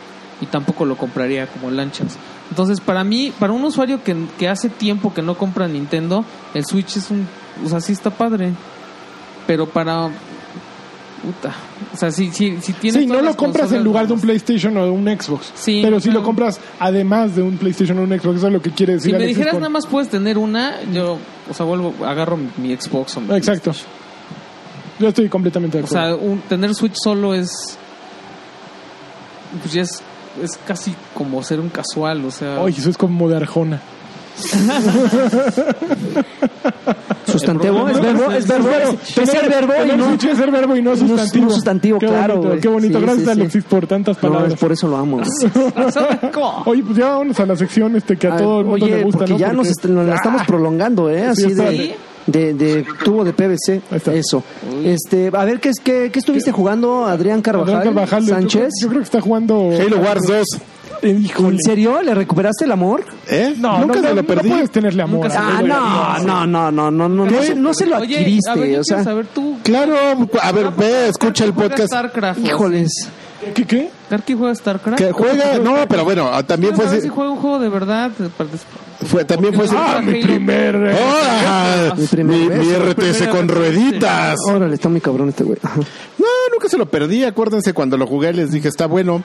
Y tampoco lo compraría como lanchas. Entonces, para mí, para un usuario que, que hace tiempo que no compra Nintendo, el Switch es un. O sea, sí está padre. Pero para. Puta. O sea, si, si, si tiene. todas
Sí, no lo
las
compras en
consolas,
lugar de un
vamos.
PlayStation o de un Xbox.
Sí,
pero si
claro.
lo compras además de un PlayStation o un Xbox, eso es lo que quiere decir.
Si me
Alexis
dijeras
con-
nada más puedes tener una, yo. O sea, vuelvo, agarro mi, mi Xbox o mi
Exacto. Yo estoy completamente de
O
acuerdo.
sea, un- tener Switch solo es. Pues ya es, es casi como ser un casual, o sea.
Oye, eso es como de Arjona.
Sustantivo, es verbo, es verbo. Es ser verbo y
Tener
no.
Switch es ser verbo y no
no
sustantivo.
sustantivo,
Qué
claro,
Bonito,
güey.
qué bonito.
Sí,
Gracias,
sí, sí.
Alexis, por tantas
No,
palabras.
es por eso lo amo.
¿Cómo?
Oye, pues ya vámonos a la sección este que a
Ah,
todo el mundo
Oye,
le gusta.
porque
¿no?
ya nos, est- nos la
Ah,
estamos prolongando, ¿eh?
Sí,
Así
está.
de, de, de tubo de PVC.
Ahí está.
Eso. Este, a ver, ¿qué, es- qué, qué estuviste jugando, Adrián Carvajal?
Adrián Carvajal, yo creo-
Sánchez.
Yo, creo que está jugando.
Halo Wars 2.
Eh, híjole.
¿En serio? ¿Le recuperaste el amor?
¿Eh?
No,
Nunca
no,
se
no,
lo perdí.
No puedes tenerle amor.
Nunca se-
Ah, no, no, no, no, no, no, no, se, no se lo
Oye,
adquiriste,
a ver, yo
o sea,
quiero saber tú. Ah, pues,
Claro, a ver, ve, escucha el
¿Juega
podcast.
StarCraft.
híjoles,
¿Qué, qué?
¿Karki juega StarCraft?
Que juega, no, pero bueno, ah, también
Quiero
fue,
saber si juega un juego de verdad. eh, para des-
fue- también fue.
Ah, mi
primer. eh,
¡Oh, ajá!
Mi
mi,
primera vez.
mi RTS con rueditas.
órale, está muy cabrón este güey. Ajá.
No, nunca se lo perdí. Acuérdense cuando lo jugué les dije está bueno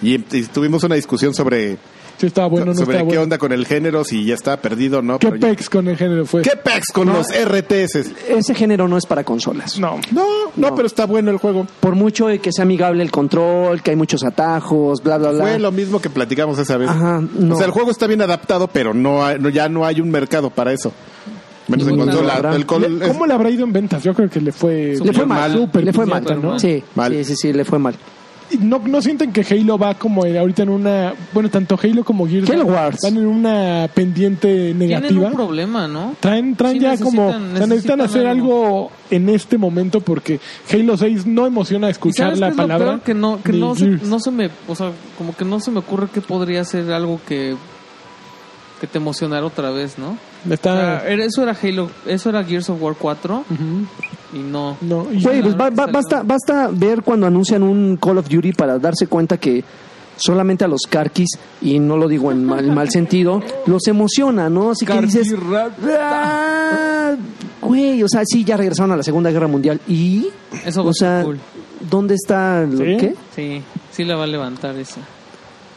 y, y tuvimos una discusión sobre
Sí, estaba bueno, no
sobre
estaba
qué
bueno.
onda con el género, si ya está perdido o no.
¿Qué
pero ya-
pex con el género fue?
¿Qué pex con los RTS?
Ese género no es para consolas.
No.
No, no, pero está bueno el juego.
Por mucho de que sea amigable el control, que hay muchos atajos, bla, bla, bla.
Fue lo mismo que platicamos esa vez.
Ajá, no.
O sea, el juego está bien adaptado, pero no, hay- no- ya no hay un mercado para eso. Menos en
Ningún
consola.
mercado
El col-
Le- ¿Cómo le habrá ido en ventas? Yo creo que le fue.
le fue mal,
Súper
le fue mal,
piñata, ¿no?
Sí,
Mal.
sí, sí, sí, le fue mal.
Y No, no sienten que Halo va como en- ahorita en una. Bueno, tanto Halo como Gears
Halo
van-
Wars.
van en una pendiente
Tienen
negativa.
un problema, ¿no?
Traen, traen
Sí,
ya
necesitan-
como. o sea, necesitan,
necesitan
hacer algo.
algo.
en este momento porque Halo 6 no emociona
¿Y
escuchar
sabes
la
qué es lo
palabra.
peor? que no, que
ni "Mm".
no, se,
Gears.
no se me, o sea, como que no se me ocurre que podría ser algo que que te emocionara otra vez, ¿no? O sea,
Está.
era- eso era Halo, eso era Gears of War 4
Ujú.
y no.
No, y-
Güey,
no,
pues
no
ba-
te
ba-
salió.
basta, basta ver cuando anuncian un Call of Duty para darse cuenta que solamente a los carquis, y no lo digo en mal, mal sentido, los emociona, ¿no? Así que dices, "Ah, güey, o sea, sí, ya regresaron a la Segunda Guerra Mundial y,
Eso va
o
a ser
sea,
cool.
¿dónde está lo
¿Sí?
qué?
Sí, sí la va a levantar esa.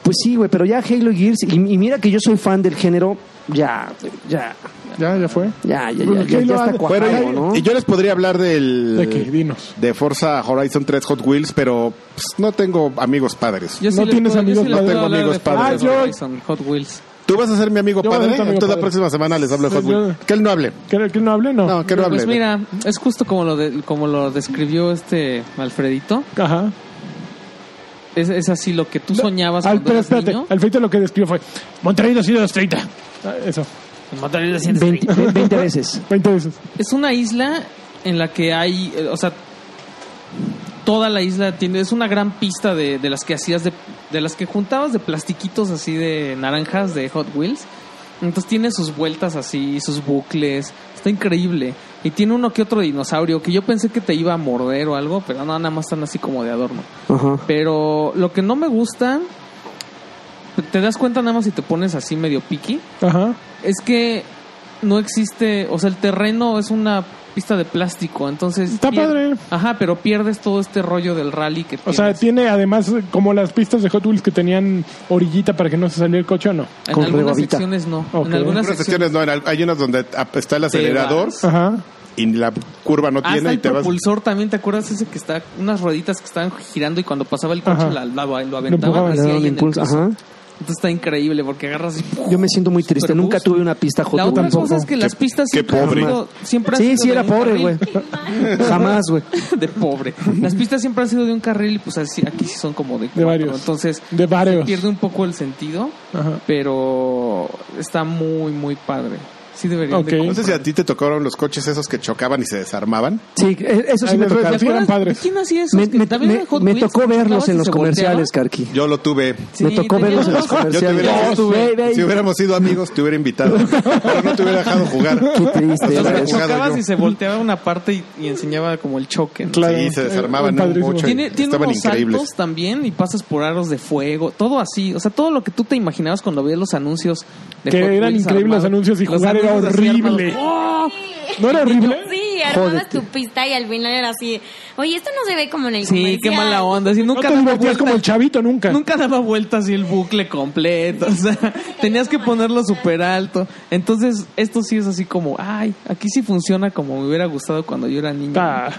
Pues sí, güey, pero ya Halo Gears, y, y mira que yo soy fan del género, ya, ya,
Ya, ya fue.
ya, ya, ya, ya,
Halo
ya
ha-
está
Bueno,
cuajado,
y-
¿no?
y yo les podría hablar del
¿De qué? Dinos.
de Forza Horizon 3 Hot Wheels, pero pues, no tengo amigos padres.
Yo
No
le
tienes
puedo- yo
amigos
sí le puedo
padres.
No tengo
hablar de
amigos padres.
Forza
Ah, yo-
Horizon, Hot Wheels.
¿Tú vas a ser mi amigo
Yo voy a
padre?
ser tu amigo
Entonces la
padre.
próxima semana les hablo de Hot
Yo-
Wheels. Que él no hable.
¿Que, que no hable? No.
No, que no hable.
Pues mira, es justo como lo de- como lo describió este Alfredito.
Ajá.
Es, es así lo que tú soñabas
Al,
cuando
pero
eras
espérate,
niño.
Alfredo lo que describió fue Monterrey 230. Ah, Eso,
20, 20 veces.
20 veces.
Es una isla en la que hay, eh, o sea, toda la isla tiene, es una gran pista de, de las que hacías de, de las que juntabas de plastiquitos así de naranjas de Hot Wheels. Entonces tiene sus vueltas así, sus bucles, está increíble. Y tiene uno que otro dinosaurio que yo pensé que te iba a morder o algo, pero no, nada más están así como de adorno.
Ajá.
Pero lo que no me gusta, te das cuenta nada más si te pones así medio piqui,
Ajá.
es que no existe, o sea, el terreno es una pista de plástico, entonces...
Está padre.
Ajá, pero pierdes todo este rollo del rally que
O sea,
tienes.
tiene además eh, como las pistas de Hot Wheels que tenían orillita para que no se saliera el coche o no.
en
con
algunas
rebabita.
secciones no.
Ok.
En algunas
Algunas
secciones...
secciones no, en al- hay unas donde ap- está el acelerador
vas.
Ajá.
y la curva
Ah,
no
Hasta
tiene y
el
te vas.
propulsor también, ¿te acuerdas ese que está? Unas rueditas que estaban girando y cuando pasaba el coche
Ajá.
la, la- lo
empujaban,
aventaban.
Le
así
daban
ahí en el
impulso,
piso.
ajá.
Entonces está increíble porque agarras y...
Yo me siento muy triste.
Pero
Nunca
justo.
tuve una pista Hot
La
Wheels.
otra cosa
tampoco.
es que las pistas
qué
siempre
pobre.
han sido... Siempre han
Sí,
sido
sí
de
era
un
pobre,
carril.
güey. Jamás, güey.
de pobre. Las pistas siempre han sido de un carril y pues así, aquí sí son como de, cuatro.
varios.
Entonces
De varios.
pierde un poco el sentido,
Ajá.
pero está muy, muy padre. Sí deberían
Ok.
de
No sé si a ti te tocaron los coches esos que chocaban y se desarmaban.
Sí, eh, eso sí
Ay,
me
los
tocaron.
Sí, eran
¿Te acuerdas
padres.
de ¿Quién hacía eso?
Me,
Que
me-
también
me-
era Hot
me
Wheels,
tocó
que
verlos
estabas y
en los
se
comerciales,
volteaba.
Karki.
Yo lo tuve.
Sí,
me tocó
tenía
verlos en los
unos-
Yo te
comerciales.
hubiera-
Yo ve, ve,
Si hubiéramos sido amigos, te hubiera invitado. Pero no te hubiera dejado jugar.
Qué triste,
Hasta
ya
hubiera
Los
ves.
que
jugado
chocabas
yo.
y se volteaba una parte y, y enseñaba como el choque. ¿no?
Claro.
Sí, se desarmaban
Eh,
¿no?
padrísimo.
mucho. y
Tiene, tiene
Estaban
unos
increíbles.
saltos también y pasas por aros de fuego, todo así, o sea, todo lo que tú te imaginabas cuando veías los anuncios. De
Que
Hot
eran
Wheels
increíbles los anuncios y
Los
jugar era
anuncios así armados.
horrible.
¡Oh!
¿No era horrible?
Sí, armabas
Jódete.
tu pista y al final era así. Oye, esto no se ve como en el
Sí, qué
comercial".
mala onda. Si
No
nunca
te
daba
divertías
vueltas,
como el chavito nunca.
nunca daba vueltas y el bucle completo. O sea, tenías que ponerlo súper alto. Entonces, esto sí es así como, ay, aquí sí funciona como me hubiera gustado cuando yo era niño.
Ah,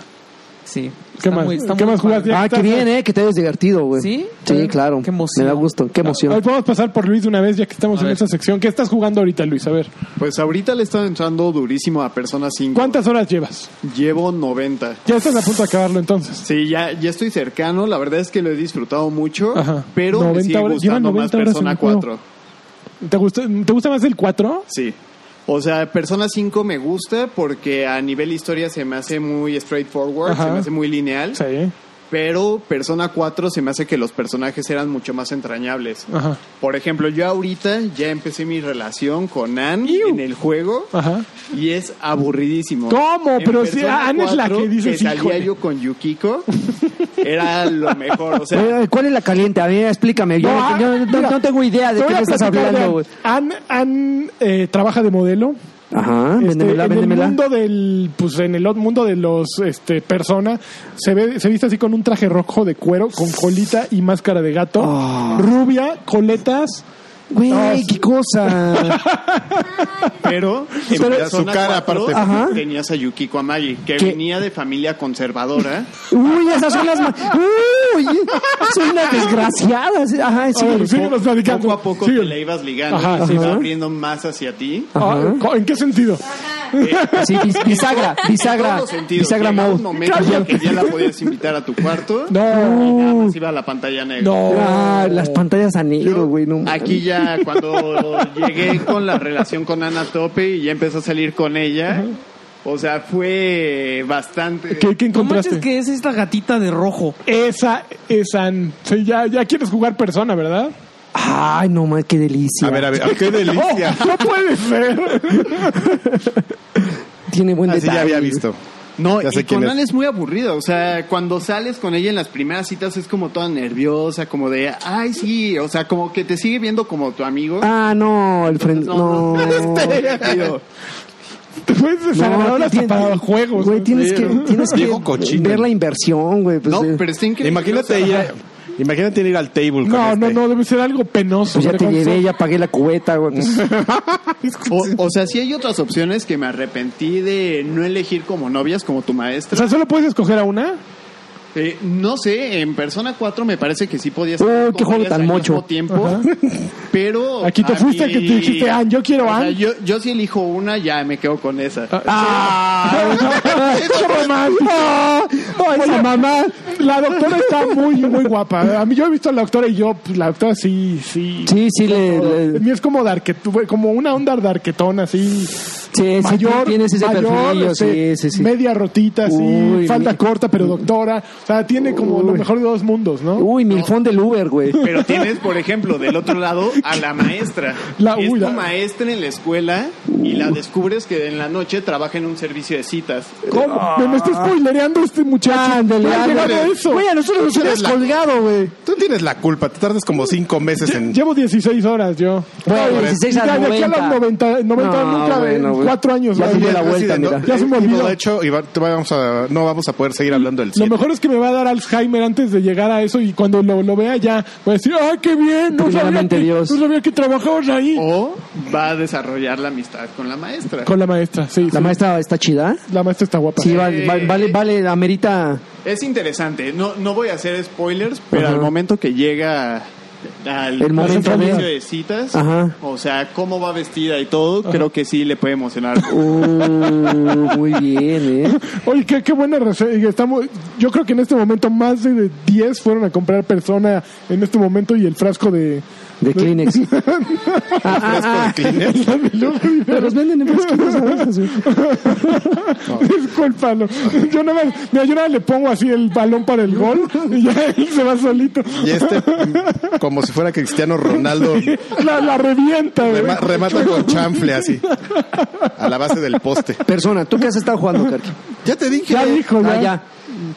Sí.
¿Qué
está
más?
muy- está
¿Qué
muy
más
padre.
jugaste?
Ah, qué bien, ¿eh? Que te hayas divertido, güey.
¿Sí?
Sí, claro.
Qué emoción.
Me da gusto. Qué
Ahí
emoción.
podemos pasar por Luis de una vez ya que estamos en
ver.
esa sección. ¿Qué estás jugando ahorita, Luis? A ver,
Pues ahorita le están entrando durísimo a Persona 5.
¿cuántas horas llevas?
Llevo 90.
Ya estás a punto de acabarlo entonces.
Sí, ya, ya estoy cercano. La verdad es que lo he disfrutado mucho.
Ajá.
Pero me
90
sigue
horas- lleva
gustando más
90 horas en
Persona
el juego.
4.
¿Te gusta, ¿te gusta más el 4?
Sí. O sea, Persona 5 me gusta porque a nivel historia se me hace muy straightforward,
Ajá.
se me hace muy lineal.
Sí.
Pero Persona 4 se me hace que los personajes eran mucho más entrañables.
Ajá.
Por ejemplo, yo ahorita ya empecé mi relación con Anne en el juego
Ajá.
y es aburridísimo.
¿Cómo?
En
Pero si
Persona
Anne es la
4,
que dices,
salía
"Híjole".
yo con Yukiko era lo mejor. O sea,
Oye, ¿Cuál es la caliente? A ver, explícame. Yo
No,
no, yo no-
mira,
no tengo idea de
te
qué
voy a
me estás
platicar de
hablando,
Ann.
güey.
Ann, Ann, eh, trabaja de modelo.
Ajá,
Este,
Ah, véndemela,
en el
véndemela.
mundo del, pues en el mundo de los este persona, se ve, se viste así con un traje rojo de cuero, con colita y máscara de gato,
Ah.
rubia, coletas, Ah,
Güey,
sí.
qué cosa.
pero en
Pero-
Persona
su cara
4
aparte.
Ajá.
tenías a Yukiko Amagi, que
¿Qué?
venía de familia conservadora.
Uy, esas son las ma- Uy, son unas desgraciadas. Ajá, sí. pues,
A ver, síguenos platicando.
Poco a poco
Sí.
te la ibas ligando,
Ajá,
y se iba
ajá.
abriendo más hacia ti.
Ah, ¿En qué sentido?
Sí, bis- bisagra,
En
bisagra,
todos los sentidos.
bisagra
Llegaba un
mode.
momento en que ya la podías invitar a tu cuarto.
No,
Y nada más iba a la pantalla negra.
no.
Ah, las pantallas a negro, güey. No,
Aquí ya cuando llegué con la relación con Ana Tope y ya empezó a salir con ella, o sea, fue bastante...
¿Qué, qué
No manches
encontraste?
que es esta gatita de rojo.
Esa es Ann. Sí, ya, ya quieres jugar persona, ¿verdad?
Ay, no mames, qué delicia.
A ver, a ver,
Oh,
ah, qué delicia.
No puede ser.
Tiene buen
Así
detalle.
Ah, ya había visto.
No,
Ya sé
y con
quién es.
Ana es muy aburrida, o sea, cuando sales con ella en las primeras citas es como toda nerviosa, como de, ay, sí, o sea, como que te sigue viendo como tu amigo.
Ah, no, el friend. No. Este,
No. Este,
No,
Te puedes desagradar hasta
tien-
para juegos.
Güey, tienes que, tienes que
Viejo cochino.
ver la inversión, güey. Pues,
no,
eh,
pero está increíble.
Imagínate
o sea,
ir, a- imagínate ir al table con
No,
este.
no, no, debe ser algo penoso.
pues ya
Pero
te
con-
llevé, ya pagué la cubeta, güey. pues.
O, o sea, sí hay otras opciones que me arrepentí de no elegir como novias, como tu
O
maestra.
sea, solo puedes escoger a una.
Eh, no sé, en Persona 4 me parece que sí podías...
Uh, qué
tener como
juego
varias
tan
al
mocho.
mismo tiempo,
Ajá.
pero...
Aquí te
a
fuiste que te dijiste, "Ah, yo quiero
o sea,
ah".
yo, yo si elijo una, ya me quedo con esa.
ah. ¡Qué romántico! Bueno, mamá, la doctora está muy, muy guapa. A mí yo he visto a la doctora y yo, pues, la doctora sí, sí.
Sí, sí, le.
A
le-
mí es como darque, como una onda darquetón así.
Sí, sí,
mayor,
tienes ese
mayor,
perfilillo,
este,
sí, sí, sí.
media rotita, así,
Uy,
falda
mi-
corta, pero doctora. O sea, tiene como lo
Uy.
mejor de dos mundos, ¿no?
Uy, milfón del Uber, güey.
Pero tienes, por ejemplo, del otro lado a la maestra.
La-
es
uy,
tu
la-
maestra en la escuela y la descubres que en la noche trabaja en un servicio de citas.
¿Cómo? Me, me está spoilereando este muchacho.
Ah. Ándale,
No he
ándale.
llegado a eso.
Güey, a nosotros nos hubieras
la-
colgado, güey.
Tú tienes la culpa, te tardas como cinco meses en...
Llevo 16 horas yo.
Bueno,
pues,
16
ya
a
de aquí a las
90.
90, 90
No,
nunca,
bueno,
en
güey.
cuatro años.
Ya
güey.
se dio la
Así
vuelta,
de, no,
mira.
Ya se me
eh, y
olvidó.
De hecho, Iván, te vamos a, no vamos a poder seguir hablando del
Lo
siete.
mejor es que me va a dar Alzheimer antes de llegar a eso y cuando lo, lo vea ya voy a decir, ¡ay, qué bien! No sabía
Primeramente
que,
Dios. Oh.
no sabía que trabajabas ahí.
O va a desarrollar la amistad con la maestra.
Con la maestra, sí.
La
sí.
maestra está chida.
La maestra está guapa.
Sí, vale,
Eh.
vale, vale, vale, amerita.
Es interesante. No, no voy a hacer spoilers, pero
Ajá.
al momento que llega al
El momento
servicio
de-
de citas,
Ajá.
o sea, cómo va vestida y todo, creo que sí le puede emocionar.
Uh.
Uh, muy bien, ¿eh?
Oye, qué, qué buena reseña. Estamos, yo creo que en este momento más de 10 fueron a comprar persona en este momento y el frasco de...
De Kleenex. Ah, ah, ah. Pero los venden en frasquitos a veces, güey.
Discúlpalo. Yo nada, más- mira, yo nada le pongo así el balón para el gol y ya él se va solito.
Y este, mm, como si fuera Cristiano Ronaldo,
La, la revienta, güey.
rema- remata con chanfle así, a la base del poste.
Persona, ¿tú qué has estado jugando, Karki?
Ya te dije.
Ya dijo, ya.
Ah, ya.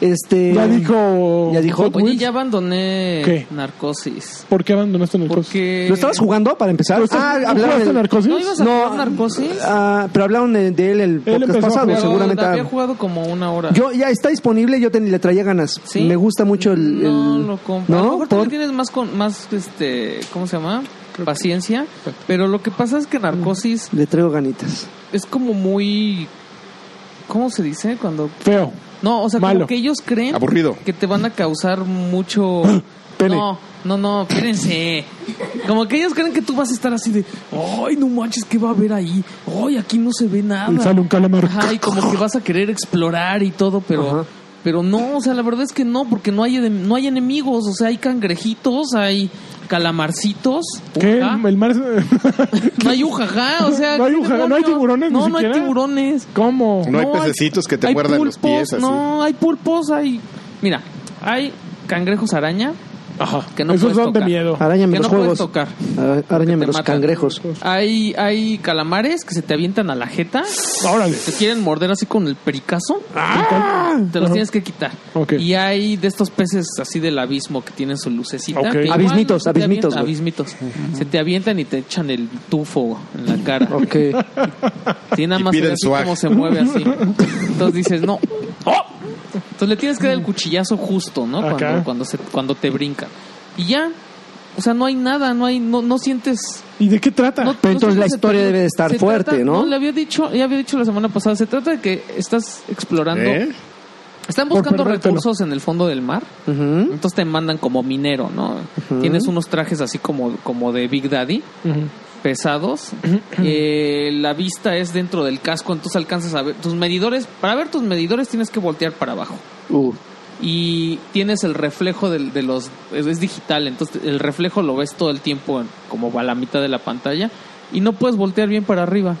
Este.
Ya dijo.
Ya dijo.
Hot
Oye,
Wheels.
ya abandoné
¿Qué? Pues,
Narcosis.
¿Por qué abandonaste en el coche?
Porque...
¿Lo estabas jugando para empezar?
¿Lo estás-
Ah,
Pues, ¿tú
hablaron
jugaste
del-
narcosis?
¿No ibas a
No,
jugar Narcosis?
ah, pero hablaron de, de él el podcast
empezó a
pasado,
jugar.
Pero
seguramente.
Había jugado como una hora.
Yo ya está disponible, yo te, le traía ganas.
¿Sí?
Me gusta mucho el.
No
el-
lo compro. A lo
¿No?
mejor tú le
¿Por?
tienes más, con, más este, ¿cómo se llama? Paciencia. Pero lo que pasa es que Narcosis
Le traigo ganitas.
es como muy... ¿Cómo se dice? Cuando...
Feo.
No, o sea,
Malo.
como que ellos creen...
Aburrido.
que te van a causar mucho.
Pene.
No, no, no, espérense. Como que ellos creen que tú vas a estar así de, ay, no manches, ¿qué va a haber ahí? Ay, aquí no se ve nada.
Y sale un calamar.
Ajá, y como que vas a querer explorar y todo, pero.
Ajá.
Pero no, o sea, la verdad es que no, porque no hay, enem- no hay enemigos, o sea, hay cangrejitos, hay calamarcitos.
¿Qué?
ujá.
El mar.
No hay ujajá, o sea.
No hay
¿qué
ujajá, no hay
demonios?
tiburones ni
No, no hay
siquiera.
tiburones.
¿Cómo?
No hay pececitos que te
hay
muerdan los pies, así.
No, hay pulpos, hay... Mira, hay cangrejos araña
Ajá.
que no
Esos
puedes
son de
tocar.
miedo.
Arañame
que
los
no puedes
juegos.
tocar.
Ah, Arañame
Te
los
matan.
cangrejos.
Hay, hay calamares que se te avientan a la jeta.
Órale.
Te quieren morder así con el pericazo. Te los
Ajá.
tienes que quitar.
Ok.
Y hay de estos peces así del abismo que tienen su lucecita.
Ok.
que igual
Abismitos,
se te
abismitos,
avientan-
güey.
abismitos. Se te avientan y te echan el tufo en la cara.
Ok.
Sí, nada
Y
más se ve
piden
así
swag.
como se mueve así. Entonces dices, no. ¡Oh! Entonces le tienes que dar el cuchillazo justo, ¿no?
Acá.
Cuando, cuando, se, cuando te brincan. Y ya. O sea, no hay nada, no hay, no, no sientes.
¿Y de qué trata?
no-
Pero
no
entonces
sientes
la
el
historia
peligro.
debe de estar
Se
fuerte,
trata-
¿no?
le había dicho, ya había dicho la semana pasada, se trata de que estás explorando.
¿Eh?
Oh,
Están
Por
buscando
perdértelo.
recursos en el fondo del mar.
Ujú.
Entonces te mandan como minero, ¿no? Tienes unos trajes así como, como de Big Daddy
Ujú.
pesados. Eh, la vista es dentro del casco, entonces alcanzas a ver tus medidores. Para ver tus medidores tienes que voltear para abajo.
Uh,
Y tienes el reflejo del- de, los... Es, es digital, entonces el reflejo lo ves todo el tiempo en- como a la mitad de la pantalla. Y no puedes voltear bien para arriba.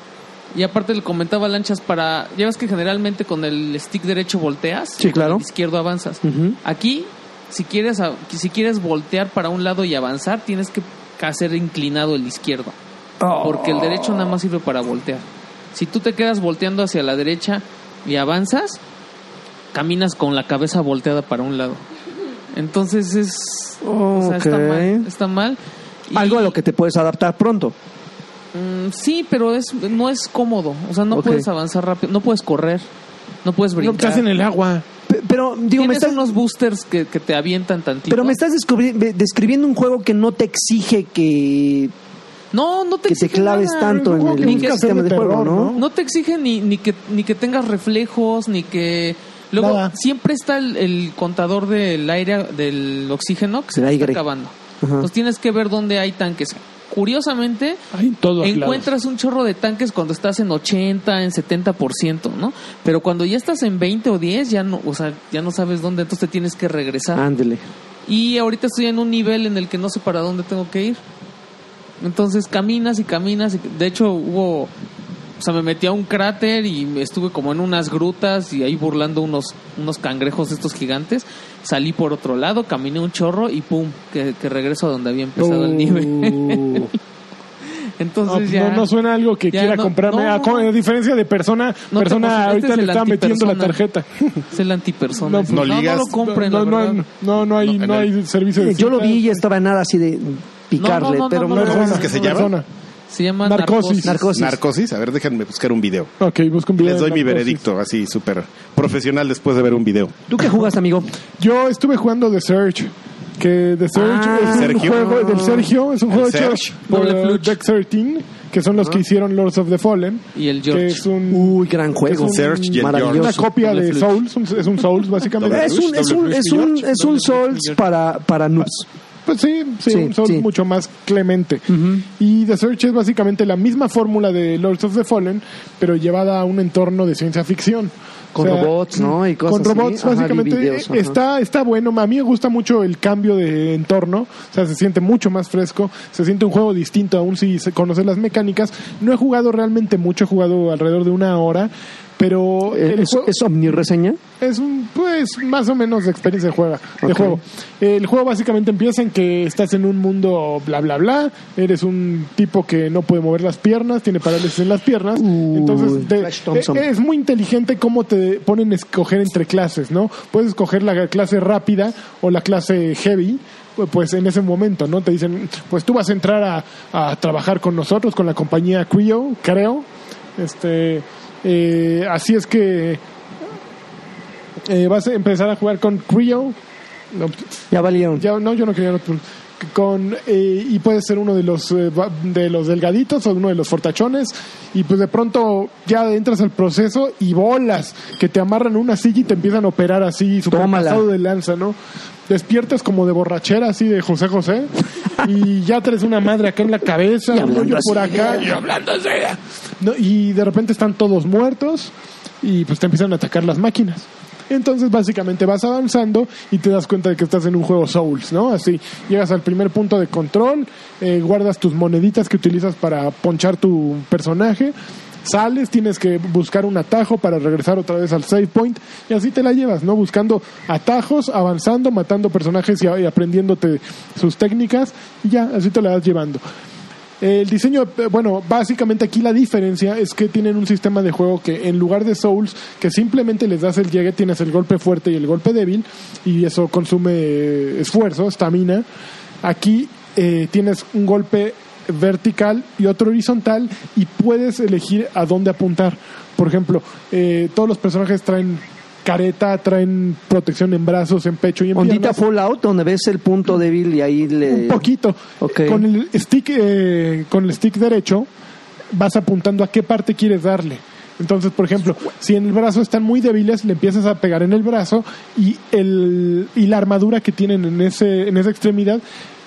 Y aparte le comentaba a Lanchas para... Ya ves que generalmente con el stick derecho volteas.
Sí,
y con el
claro.
izquierdo avanzas.
Ujú.
Aquí, si quieres, a- si quieres voltear para un lado y avanzar, tienes que hacer inclinado el izquierdo.
Oh.
Porque el derecho nada más sirve para voltear. Si tú te quedas volteando hacia la derecha y avanzas, caminas con la cabeza volteada para un lado. Entonces es... o sea, está
Ok.
mal. Está mal. Y-
Algo a lo que te puedes adaptar pronto.
Mm, sí, pero es no es cómodo. O sea, no
Ok.
puedes avanzar rápido, no puedes correr, no puedes
No,
brincar.
estás en el agua.
Pe- Pero, digo,
Tienes
me estás,
unos boosters que, que te avientan tantito.
pero me estás descubri- de- describiendo un juego que no te exige que,
No, no te
que te
exige
claves
nada.
tanto
un
en
juego
el
que busca ser
sistema
de
de juego,
terror,
¿no?
¿no?
No te exige ni, ni que ni que tengas reflejos, ni que luego
Nada.
siempre está el, el contador del aire del oxígeno que se
Del
te está
aire.
acabando.
Ajá.
Entonces tienes que ver dónde hay tanques. Curiosamente,
Hay en todos
encuentras un chorro de tanques cuando estás en 80, en 70%, ¿no? Pero cuando ya estás en 20 o 10, ya no, o sea, ya no sabes dónde, entonces te tienes que regresar.
Ándele.
Y ahorita estoy en un nivel en el que no sé para dónde tengo que ir. Entonces caminas y caminas. Y, de hecho, hubo O sea, me metí a un cráter y me estuve como en unas grutas y ahí burlando unos, unos cangrejos estos gigantes. Salí por otro lado, caminé un chorro y pum, que, que regreso a donde había empezado el nieve.
Uh. No,
Entonces ya...
Ah, no, no suena algo que
ya
quiera
no-
comprarme.
no.
Ah, con- a diferencia de persona,
No te
persona
emociones,
ahorita
este
le
es el
está metiendo la
antipersona.
tarjeta.
Es el antipersona.
No,
ese.
no
No, no,
ligas.
lo compren,
no,
la
no,
verdad.
no, no hay,
No, en
no hay servicio de
Yo lo
cita.
vi y ya estaba nada así de picarle,
No, no, no,
pero
no,
No,
no,
no,
¿Cómo
no,
es que se
no,
llama?
persona.
Se llama
Narcosis.
Narcosis.
Narcosis, a ver, déjenme buscar un video.
Ok, busco un Pues video.
Les
de
doy mi
narcosis.
veredicto, así súper profesional después de ver un video.
¿Tú qué jugaste, amigo?
Yo estuve jugando The Search. Que The Search
Ah.
es un
Sergio.
juego del Sergio, es un
El
juego
Serge. Ah.
hecho por uh,
Doble fluch.
Deck 13, que son los que hicieron Lords of the Fallen.
Y el
Que
George.
es un,
Uh,
Uy, gran juego.
un
Search y el
maravilloso.
una copia
Doble
de
fluch.
Souls, un- es un Souls básicamente.
Doble
Es un, es un, es un, es un Souls para, para noobs.
Pues sí, sí,
Sí,
un sol
sí.
mucho más clemente. Y The Search es básicamente la misma fórmula de Lords of the Fallen, pero llevada a un entorno de ciencia ficción.
Con robots, ¿no? Y cosas
Con robots,
así. Ajá, vi
básicamente.
videos, ajá.
está, está bueno. A mí me gusta mucho el cambio de entorno. O sea, se siente mucho más fresco. Se siente un juego distinto, aún si se conoce las mecánicas. No he jugado realmente mucho, he jugado alrededor de una hora. Pero el
eh, ¿Es,
juego-
es omnireseña?
es un, pues, más o menos de experiencia de, juega, de
Ok.
juego. El juego básicamente empieza en que estás en un mundo bla, bla, bla. Eres un tipo que no puede mover las piernas, tiene parálisis en las piernas.
Uy,
Entonces, te-
Flash Thompson.
e- es muy inteligente cómo te ponen a escoger entre clases, ¿no? Puedes escoger la clase rápida o la clase heavy. Pues en ese momento, ¿no? Te dicen, pues tú vas a entrar a, a trabajar con nosotros, con la compañía Creo, creo. Este, eh, así es que eh, vas a empezar a jugar con Creo. No,
Ya valieron.
ya, no, yo no quería Nocturne. Con, eh, y puede ser uno de los eh, va- de los delgaditos o uno de los fortachones y pues de pronto ya entras al proceso y bolas que te amarran a una silla y te empiezan a operar así super
Tómala.
pasado de lanza no despiertas como de borrachera así de José José y ya traes una madre acá en la cabeza
Y
un
hablando
hoyo por
así.
acá y hablando así. No, y de repente están todos muertos y pues te empiezan a atacar las máquinas. Entonces básicamente vas avanzando y te das cuenta de que estás en un juego Souls, ¿no? Así, llegas al primer punto de control, eh, guardas tus moneditas que utilizas para ponchar tu personaje, sales, tienes que buscar un atajo para regresar otra vez al save point y así te la llevas, ¿no? Buscando atajos, avanzando, matando personajes y, y aprendiéndote sus técnicas y ya, así te la vas llevando. El diseño, eh, bueno, básicamente aquí la diferencia es que tienen un sistema de juego que en lugar de Souls, que simplemente les das el llegue, tienes el golpe fuerte y el golpe débil, y eso consume eh, esfuerzo, estamina. Aquí eh, tienes un golpe vertical y otro horizontal y puedes elegir a dónde apuntar. Por ejemplo, eh, todos los personajes traen careta, traen protección en brazos, en pecho y en
Ondita
piernas.
Fallout, donde ves el punto débil y ahí le...
Un poquito.
Ok.
Con el stick, eh, con el stick derecho, vas apuntando a qué parte quieres darle. Entonces, por ejemplo, si en el brazo están muy débiles, le empiezas a pegar en el brazo y el y la armadura que tienen en ese en esa extremidad,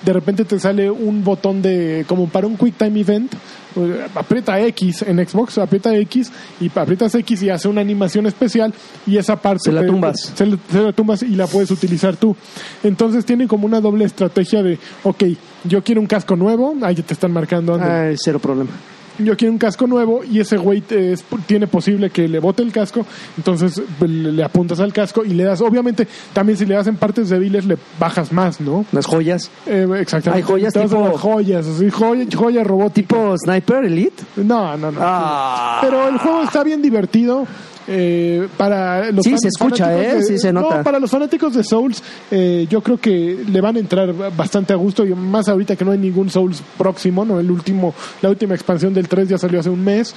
de repente te sale un botón de como para un quick time event, eh, aprieta X en Xbox, aprieta X y aprietas X y hace una animación especial y esa parte
Se la
te-
tumbas.
se, la- se la tumbas y la puedes utilizar tú. Entonces tiene como una doble estrategia de, ok, yo quiero un casco nuevo, ahí te están marcando, ándale.
Ay, Ah, cero problema.
yo quiero un casco nuevo y ese güey te- es- tiene posible que le bote el casco, entonces pues, le, le apuntas al casco y le das, obviamente también si le das en partes débiles le bajas más, ¿no?
Las joyas.
Eh, exactamente.
Hay joyas
Te vas a
tipo-
dar joyas, así, joya, joya robótica.
Tipo Sniper Elite.
No, no, no.
Ah.
Pero el juego está bien divertido. eh, para los
Sí,
fan-
se escucha,
fanáticos
¿eh?
de-
Sí, se
no,
nota.
para los fanáticos de Souls, eh, yo creo que le van a entrar bastante a gusto. Y más ahorita que no hay ningún Souls próximo, ¿no? El último, la última expansión del 3 ya salió hace un mes.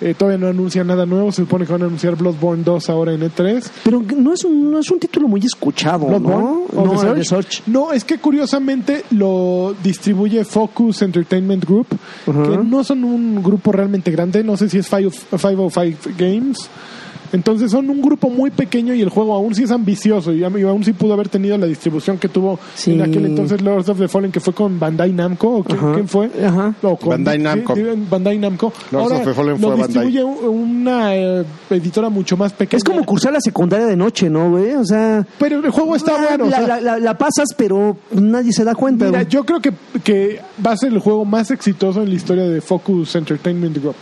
Eh, todavía no anuncia nada nuevo. Se supone que van a anunciar Bloodborne 2 ahora en E E3.
Pero no es un, no es un título muy escuchado, ¿no?
¿Bloodborne? ¿O
No,
The
el de
Search?
Search.
No, es que curiosamente lo distribuye Focus Entertainment Group, que no son un grupo realmente grande, no sé si es 505 Games, Entonces son un grupo muy pequeño y el juego aún sí es ambicioso y am- y aún sí pudo haber tenido la distribución que tuvo
Sí.
en aquel entonces Lords of the Fallen, que fue con Bandai Namco, ¿o quién,
Ajá.
quién fue?
Ajá.
O con-
Bandai
sí,
Namco.
sí, Bandai Namco.
Lords
Ahora
of the Fallen
lo
fue Bandai.
distribuye u- una eh, editora mucho más pequeña.
Es como cursar la secundaria de noche, ¿no, güey? O sea...
Pero el juego está
la,
bueno. o
Ah, la-
sea.
la- la- la pasas, pero nadie se da cuenta.
Mira,
güey.
yo creo que, que va a ser el juego más exitoso en la historia de Focus Entertainment Group.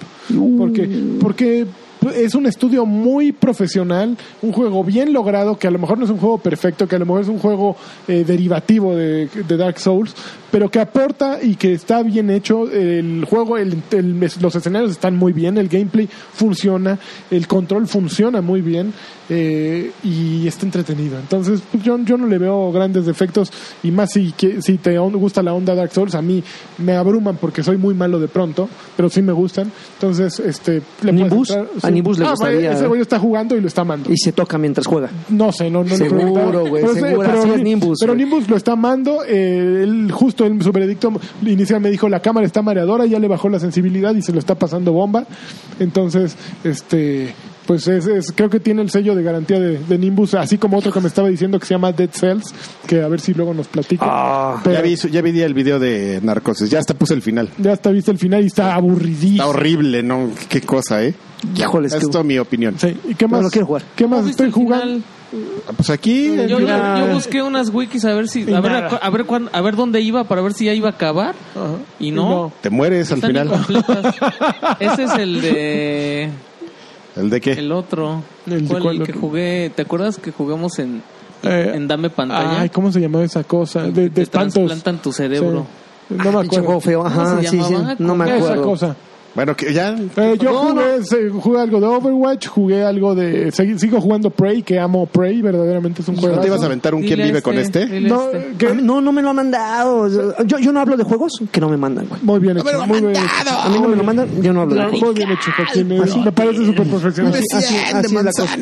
Porque, porque es un estudio muy profesional, un juego bien logrado, que a lo mejor no es un juego perfecto, que a lo mejor es un juego eh, derivativo de, de Dark Souls, pero que aporta y que está bien hecho. El juego, el- el- los escenarios están muy bien, el gameplay funciona, el control funciona muy bien eh, y está entretenido. Entonces, pues, yo, yo no le veo grandes defectos y más si, que- si te on- gusta la onda Dark Souls, a mí me abruman porque soy muy malo de pronto, pero sí me gustan. Entonces, este. le puedes
Nimbus,
entrar,
a Nimbus le
Ah,
gustaría. ¿eh?
güey, Ese güey está jugando y lo está amando.
Y se toca mientras juega.
No sé, no, no le he
Seguro,
preguntado.
güey,
sí,
seguro, así es Nimbus,
Pero
güey.
Nimbus lo está amando. eh, él, justo en su veredicto inicial me dijo: La cámara está mareadora, ya le bajó la sensibilidad y se lo está pasando bomba. Entonces, este. Pues es, es- creo que tiene el sello de garantía de, de Nimbus, así como otro que me estaba diciendo que se llama Dead Cells, que a ver si luego nos platica. Pero
Ah, Ya vi, su- ya vi el video de Narcosis, ya hasta puse el final.
ya está visto el final y está
Está
aburridísimo.
horrible, ¿no? Qué cosa, ¿eh?
Híjoles,
Esto
qué-
mi opinión.
Sí, ¿Y qué
No,
más?
no quiero jugar.
¿Qué
¿No
más
viste
estoy
el
jugando?
final?
Ah, Pues aquí...
Yo,
el
yo-
final-
yo busqué unas wikis a ver si
Y
a ver, a,
nada.
cu- a ver cuán- a ver dónde iba para ver si ya iba a acabar y no,
No.
Te mueres al
están
final.
incompletas. Ese es el de
¿El de qué?
el otro,
¿El de
¿Cuál?
cuál
que
otro?
jugué, ¿te acuerdas que jugamos en
Eh,
en Dame pantalla?
Ay, ¿cómo se llamaba esa cosa?
Que
De,
te
de espantos.
trasplantan tu cerebro.
Sí. No me
Pinche
acuerdo.
juego feo. Ajá,
se
sí, sí.
llamaba?
No me
¿Cómo?
Esa
acuerdo.
cosa.
Bueno, que ya...
Eh, yo
No,
jugué, se- jugué algo de Overwatch, jugué algo de... segui- Sigo jugando Prey, que amo Prey, verdaderamente es un juego.
¿No te ibas a aventar un
Dile
quién vive
este,
con este?
dile
No,
este.
que-
A mí- No, no me lo han mandado. Yo, yo no hablo de juegos que no me mandan, güey.
Muy bien hecho, muy bien
A mí no me lo mandan, yo no hablo de
hecho.
juegos.
Muy bien hecho, Joaquín. eh, Me parece súper profesional.
Así, así- así es la cosa.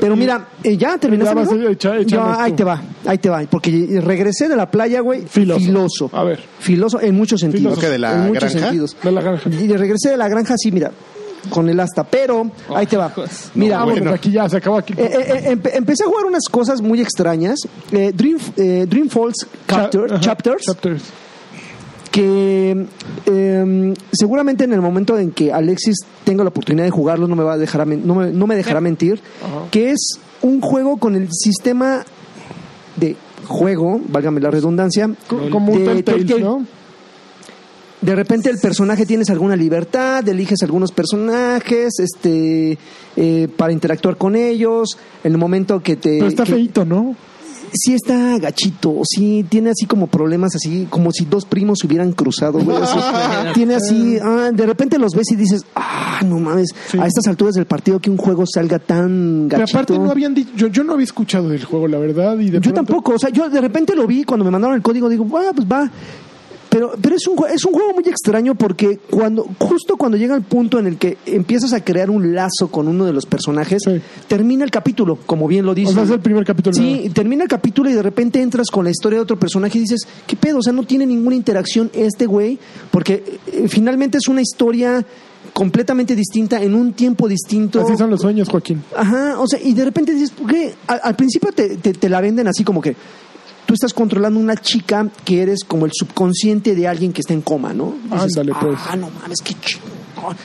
Pero mira, eh, ya terminaste.
Ya vas,
amigo?
eh, echa-
Yo,
échame
ahí
tú.
te va, ahí te va. Porque regresé de la playa, güey,
Filoso.
filoso.
A ver.
Filoso en muchos sentidos.
¿Filoso que de la
en muchos
granja?
sentidos.
Ah, De la granja.
Y regresé de la granja, sí, mira, con el asta. Pero, ahí te va.
hijos.
Mira,
Ah, Oh, bueno, aquí ya se acabó aquí.
Eh, eh, eh, empe- empecé a jugar unas cosas muy extrañas. Eh, Dream, eh, Dream Falls
Cha-
Capture-
ajá,
Chapters,
Chapters.
que eh, seguramente en el momento en que Alexis tenga la oportunidad de jugarlo no me va a dejar a men- no, me, no me dejará mentir, que es un juego con el sistema de juego, válgame la redundancia,
Co- Como un
de
Telltale,
Telltale.
¿no?
De repente el personaje tienes alguna libertad, eliges algunos personajes, este, eh, para interactuar con ellos, en el momento que te
Pero está
Eh, que-
feito, ¿no?
sí está gachito, sí tiene así como problemas así, como si dos primos se hubieran cruzado, güey, así. tiene así, ah, de repente los ves y dices, ah, no mames, a estas alturas del partido que un juego salga tan
Pero
gachito.
aparte no habían dicho... Yo, yo no había escuchado del juego, la verdad. Y de
Yo
pronto-
tampoco, o sea, yo de repente lo vi cuando me mandaron el código, digo, va, pues va. Pero, pero es, un, jue- es un juego muy extraño porque cuando justo cuando llega el punto en el que empiezas a crear un lazo con uno de los personajes,
Sí.
termina el capítulo, como bien lo dice.
O sea, es el primer capítulo.
Sí, y termina el capítulo y de repente entras con la historia de otro personaje y dices, ¿qué pedo? O sea, no tiene ninguna interacción este güey, porque eh, finalmente es una historia completamente distinta, en un tiempo distinto.
Así son los sueños, Joaquín.
Ajá, o sea, y de repente dices, ¿por qué? Al, al principio te, te- te la venden así como que tú estás controlando una chica que eres como el subconsciente de alguien que está en coma, ¿no?
Ándale, pues.
Ah, no mames, qué chingón.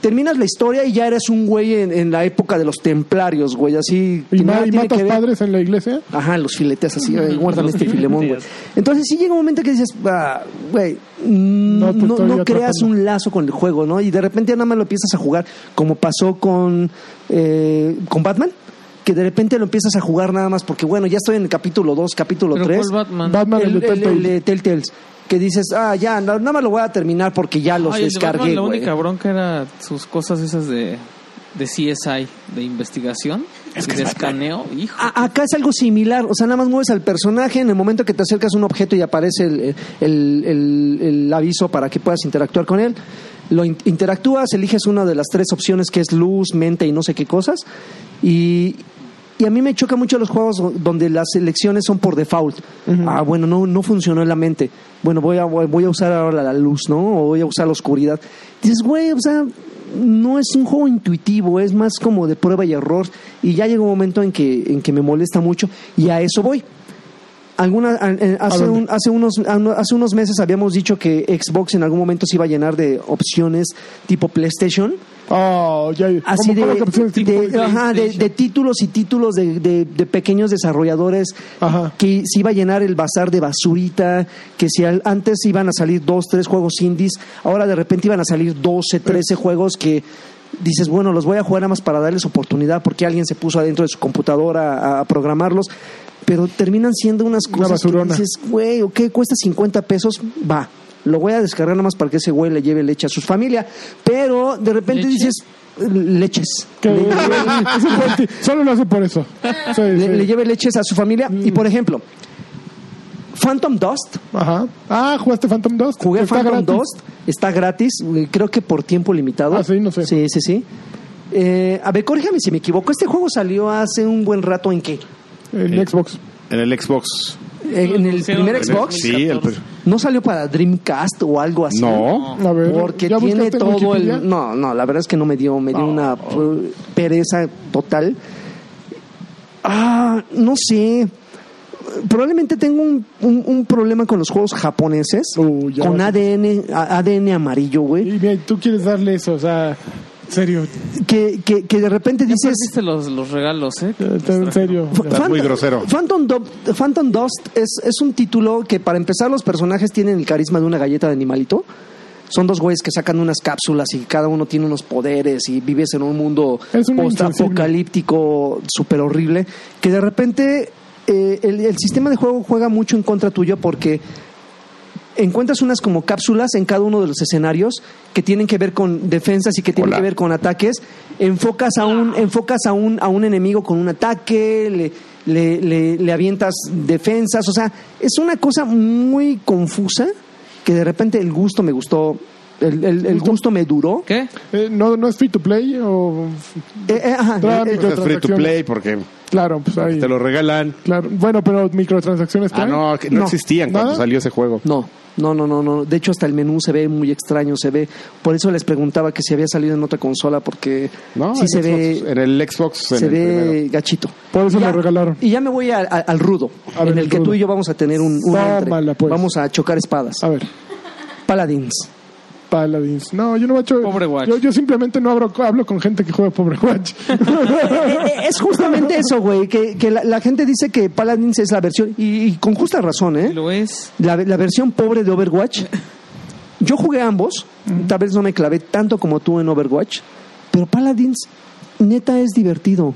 Terminas la historia y ya eres un güey en, en la época de los templarios, güey, así.
¿Y,
que
ma-
nada
y
tiene
matas
que ver.
padres en la iglesia?
Ajá, los filetes así, ay, guárdame
Los
este filemón, güey.
fileteas.
Entonces sí llega un momento que dices, ah, güey, mm,
No
pues,
no,
te
no,
estoy
creas
atrapando.
un lazo con el juego, ¿no? Y de repente nada más lo empiezas a jugar, como pasó con, eh, con Batman, que de repente lo empiezas a jugar nada más porque, bueno, ya estoy en el capítulo 2, capítulo
Pero
3.
¿cuál Batman?
Batman, el,
El,
de
el-
Telltale.
el de Telltales, que dices, ah, ya, na- nada más lo voy a terminar porque ya los
Ay, el de Batman,
descargué,
la
güey.
única bronca era sus cosas esas de de CSI, de investigación y de escaneo, hijo.
A- acá es algo similar, o sea, nada más mueves al personaje en el momento que te acercas a un objeto y aparece el, el- el- el aviso para que puedas interactuar con él. Lo in- interactúas, eliges una de las tres opciones que es luz, mente y no sé qué cosas. Y, y a mí me choca mucho los juegos donde las elecciones son por default. Ah, bueno, no, no funcionó en la mente. Bueno, voy a, voy a usar ahora la luz, ¿no? O voy a usar la oscuridad. Dices, güey, o sea, no es un juego intuitivo, es más como de prueba y error. Y ya llega un momento en que, en que me molesta mucho y a eso voy. Alguna, a- eh, hace,
dónde?
un- hace, unos, hace unos meses habíamos dicho que Xbox en algún momento se iba a llenar de opciones tipo PlayStation
Oh, ya. ¿Cómo
así de,
cuál es la opción?
de- ajá, de- de títulos y títulos de, de- de pequeños desarrolladores
Ajá.
que se iba a llenar el bazar de basurita, que si al- antes iban a salir dos, tres juegos indies, ahora de repente iban a salir 12, 13 juegos que dices, bueno, los voy a jugar nada más para darles oportunidad porque alguien se puso adentro de su computadora a, a programarlos. Pero terminan siendo unas
Una
cosas que
basurona.
dices, güey, ok, cuesta 50 pesos, va, lo voy a descargar nada más para que ese güey le lleve leche a su familia. Pero de repente
¿Leche?
dices, leches.
Que-
Le,
Ese cuate Solo lo hace por eso. Sí,
le-
sí.
le lleve leches a su familia.
Mm.
Y por ejemplo, Phantom Dust,
Ajá. Ah, jugaste Phantom 2.
jugué Phantom Dust, está gratis, eh, creo que por tiempo limitado.
Ah, sí, no sé.
Sí, sí, sí. Eh, a ver, corrígame si me equivoco. Este juego salió hace un buen rato en qué? Eh,
En Xbox.
En el Xbox.
En el primer Xbox.
Sí, el pr-
¿No salió para Dreamcast o algo
Ah,
así?
No.
A ver.
Porque
¿ya
tiene
buscaste en
todo
Wikipedia? Oh.
el... No, no, la verdad es que no me dio, me dio una eh, pereza total. Ah, no sé. Probablemente tengo un, un- un problema con los juegos japoneses.
Uh, ya
con
vas a-
ADN, a- ADN amarillo,
Y
güey.
mira, tú quieres darle eso, o sea, en serio.
Que, que, que de repente
Ya
dices...
perdiste los, los regalos, ¿eh?
En serio.
F-
Estás muy grosero.
Phantom, Do- Phantom Dust es, es un título que para empezar los personajes tienen el carisma de una galleta de animalito. Son dos güeyes que sacan unas cápsulas y cada uno tiene unos poderes y vives en un mundo
Es un
postapocalíptico súper horrible. Que de repente eh, el, el sistema de juego juega mucho en contra tuyo porque encuentras unas como cápsulas en cada uno de los escenarios que tienen que ver con defensas y que tienen que ver con ataques. Enfocas a un, enfocas a un, a un enemigo con un ataque, le, le, le- le avientas defensas. O sea, es una cosa muy confusa que de repente el gusto me gustó. El, el- el gusto me duró.
¿Qué?
Eh, no, no es free to play o.
Eh, eh, ajá,
Claro,
eh, eh,
Pues Es free to
transacciones.
play porque
Claro, pues ahí.
te lo regalan.
Claro. Bueno, pero microtransacciones.
Ah,
traen?
no, que no,
No.
existían
¿Nada?
cuando salió ese juego.
no, no, no, no, no. De hecho, hasta el menú se ve muy extraño, se ve. Por eso les preguntaba que si había salido en otra consola, porque
No,
sí
en
se ve.
Xbox, en el Xbox. en
se
el
ve
primero.
gachito.
Por eso
Y ya-
lo regalaron.
Y ya me voy al, al- al rudo,
A ver,
en el
el
que
rudo.
tú y yo vamos a tener un, un
Tómala,
entre.
pues.
Vamos a chocar espadas.
A ver.
Paladins.
Paladins. No, yo no voy a cho-
Pobre Watch.
Yo, yo simplemente no abro, hablo con gente que juega Pobre Watch.
Eh, es justamente eso, güey, que, que la, la gente dice que Paladins es la versión, y, y con justa razón, ¿eh?
Lo es.
La, la versión pobre de Overwatch. Yo jugué ambos, tal vez no me clavé tanto como tú en Overwatch, pero Paladins neta es divertido.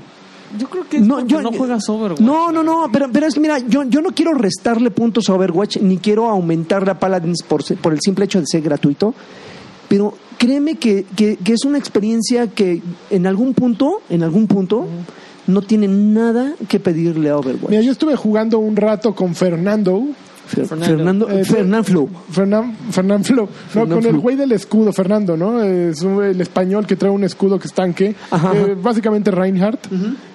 Yo creo que es no, no juegas Overwatch.
No, no, no, pero, pero es que mira, yo, yo no quiero restarle puntos a Overwatch ni quiero aumentar la Paladins por, se- por el simple hecho de ser gratuito. Pero créeme que, que- que es una experiencia que en algún punto, en algún punto, no tiene nada que pedirle a Overwatch.
Mira, yo estuve jugando un rato con Fernando.
Fer-
Fernando.
Fernando,
Eh,
Fernán Flo.
Fernan, Fernan Flo. No,
Fernan
con el
Flo.
güey del escudo, Fernando, ¿no? Es un- el español que trae un escudo que es tanque.
Ajá, ajá.
Eh, básicamente Reinhardt.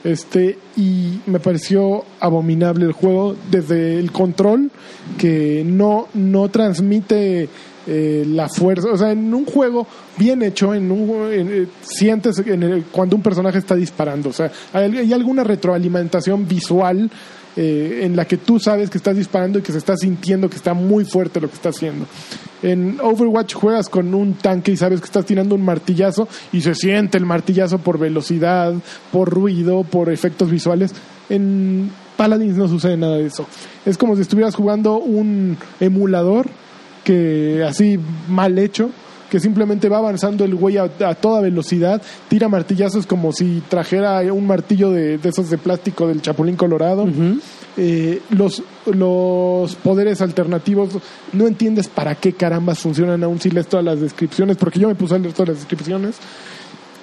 Este, y me pareció abominable el juego desde el control que no, no transmite eh, la fuerza. O sea, en un juego bien hecho, en un, en- eh, sientes en el- cuando un personaje está disparando. O sea, hay, hay alguna retroalimentación visual eh, en la que tú sabes que estás disparando y que se está sintiendo que está muy fuerte lo que está haciendo. En Overwatch juegas con un tanque y sabes que estás tirando un martillazo y se siente el martillazo por velocidad, por ruido, por efectos visuales. En Paladins no sucede nada de eso. Es como si estuvieras jugando un emulador que así mal hecho que simplemente va avanzando el güey a, a toda velocidad, tira martillazos como si trajera un martillo de, de esos de plástico del Chapulín Colorado. Eh, los, los poderes alternativos, no entiendes para qué carambas funcionan aún si lees todas las descripciones, porque yo me puse a leer todas las descripciones.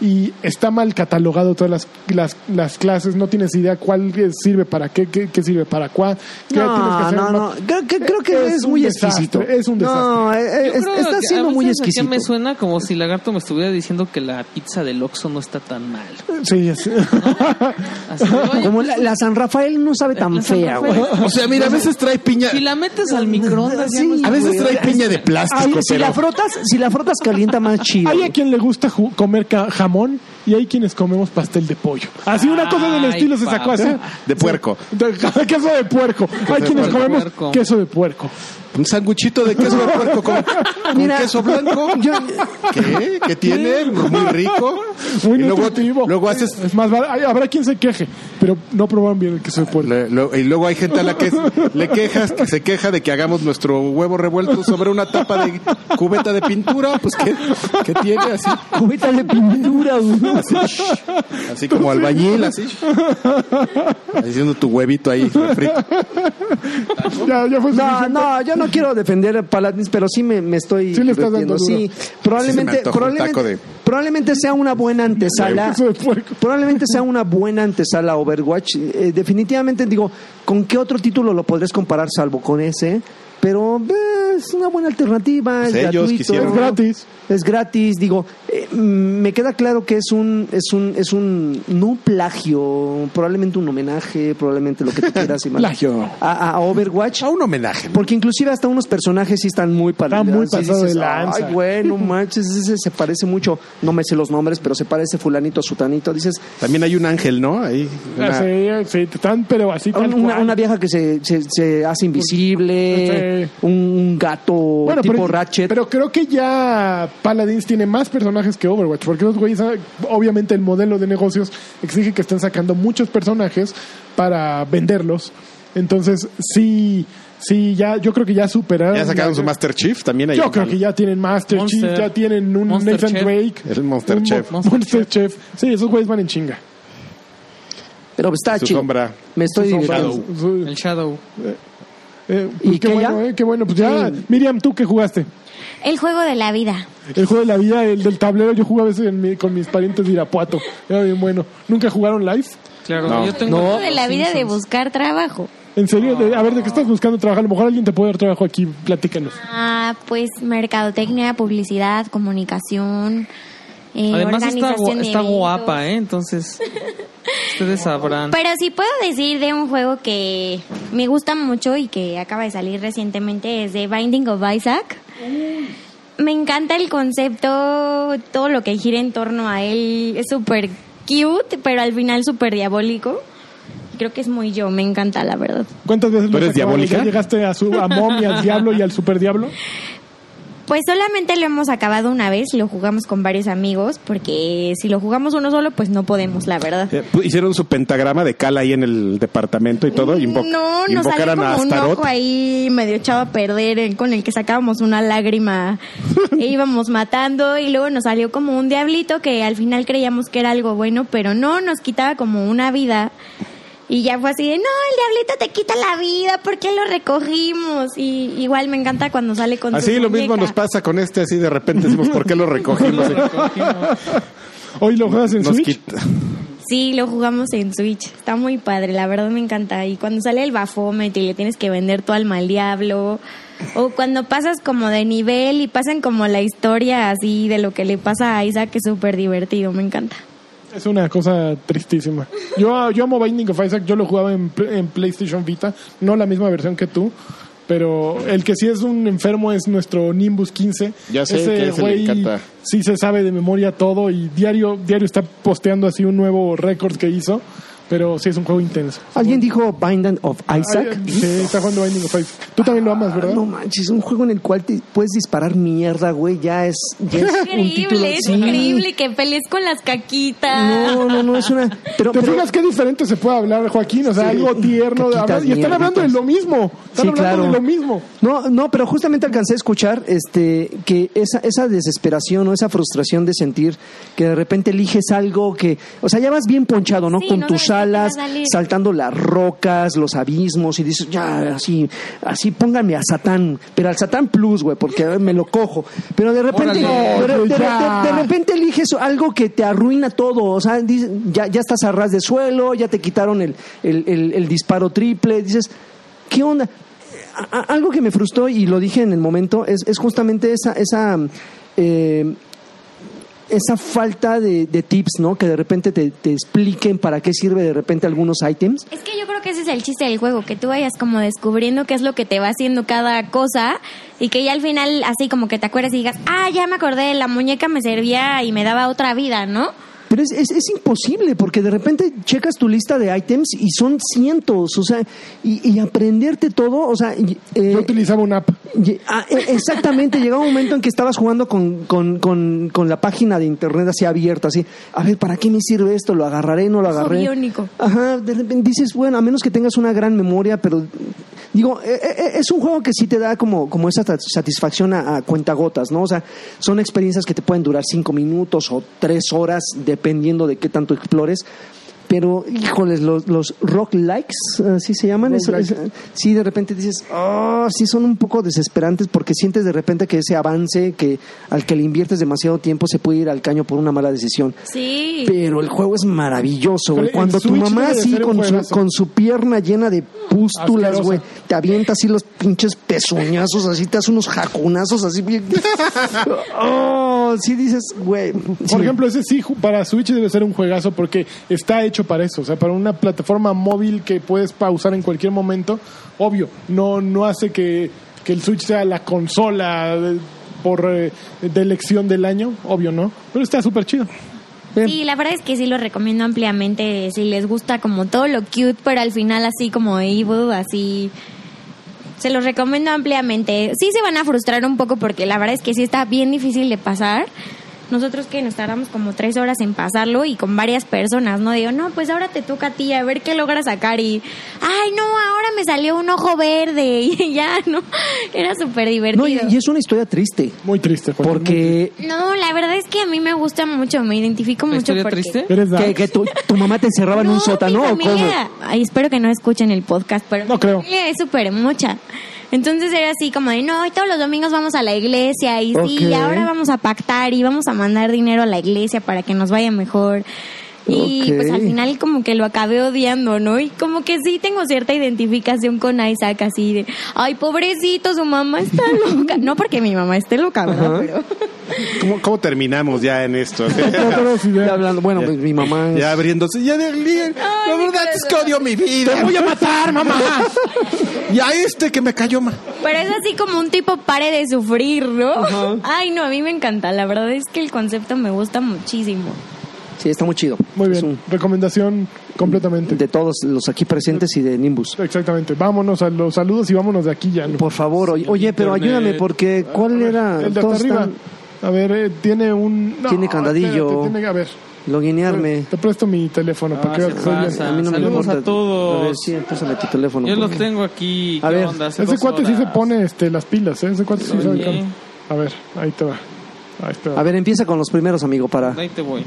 y está mal catalogado todas las, las, las clases, no tienes idea cuál sirve para qué, qué, qué sirve para cuál. qué tienes que
No,
hacer,
no, no. Creo que, creo que es,
un
muy
desastre,
exquisito.
Es un desastre.
No, eh, eh,
Yo
es-
creo
está
que a
siendo muy
veces aquí
exquisito.
me suena como si Lagarto me estuviera diciendo que la pizza del Oxxo no está tan mal.
Sí, es-
Así de, "Oye, pues,
Como la, la San Rafael no sabe tan
La San
fea,
Rafael.
güey.
O sea, mira, a veces trae piña.
si la metes al microondas, ya
Sí,
no está
A veces
güey.
trae piña de
Ay,
plástico,
si,
pero.
la frotas, si la frotas calienta más chido.
Hay a quien le gusta ju- comer ca- jamón y hay quienes comemos pastel de pollo. Así una cosa del
Ay,
estilo se sacó
papá.
así.
De puerco.
De- queso de puerco. Hay
de
quienes
puerco.
comemos
Puerco.
queso de puerco.
Un sanguchito de queso de puerco con, con
Mira.
queso blanco. ¿Qué? ¿Qué tiene? Muy rico.
Muy
Y luego,
nutritivo.
luego haces.
Es más, bar- hay- habrá quien se queje, pero no probaron bien el queso de puerco.
le- lo- y luego hay gente a la que es- le quejas, que se queja de que hagamos nuestro huevo revuelto sobre una tapa de cubeta de pintura. Pues, ¿qué, qué tiene? Así,
Cubeta de pintura, güey.
así como albañil, así. Haciendo tu huevito ahí, refrito.
Ya, ya fue
No,
suficiente.
no, yo no quiero defender a Paladins, pero sí me, me estoy
Sí le estás
divirtiendo.
dando duro.
Sí,
Sí se
probablemente,
me antoja un
probablemente,
taco de-
probablemente sea una buena antesala.
Queso de puerco.
Probablemente sea una buena antesala a Overwatch. Eh, definitivamente digo, ¿con qué otro título lo podrías comparar salvo con ese? Pero eh, es una buena alternativa, es
Pues ellos
gratuito.
quisieron.
Es gratis.
Es gratis, digo, eh, mm, me queda claro que es un, es un, es un, no un plagio, probablemente un homenaje, probablemente lo que tú quieras y más.
Plagio.
A, a Overwatch.
A un homenaje.
Porque inclusive hasta unos personajes sí están muy parecidos.
muy
Sí
pasado
dices,
de lanza".
Ay, bueno, manches, ese se parece mucho. No me sé los nombres, pero se parece fulanito, sutanito. Dices,
También hay un ángel, ¿no? Ahí. una-
Ah, Sí, sí, te están, pero así tal
un- una,
cual.
una vieja que se, se, se hace invisible,
Sí.
un, un gato tipo Ratchet.
Pero creo que ya Paladins tiene más personajes que Overwatch, porque los güeyes, ah, obviamente el modelo de negocios exige que estén sacando muchos personajes para venderlos. Entonces, sí, sí, ya, yo creo que ya superaron.
Ah, Ya sacaron
la-
su Master Chief también ahí.
Yo creo que ya tienen Master
Monster.
Chief, ya tienen un
Monster
Nathan
Chef.
Drake.
El Monster
un Mo-
Chef.
Monster, Chef. Sí, esos güeyes van en chinga.
Pero está
Su
chido.
sombra.
Me estoy
Son-
divirtiendo.
Su-
El Shadow.
eh,
¿Y
pues qué
qué
bueno,
ya?
eh, qué bueno. Pues ya,
Sí.
Miriam, ¿tú qué jugaste?
El juego de la vida.
El juego de la vida, el del tablero, yo jugaba a veces en mi- con mis parientes de Irapuato. Era bien bueno. ¿Nunca jugaron live?
Claro,
No.
yo
El
tengo.
juego
los
de la vida de
Simpsons.
buscar trabajo.
En serio, de- a ver, ¿de qué estás buscando trabajar? A lo mejor alguien te puede dar trabajo aquí, platícanos.
Ah, pues mercadotecnia, publicidad, comunicación. eh,
Además está,
organización
gua-
de
está
eventos.
guapa, ¿eh? Entonces, ustedes sabrán.
Pero sí puedo decir de un juego que me gusta mucho y que acaba de salir recientemente, es de Binding of Isaac. Me encanta el concepto, todo lo que gira en torno a él. Es súper cute, pero al final súper diabólico. Creo que es muy yo, me encanta, la verdad.
¿Cuántas veces
¿Tú
lo has
eres
acabado?
diabólica?
¿Ya llegaste a, su, a Mom y al Diablo y al Super Diablo?
Pues solamente lo hemos acabado una vez, lo jugamos con varios amigos, porque si lo jugamos uno solo, pues no podemos, la verdad.
Eh, pu- Hicieron su pentagrama de Cal ahí en el departamento y todo. invo-
no, nos salió
invocaran
como
a
un
Astaroth.
ojo ahí medio echado a perder eh, con el que sacábamos una lágrima e íbamos matando y luego nos salió como un diablito que al final creíamos que era algo bueno, pero no, nos quitaba como una vida. Y ya fue así de, no, el diablito te quita la vida, ¿por qué lo recogimos? Y igual me encanta cuando sale con
Así
su
Ah, lo mismo
muñeca.
nos pasa con este, así de repente decimos, ¿por qué lo recogimos?
Hoy lo juegas en
Nos
Switch.
quita-
Sí, lo jugamos en Switch. Está muy padre, la verdad me encanta. Y cuando sale el bafómetro y le tienes que vender tu alma al diablo. O cuando pasas como de nivel y pasan como la historia así de lo que le pasa a Isaac, que es súper divertido, me encanta.
Es una cosa tristísima. Yo, yo amo Binding of Isaac, yo lo jugaba en, pl- en PlayStation Vita, no la misma versión que tú. Pero el que sí es un enfermo es nuestro Nimbus 15.
Ya sé que ese le encanta.
sí se sabe de memoria todo y diario, diario está posteando así un nuevo récord que hizo. Pero sí es un juego intenso.
¿Alguien dijo Binding of Isaac?
Ay, sí, está jugando Binding of Isaac. Tú también lo amas,
Ah,
¿verdad?
No manches, un juego en el cual te puedes disparar mierda, güey, ya es, ya es un título.
Increíble, es
sí.
increíble que pelees con las caquitas.
No, no, no, es una. Pero,
¿Te
pero-
fijas qué diferente se puede hablar, Joaquín? O sea,
Sí.
algo tierno.
Caquitas,
hablan- y están hablando de
mierditas.
lo mismo. Están
Sí,
hablando
claro.
de lo mismo.
No, no, pero justamente alcancé a escuchar este que esa, esa desesperación o esa frustración de sentir que de repente eliges algo que, o sea, ya vas bien ponchado, ¿no?
Sí,
Con
no
tu
sabes qué
alas,
Va a salir.
saltando las rocas, los abismos, y dices, ya, así, así pónganme a Satán, pero al Satán Plus, güey, porque me lo cojo. Pero de repente, de, re- de- de- de repente eliges algo que te arruina todo, o sea, dices, ya, ya estás a ras de suelo, ya te quitaron el, el- el- el disparo triple, dices, ¿qué onda? A- a- algo que me frustró y lo dije en el momento es, es justamente esa, esa eh, esa falta de, de tips, ¿no? Que de repente te, te expliquen para qué sirve de repente algunos ítems.
Es que yo creo que ese es el chiste del juego, que tú vayas como descubriendo qué es lo que te va haciendo cada cosa y que ya al final así como que te acuerdes y digas, ah, ya me acordé, la muñeca me servía y me daba otra vida, ¿no?
Pero es, es, es imposible porque de repente checas tu lista de ítems y son cientos, o sea, y, y aprenderte todo, o sea... y- eh,
Yo utilizaba una app.
y- ah, e- exactamente, llegaba un momento en que estabas jugando con, con, con, con la página de internet así abierta, así, a ver, ¿para qué me sirve esto? ¿Lo agarraré? ¿No lo
Ojo
agarré?
biónico.
Ajá, de repente dices, bueno, a menos que tengas una gran memoria, pero digo, eh, eh, es un juego que sí te da como, como esa sat- satisfacción a, a cuentagotas, ¿no? O sea, son experiencias que te pueden durar cinco minutos o tres horas, dependiendo de qué tanto explores. Pero, híjoles, los, los rock likes, así se llaman. es-
Roguelike.
es- sí, de repente dices, oh, sí son un poco desesperantes porque sientes de repente que ese avance que al que le inviertes demasiado tiempo se puede ir al caño por una mala decisión.
Sí.
Pero el juego es maravilloso,
Pero
güey.
el
Cuando tu
Switch
mamá
debe de
así
ser un
con su,
juegazo.
con su pierna llena de pústulas,
Asquerosa.
güey, te avienta así los pinches pezuñazos, así te hace unos jacunazos, así bien. oh, sí dices, güey. sí.
Por ejemplo, ese sí ju- para Switch debe ser un juegazo porque está hecho para eso, o sea, para una plataforma móvil que puedes pausar en cualquier momento. Obvio, no no hace que, que el Switch sea la consola de- por eh, de elección del año, obvio no, pero está súper chido. Bien.
Sí, la verdad es que sí lo recomiendo ampliamente, si les gusta como todo lo cute, pero al final así como evil, así... Se los recomiendo ampliamente. Sí se van a frustrar un poco porque la verdad es que sí está bien difícil de pasar. Nosotros que nos tardamos como tres horas en pasarlo y con varias personas, ¿no? Digo, no, pues ahora te toca a ti, a ver qué logras sacar y... Ay, no, ahora me salió un ojo verde y ya, ¿no? Era súper divertido.
No, y, y es una historia triste.
Muy triste, Juan.
Porque
No, la verdad es que a mí me gusta mucho, me identifico
¿La
mucho
historia
porque...
triste?
Eres dark.
que, que tu, tu mamá te encerraba en un sótano
mi
o cómo.
familia- Ay, espero que no escuchen el podcast, pero
No
mi
creo.
familia es súper mucha. Entonces era así como de, no, y todos los domingos vamos a la iglesia y sí,
Ok.
y ahora vamos a pactar y vamos a mandar dinero a la iglesia para que nos vaya mejor. Y
Ok.
pues al final como que lo acabé odiando, ¿no? Y como que sí tengo cierta identificación con Isaac así de, ay, pobrecito, su mamá está loca. No porque mi mamá esté loca, ¿verdad? Pero-
¿Cómo, cómo terminamos ya en esto?
No tenemos idea.
Ya hablando, bueno, pues mi mamá. es-
ya abriéndose. Ya de, la verdad es que odio mi vida. Te voy a matar, mamá. y a este que me cayó mal.
Pero es así como un tipo pare de sufrir, ¿no? Ay, no, a mí me encanta. La verdad es que el concepto me gusta muchísimo.
Sí, está muy chido.
Muy
Es
bien,
un-
recomendación completamente.
de todos los aquí presentes y de Nimbus.
Exactamente. Vámonos a los saludos y vámonos de aquí ya. ¿no?
Por favor, oye, oye, pero
Internet.
ayúdame porque Eh, ¿cuál era?
Ah, El de hasta
Todos
arriba.
están-
A ver, eh, tiene un... no,
Tiene candadillo.
espérate, tiene- a ver,
Loguinearme.
te presto mi teléfono para que
Ah, se
veas que soy bien.
pasa.
A mí no me
Saludos
importa.
a todos.
A ver, sí, pásame tu teléfono.
Yo los
porque-
tengo aquí.
A
¿Qué
ver,
onda? Hace
Ese
dos
cuate sí se
horas.
pone este, las pilas, ¿eh? Ese cuate sí
Oye.
sabe cómo. A ver, ahí te va. Ahí te va.
A ver, empieza con los primeros, amigo, para...
Ah. Ahí te voy.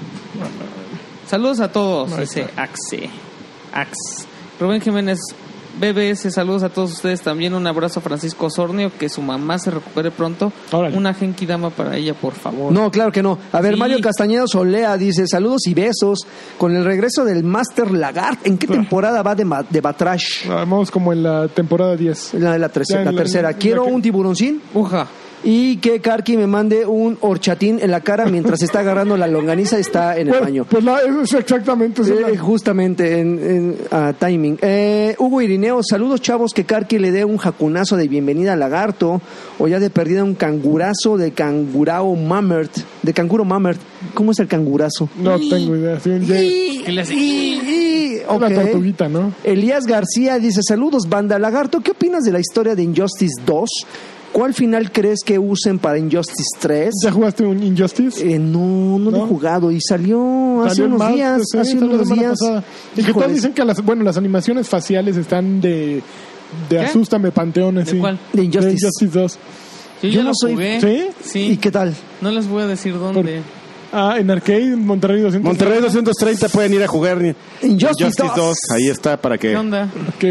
Saludos a todos.
Ahí
Dice Axe. Ax. Rubén Jiménez, BBS, saludos a todos ustedes también. Un abrazo a Francisco Osornio. Que su mamá se recupere pronto.
Órale.
Una Genki Dama para ella, por favor.
No, claro que no. A ver,
Sí.
Mario Castañeda Solea dice, saludos y besos. Con el regreso del Master Lagart, ¿en qué temporada va de, ma- de Batrash?
Ah, Vamos como en la temporada 10.
La, la, terce-
Ya,
la
la-
tercera.
la
Quiero
que-
un tiburoncín
Uja.
y que Karki me mande un horchatín en la cara mientras está agarrando la longaniza está en el
Bueno,
baño.
Pues la- eso es exactamente eso. es la-
Eh, justamente en, en- ah, timing. Eh, Hugo Irineo, saludos chavos, que Karki le dé un jacunazo de bienvenida al lagarto o ya de perdida un cangurazo de cangurao mamert, de canguro mamert. ¿Cómo es el cangurazo?
No tengo idea. Sí, un J.
¿Qué le hace?
Y- y-
Una
ok.
tortuguita, ¿no?
Elías García dice, saludos banda lagarto, ¿qué opinas de la historia de Injustice 2? ¿Cuál final crees que usen para Injustice 3?
¿Ya jugaste un Injustice?
Eh, no, no, lo he
¿No?
jugado y salió hace
Salió el
unos
martes,
días,
¿eh?
hace
Salió la
unos
semana
días.
pasada. Y que todos
Híjoles.
dicen que las, bueno, las animaciones faciales están de, de asústame panteones.
¿De
sí.
cuál?
De Injustice.
2.
Yo,
Yo
ya
no
lo
soy-
jugué.
¿Sí?
Sí.
¿Y qué tal?
No les voy a decir dónde.
Ah, en Arcade, en Monterrey 200.
Monterrey 230 pueden ir a jugar. ni-
Injustice 2.
Ahí está para que.
¿Qué onda?
Ok.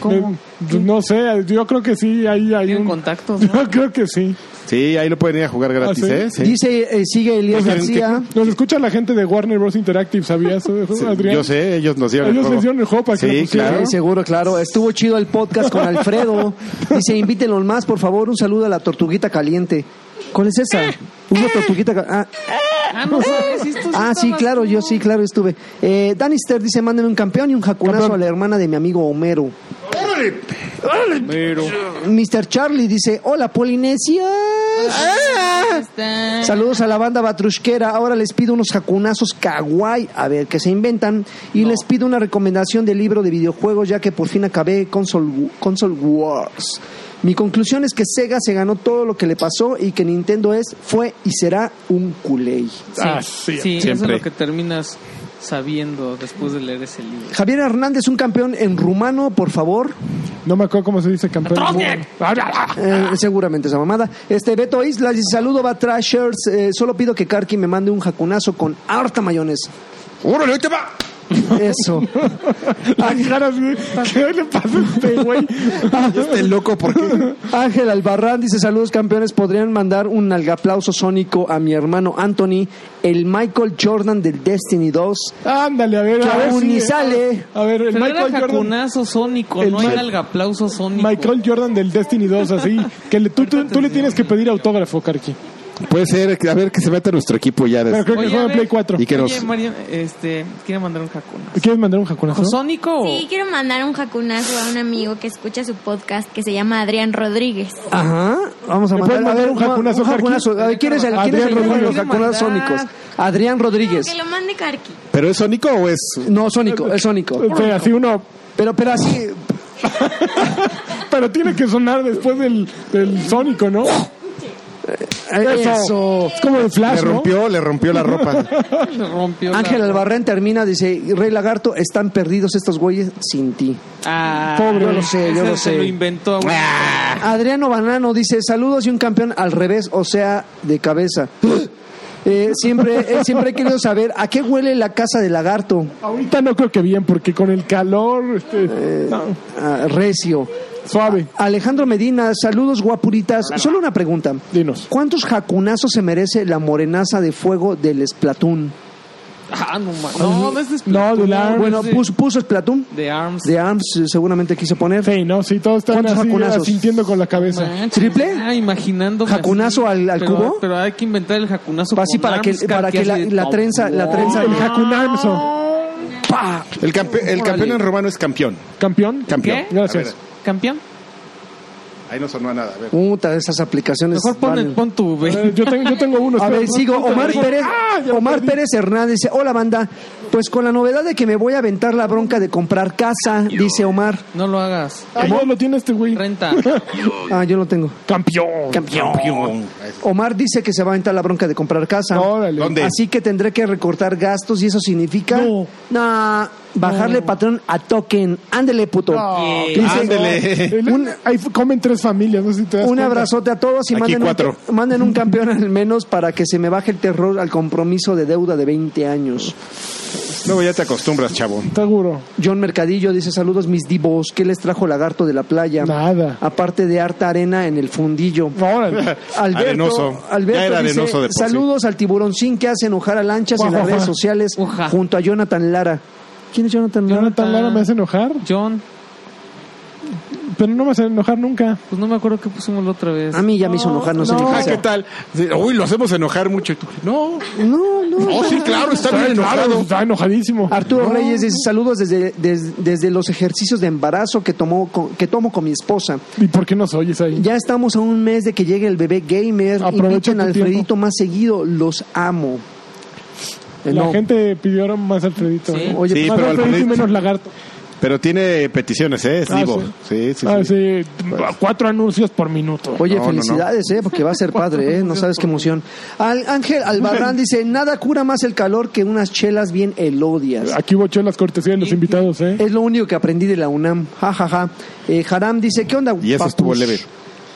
¿Cómo?
Eh, No sé, yo creo que sí, ahí hay
¿Tienen
un...
contactos? no?
Yo creo que sí.
Sí, ahí lo pueden ir a jugar gratis,
Ah, sí.
¿eh? Sí.
Dice, eh, sigue Elías
Oigan, ¿qué-
García. Eh,
Nos escucha la gente de Warner Bros. Interactive, ¿sabías,
Sí,
Adrián?
Yo sé, ellos nos dieron
Ellos
el juego.
les dieron el juego para que
Sí,
lo pusieran.
claro.
Sí, seguro, claro. Estuvo chido el podcast con Alfredo. Dice, invítenlo más, por favor. Un saludo a la tortuguita caliente. ¿Cuál es esa?
Eh.
Una tortuguita ca- ah,
Ah, no sabes. esto
Ah, sí,
estabas
claro,
tú.
yo sí, claro, estuve. Eh, Danister dice, mándenme un campeón y un jacunazo a la hermana de mi amigo Homero. Mr. Charlie dice, hola, Polinesia. Ah.
¿Cómo estás?
Saludos a la banda batrusquera. Ahora les pido unos jacunazos kawaii, a ver qué se inventan. Y les pido una recomendación de libro de videojuegos, ya que por fin acabé Console, Console Wars. Mi conclusión es que Sega se ganó todo lo que le pasó y que Nintendo es, fue y será un culé.
Sí,
Ah, sí,
sí, eso es
siempre.
lo que terminas sabiendo después de leer ese libro.
Javier Hernández, un campeón en rumano, por favor.
No me acuerdo cómo se dice campeón.
Eh, seguramente esa mamada. Este Beto Islas dice: Saludo, Batrashers. Eh, solo pido que Karki me mande un jacunazo con harta mayones.
¡Órale, ahí te va!
Eso.
Las caras, ¿eh? ¿qué le pasa a este güey?
Este loco, ¿por qué?
Ángel Albarrán dice: Saludos, campeones. ¿Podrían mandar un algaplauso sónico a mi hermano Anthony, el Michael Jordan del Destiny 2?
Ándale, a ver, a
Que
ver.
aún
si-
ni sale.
A ver, el
Pero
Michael
era
Jordan.
jacunazo sónico,
El
no
Ma-
era algaplauso sónico.
Michael Jordan del Destiny 2, así. Que le- tú, tú, tú le tienes que pedir autógrafo, Karki.
Puede ser, que- a ver que se meta nuestro equipo ya.
Pero
des-
creo que
Oye,
juega
a
en
ver,
Play 4.
Y que
Oye,
nos.
María, este, quiere mandar un jacunazo.
¿Quieres mandar un jacunazo?
¿Sónico? o-
Sí, quiero mandar un jacunazo a un amigo que escucha su podcast que se llama Adrián Rodríguez.
Ajá. Vamos a
¿Le
mandar,
puedes mandar un jacunazo, Karki?
A ver, ¿quién es el, quién es el
Adrián
dueño de los
Rodríguez.
jacunazos
Mandar.
sónicos? Adrián Rodríguez.
Que lo mande Karki.
¿Pero es sónico o es.?
No, sónico, es sónico.
O sea, así uno.
Pero, pero así.
Pero tiene que sonar después del, del Sónico, ¿no?
eh, eso.
Es como el
Le
Flash, ¿no?
rompió, le rompió la ropa.
Le rompió la-
Ángel Albarrán termina, dice, Rey Lagarto, están perdidos estos güeyes sin ti.
Ah,
Pobre, yo lo sé, yo
ese
lo
se
sé.
lo inventó. güey.
Ah.
Adriano Banano dice, saludos y un campeón al revés, o sea, de cabeza. Eh, siempre, eh, siempre he querido saber a qué huele la casa de lagarto,
Ahorita no creo que bien, porque con el calor, este, no,
Ah, recio.
suave.
Alejandro Medina, saludos guapuritas. Solo una pregunta.
Dinos.
¿Cuántos jacunazos se merece la morenaza de fuego del Splatoon?
Ah, no, ma- no, no es de
No, de
Splatoon,
la-
Bueno,
es de-
puso, puso Splatoon
de Arms.
de ARMS, eh, seguramente quiso poner.
Sí, no, sí, todos están
¿Cuántos
así,
jacunazos?
asintiendo con la cabeza.
Manches,
¿Triple?
Ah, imaginando.
¿Jacunazo al- al
pero,
cubo?
Pero hay que inventar el jacunazo.
Así
con
para que-
arms,
para que
así
la-
de-
la trenza- la trenza-
El jacunamso.
¡Pah!
El, campe- el campeón en romano es campeón.
¿Campeón?
Campeón.
¿Qué?
Gracias.
¿Campeón?
Ahí no sonó a nada. A ver.
Puta, esas aplicaciones.
Mejor pon, el-
valen.
pon tu... güey.
Eh, yo, tengo, yo tengo uno.
A
espera,
ver,
no,
sigo.
puta,
Omar
no.
Pérez,
Ah, ya lo
Omar
perdí.
Pérez Hernández dice, hola banda, pues con la novedad de que me voy a aventar la bronca de comprar casa, dice Omar.
No lo hagas.
Ah, ya lo tiene este güey.
Renta.
Ah, yo no tengo.
Campeón.
Campeón.
Omar dice que se va a aventar la bronca de comprar casa.
Órale.
¿Dónde?
Así que tendré que recortar gastos y eso significa
No.
Nah, bajarle patrón a token. Ándele, puto.
Ándele.
El- ahí f- comen tres familias, no sé si te das
Un
cuenta.
abrazote a todos y
Aquí
manden
cuatro.
un, manden un campeón al menos para que se me baje el terror al compromiso de deuda de 20 años.
Luego ya te acostumbras, chavo.
Seguro.
John Mercadillo dice saludos mis divos, ¿qué les trajo lagarto de la playa?
Nada.
Aparte de harta arena en el fundillo.
Órale.
Alberto,
Arenoso.
Alberto
Ya era
dice,
arenoso de por sí.
saludos al tiburoncín que hace enojar a lanchas en
Guau,
las
guau,
redes
guau.
sociales
Uja.
junto a Jonathan Lara. ¿Quién es Jonathan Lara?
Jonathan Lara me hace enojar,
John,
pero no me hace enojar nunca.
pues no me acuerdo qué pusimos la otra vez.
A mí ya me hizo enojar, no, sé ni qué
Ah, ¿qué
hacer.
tal? Sí, Uy, lo hacemos enojar mucho. Y tú, No,
No, no.
no, Oh, sí, claro, está bien
Claro,
enojado.
está enojadísimo.
Arturo Reyes dice saludos desde, des- desde los ejercicios de embarazo que, tomó con- que tomo con mi esposa.
¿Y por qué nos oyes ahí?
Ya estamos a un mes de que llegue el bebé gamer.
Aprovecha
Inviten
tu
al
tiempo.
Alfredito más seguido. Los amo. Eh,
La
no.
gente pidió más Alfredito.
Sí.
¿eh?
Oye,
Sí,
más
pero
Alfredito y
Alfredito-
menos Lagarto.
Pero tiene peticiones, ¿eh? Es
Ah,
vivo.
sí.
Sí, sí,
Ah,
sí.
sí. Cuatro anuncios por minuto.
Oye,
No, no, no.
felicidades, ¿eh? Porque va a ser padre, ¿eh? No sabes qué emoción. Al- Ángel Albarrán dice, nada cura más el calor que unas chelas bien elodias.
Aquí hubo las cortesías de los invitados, ¿eh?
Es lo único que aprendí de la UNAM. Ja, ja, ja. Eh, Haram dice, ¿qué onda?
Y eso
papus?
estuvo leve.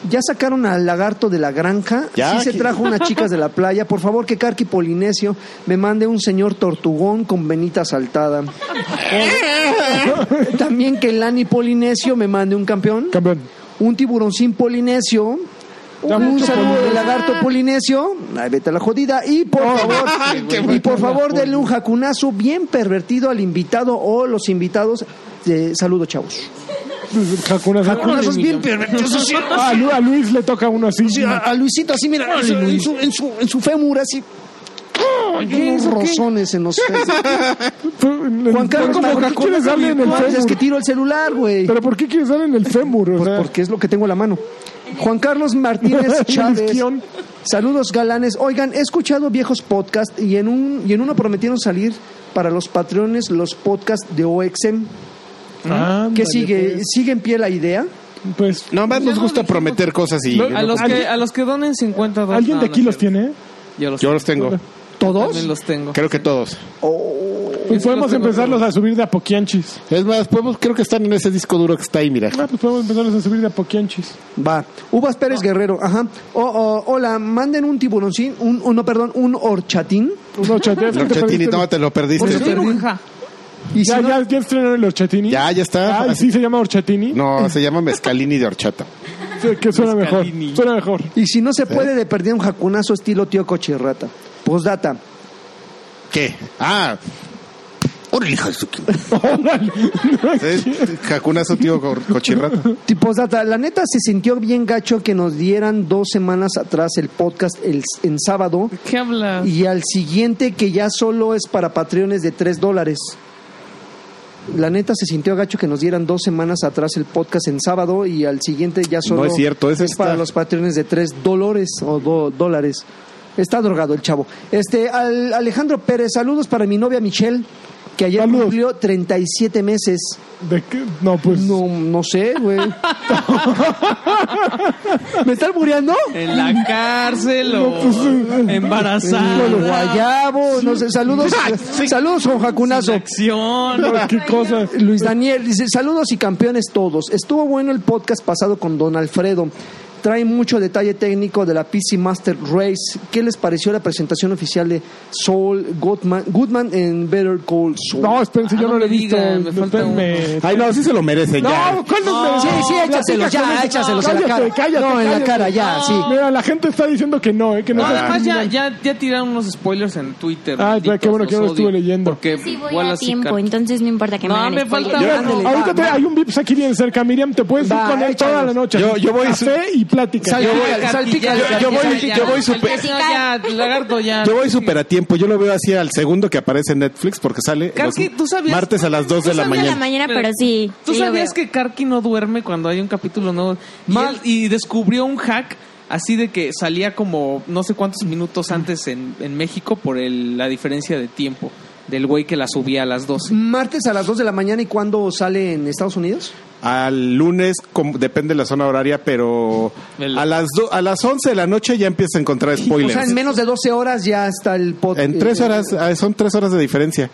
Ya sacaron al lagarto de la granja.
Ya,
sí se
que-
trajo unas chicas de la playa. Por favor, que Carqui Polinesio me mande un señor tortugón con venita saltada. También que Lani Polinesio me mande un campeón.
Campeón.
Un tiburoncín polinesio.
Ya
Un
mucho
saludo de
polinesio.
lagarto polinesio. Ay, vete a la jodida. Y por favor, y por favor, denle un jacunazo bien pervertido al invitado o los invitados. Eh, saludo, chavos.
Hakuna Sat-
Jacunazos bien pervertidos. sí.
Ah, Lu- a Luis le toca uno así.
Sí, a, a Luisito así, mira, en su, en su, en su, en su fémur así. Unos rozones en los fémurs. Juan Carlos,
¿Por
¿por
qué
qué
quieres darle en el
Pues es que
fémur?
tiro el celular, güey.
¿Pero ah. por qué quieres darle en el fémur? O
Pues
sea,
porque es lo que tengo a la mano. Juan Carlos Martínez Chávez.
Guión.
Saludos galanes. Oigan, he escuchado viejos podcasts y en un y en uno prometieron salir para los patrones los podcasts de OXM.
Ándale,
¿Qué sigue? ¿Sigue en pie la idea?
Ah, Pues, pues,
Nomás nos gusta prometer cosas y
Lo-
A los, que,
¿Alguien-
a los que donen 50 dólares.
¿alguien
No,
de
no
aquí
es
los
cierto.
tiene?
Yo los,
yo los tengo.
También
¿Todos?
los tengo.
Creo que todos.
Pues podemos empezarlos a subir de a poquianchis.
Es más, podemos, creo que están en ese disco duro que está ahí, mira.
Ah, pues podemos empezarlos a subir de a poquianchis.
Va. Uvas
Ah.
Pérez Guerrero, ajá. Oh, oh, hola, manden un tiburoncín, un, un- no, perdón, un horchatín.
Los chatines.
Los chetini, no, te lo
Por
perdiste.
eso tiene un ja.
Y si
Ya,
no-
ya, ya estrenaron los chatini.
Ya, ya está.
Ah, ¿y sí se llama Orchatini.
No, se llama mezcalini de horchata.
Sí, que suena mejor. Suena mejor.
Y si
¿Eh?
no se puede, de perder un jacunazo estilo tío cochirrata. Postdata.
¿Qué? Ah. Órale, hija de su-
Órale.
¿Eh? Jacunazo, tío, co- cochirrata.
Ti- Postdata. La neta se sintió bien gacho que nos dieran dos semanas atrás el podcast el, en sábado
¿Qué habla?
y al siguiente que ya solo es para patreones de tres dólares. La neta se sintió gacho que nos dieran dos semanas atrás el podcast en sábado y al siguiente ya solo
No es cierto, ese
es para
está-
los patrones de tres dólares o do- dólares. Está drogado el chavo. Este al- Alejandro Pérez, saludos para mi novia Michelle, que ayer
Saludos.
cumplió 37 meses.
¿De qué? No, pues.
No, no sé, güey. ¿Me está albureando?
En la cárcel o
pues,
embarazada.
Bueno, guayabo, no sé, saludos, saludos con jacunazo.
Acción.
¿Qué cosa?
Luis Daniel dice, saludos y campeones todos. Estuvo bueno el podcast pasado con Don Alfredo. Trae mucho detalle técnico de la PC Master Race. ¿Qué les pareció la presentación oficial de Saul Goodman, Goodman en Better Call Saul?
No, espérense,
Ah,
yo
no
no, lo he
me
visto.
digan, me falta
Espérenme.
Ay, no, sí se lo merece ya.
No, ¿cuál no,
Sí, sí, échaselos, ya, échaselos en la cara.
Cállate,
No, en la
cállate.
cara, ya, sí.
Mira, la gente está diciendo que no, eh, que no.
No,
se-
además ya, ya, ya tiraron unos spoilers en Twitter.
Ah,
Ay,
malditos,
pero qué bueno que
los
yo no estuve
odio.
leyendo.
Porque
Sí, voy a
Wallace y
tiempo,
Car-
entonces no importa que me
No,
hagan
me
spoiler.
falta-
Mira,
Ándale,
ahorita
va,
te-
va.
hay un Vips aquí bien cerca, Miriam, te puedes
Va,
ir con él toda
échalos.
la noche.
Yo- yo voy-
Café y plática.
Yo voy-
Cartilla, ya,
salpica, yo- yo
ya,
voy-
ya,
yo voy
ya,
super-
salpica, ya, lagarto, ya.
Yo voy súper a tiempo. Yo lo veo así al segundo que aparece en Netflix porque sale
Karki,
los
¿tú sabías?
martes a las 2 de
Dos
la
de la
mañana.
mañana, pero sí.
¿Tú
sí lo
sabías
veo.
que Karki no duerme cuando hay un capítulo nuevo? Y, él- y descubrió un hack así de que salía como no sé cuántos minutos antes en, en México por el- la diferencia de tiempo del güey que la subía a las 12.
Martes a las 2 de la mañana y cuándo sale en Estados Unidos?
Al lunes, como- depende de la zona horaria, pero
El-
a las, do- a las 11 de la noche ya empieza a encontrar
O sea, en
spoilers.
menos de 12 horas ya está el podcast.
En tres horas, ah, son tres horas de diferencia.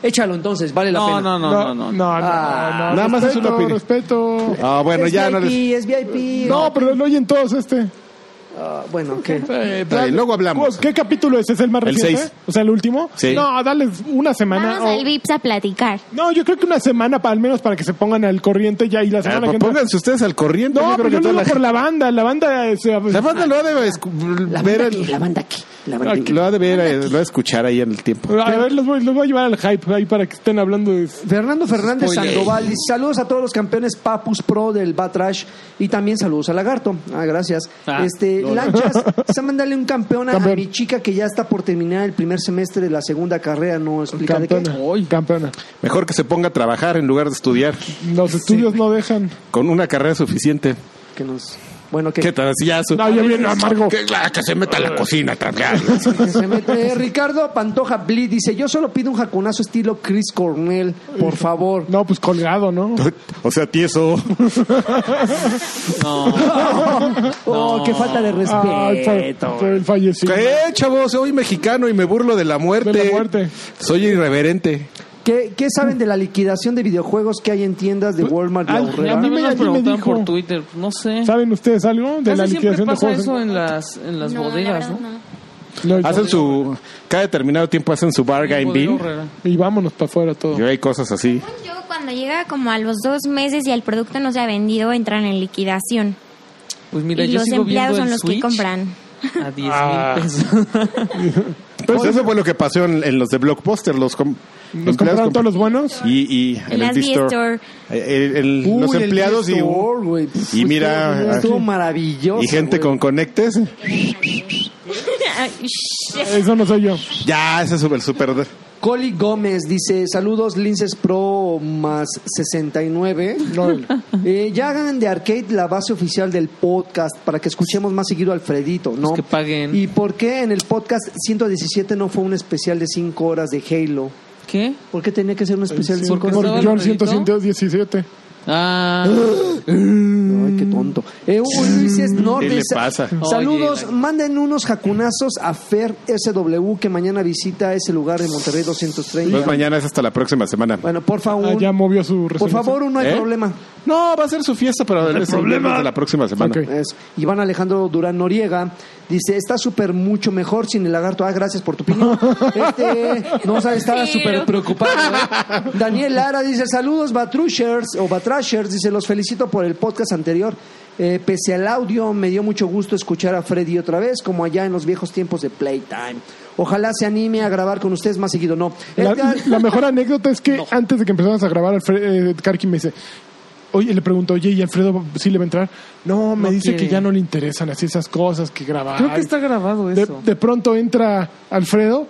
Échalo entonces, vale la
No,
pena.
no, no, no, no.
no,
Ah.
Nada más es
respeto,
una opinión.
respeto.
Ah, bueno,
es
ya no
VIP,
les...
es VIP.
No, pero lo oyen todos este.
Ah, bueno, ¿qué?
Está bien, eh, luego hablamos.
¿Qué capítulo es? ¿Es el más
El
reciente?
seis.
O sea, el último.
Sí.
No, dale una semana.
Vamos
o-
al Vips a platicar.
No, yo creo que una semana para al menos para que se pongan al corriente ya y la
Ah,
semana que
pues
entra-
pónganse ustedes al corriente.
No,
yo creo
pero
que
yo lo
toda
digo
la,
por la banda, la banda eh, se-
la banda lo ha de escu- ver, el- lo ha de ver, eh, lo ha de escuchar ahí en el tiempo.
A ver, los voy, los voy a llevar al hype ahí para que estén hablando de
Fernando Fernández Sandoval, dice, saludos a todos los campeones Papus Pro del Batrash y también saludos a Lagarto. Ah, gracias.
Ah,
este, Lanchas, se mandale un campeón a, a
Campeón.
mi chica que ya está por terminar el primer semestre de la segunda carrera, no explica de qué.
campeona. Campeona.
Mejor que se ponga a trabajar en lugar de estudiar.
Los estudios no dejan.
Con una carrera suficiente.
Que nos... Bueno,
¿Qué
que,
tal? Si ya su-
No, ya viene amargo. Eh.
Que, ah, que se meta a la cocina a tragar.
que se mete. Eh, Ricardo Pantoja Blit dice, yo solo pido un jacunazo estilo Chris Cornell, por favor.
No, pues colgado, ¿no?
O sea, tieso.
No.
Oh, qué falta de
Ay,
respeto.
por, por Ah, el fallecido.
Eh, chavos, soy mexicano y me burlo de la muerte.
De la muerte.
Soy irreverente.
¿Qué, qué saben de la liquidación de videojuegos que hay en tiendas de Walmart y
Pues, al-
Aurrera?
a
a
mí
mí
me-
me
a mí me
preguntaban
dijo.
por Twitter, no sé.
¿Saben ustedes algo de
Casi
la
siempre
liquidación de
pasa
juegos?
eso en las, en las
No, la
bodegas,
verdad,
¿no?
no.
Lo-
Hacen su. Cada determinado tiempo hacen su bargain
Bodega
bin.
Herrera.
Y vámonos para afuera todo.
Y hay cosas así.
Yo cuando llega como a los dos meses y el producto no se ha vendido, entran en liquidación.
Pues mira,
y
yo
los
sigo viendo
empleados son
el
los
Switch
que compran.
a 10 mil pesos.
Pues eso fue lo que pasó en, en los de Blockbuster. Los, com-
¿Nos
empleados
compraron
comp-
todos los buenos?
Y, y
En las
D-Store. El- el-
Uy,
los
el
empleados y,
Store, güey. Pff,
y mira,
estuvo- estuvo
aquí.
maravilloso.
y gente
güey.
con conectes.
Ay, shh.
Eso no soy yo.
Ya, ese es super, super.
Coli Gómez dice, saludos Linces Pro más 69. Eh, ya hagan de Arcade la base oficial del podcast para que escuchemos más seguido a Alfredito, ¿no?
que paguen.
¿Y por qué en el podcast 117 no fue un especial de 5 horas de Halo?
¿Qué?
¿Por qué tenía que ser un especial de 5
porque
horas?
Por
estaba
John
el redito.
117.
Ah,
Ay, qué tonto. Eh, Ulises Norte.
¿Qué le pasa?
Saludos,
Oye, la-
manden unos jacunazos a Fer SW que mañana visita ese lugar de Monterrey 230.
Pues mañana es hasta la próxima semana.
Bueno, por favor.
Ah, ya movió su
por
resolución.
favor, no hay
¿Eh?
problema.
No, va a ser su fiesta, pero el problema de la próxima semana.
Ok.
Es Iván Alejandro Durán Noriega dice: Está súper mucho mejor sin el lagarto. Ah, gracias por tu opinión. Este, no sabes, estaba
Pero-
súper preocupado. ¿eh? Daniel Lara dice: Saludos, Batrushers o Batrashers. Dice: Los felicito por el podcast anterior. Eh, pese al audio, me dio mucho gusto escuchar a Freddy otra vez, como allá en los viejos tiempos de Playtime. Ojalá se anime a grabar con ustedes más seguido. No. este
La,
Este
Edgar-
la mejor anécdota es que antes de que empezáramos a grabar, Alfredo, Karki me dice, oye, le pregunto, oye, ¿y Alfredo sí le va a entrar? No, me
No
dice
quiere.
que ya no le interesan así esas cosas que grabar.
creo que está grabado
de,
eso.
de pronto entra Alfredo.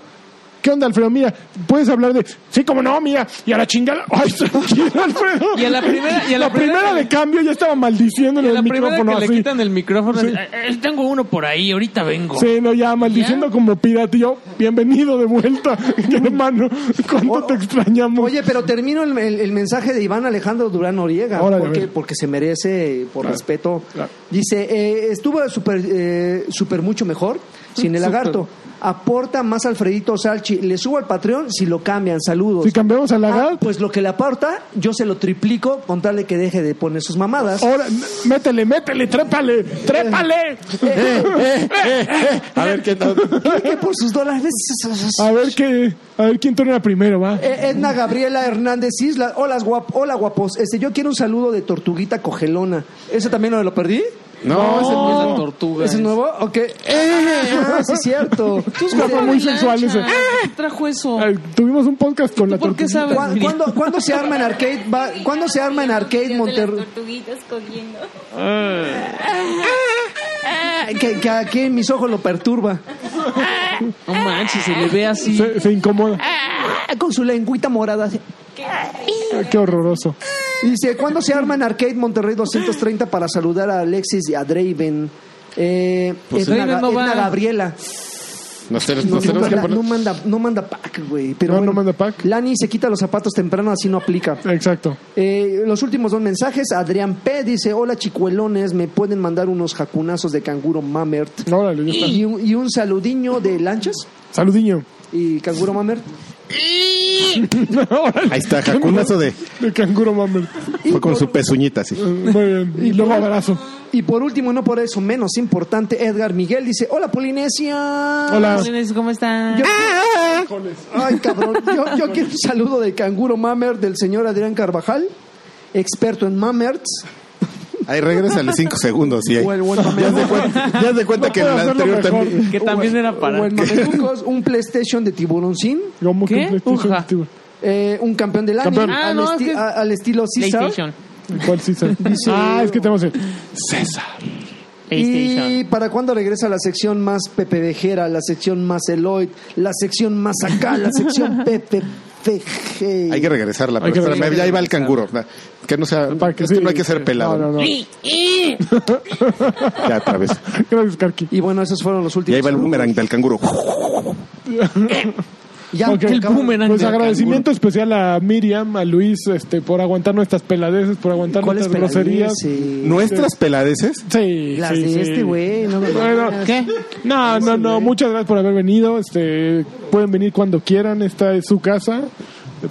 ¿Qué onda, Alfredo? Mira, puedes hablar de. Sí, como no, mira. Y a la chingada. ¡Ay, tranquilo, Alfredo!
Y a la primera- y a la
primera,
primera que
de
le-
cambio ya estaba maldiciendo
Y a
el
la primera que
micrófono
le
así.
quitan el micrófono,
Sí.
así, "Eh, eh, tengo uno por ahí, ahorita vengo.
Sí, no, ya maldiciendo como pirata. Y yo, bienvenido de vuelta, hermano. ¿Cuánto
O-
te extrañamos?
Oye, pero termino el, el- el mensaje de Iván Alejandro Durán Noriega,
Órale, a
porque,
ver.
porque se merece, por
Claro,
respeto.
claro.
Dice, eh, estuvo súper eh, súper mucho mejor sin
Súper.
el lagarto. Aporta más Alfredito Salchi. Le subo al Patreon si lo cambian. Saludos.
si cambiamos a la
Ah,
GAD,
pues lo que le aporta, yo se lo triplico con tal de que deje de poner sus mamadas.
ahora, n- métele, métele, trépale,
Eh,
trépale.
A ver qué tal.
que por sus dólares.
A ver qué, a ver quién torna primero, va.
Eh, Edna Gabriela Hernández Isla. Hola, guap, hola guapos. Este, yo quiero un saludo de tortuguita cogelona. ¿Ese también lo, lo perdí?
No,
Ese no es la
no.
tortuga.
¿Ese es nuevo? Ok. Eh, Ah, sí, es cierto.
guapo, muy
Lancha,
sexual ese.
¿quién Ah, trajo eso?
Ay, Tuvimos un podcast con la
por qué
tortuguita.
sabes?
¿Cuá- ¿Cuándo, ¿Cuándo se arma en arcade? va- ¿Cuándo se arma en arcade Monterrey? Ah,
tortuguitas cogiendo.
Que, que aquí en mis ojos lo perturba.
No manches, se le ve así.
Se, se incomoda.
Ah, Con su lengüita morada. así. Eh.
Ay, Qué horroroso.
Dice, ¿cuándo se arma en arcade Monterrey 230 para saludar a Alexis y a Draven? Eh, Edna,
Draven
Ga-
no va.
Edna Gabriela.
Nos tenemos
No,
nos tenemos que
manda,
poner.
no manda, no manda pack, güey. Pero
No,
bueno.
no manda pack.
Lani se quita los zapatos temprano, así no aplica.
Exacto.
Eh, los últimos dos mensajes. Adrián P. dice: Hola, chicuelones. Me pueden mandar unos jacunazos de canguro mamert.
Órale, ya está.
Y un, y un saludiño de lanchas
Saludiño.
y canguro mamert.
Órale.
Ahí está, jacunazo de.
De canguro mamer.
Fue con su pezuñita, así.
Muy bien. Y luego abrazo.
Y por último, y no por eso menos importante, Edgar Miguel dice: Hola, Polinesia.
Hola.
¿Cómo están?
Yo- Ay, cabrón. Yo, yo quiero un saludo de canguro mamert del señor Adrián Carvajal, experto en mamerts.
Ahí regrésale cinco segundos. Y ahí.
O el buen
Ya
mameluco.
se cuenta, ya se cuenta
No
que en
puedo
el
hacerlo
anterior
mejor.
también.
que también era para.
O el mamelucos, un PlayStation de tiburón sin.
Como
¿Qué?
que PlayStation
Uja.
Tiburón.
Eh, un campeón del anime
Campeón.
Ah,
al,
no,
esti-
es que-
a- al estilo Caesar.
PlayStation.
¿Cuál César?
Dice-
Ah, es que tenemos el.
Y para cuándo regresa la sección más Pepe Vejera, la sección más Eloy, la sección más acá, la sección Pepe Veje.
Hay que regresarla.
Hay
Pero
que
espérame,
regresarla.
ya iba el canguro. Que no sea.
Para
es que
sí.
Este no hay que ser pelado.
No, no, no.
Ya otra vez.
Gracias, Karki.
Y bueno, esos fueron los
Y
últimos.
ahí va el boomerang del canguro.
Ya,
Ok.
se
El
acabó.
boomerang.
Pues
del
agradecimiento especial a Miriam, a Luis, este, por aguantar nuestras peladeces, por aguantar
¿Cuál es
nuestras
groserías?
groserías.
Nuestras peladeces.
Sí,
Las
sí,
de
sí.
este güey, no me
Bueno,
mames.
¿Qué?
No, no, no, muchas gracias por haber venido. Este, pueden venir cuando quieran, esta es su casa.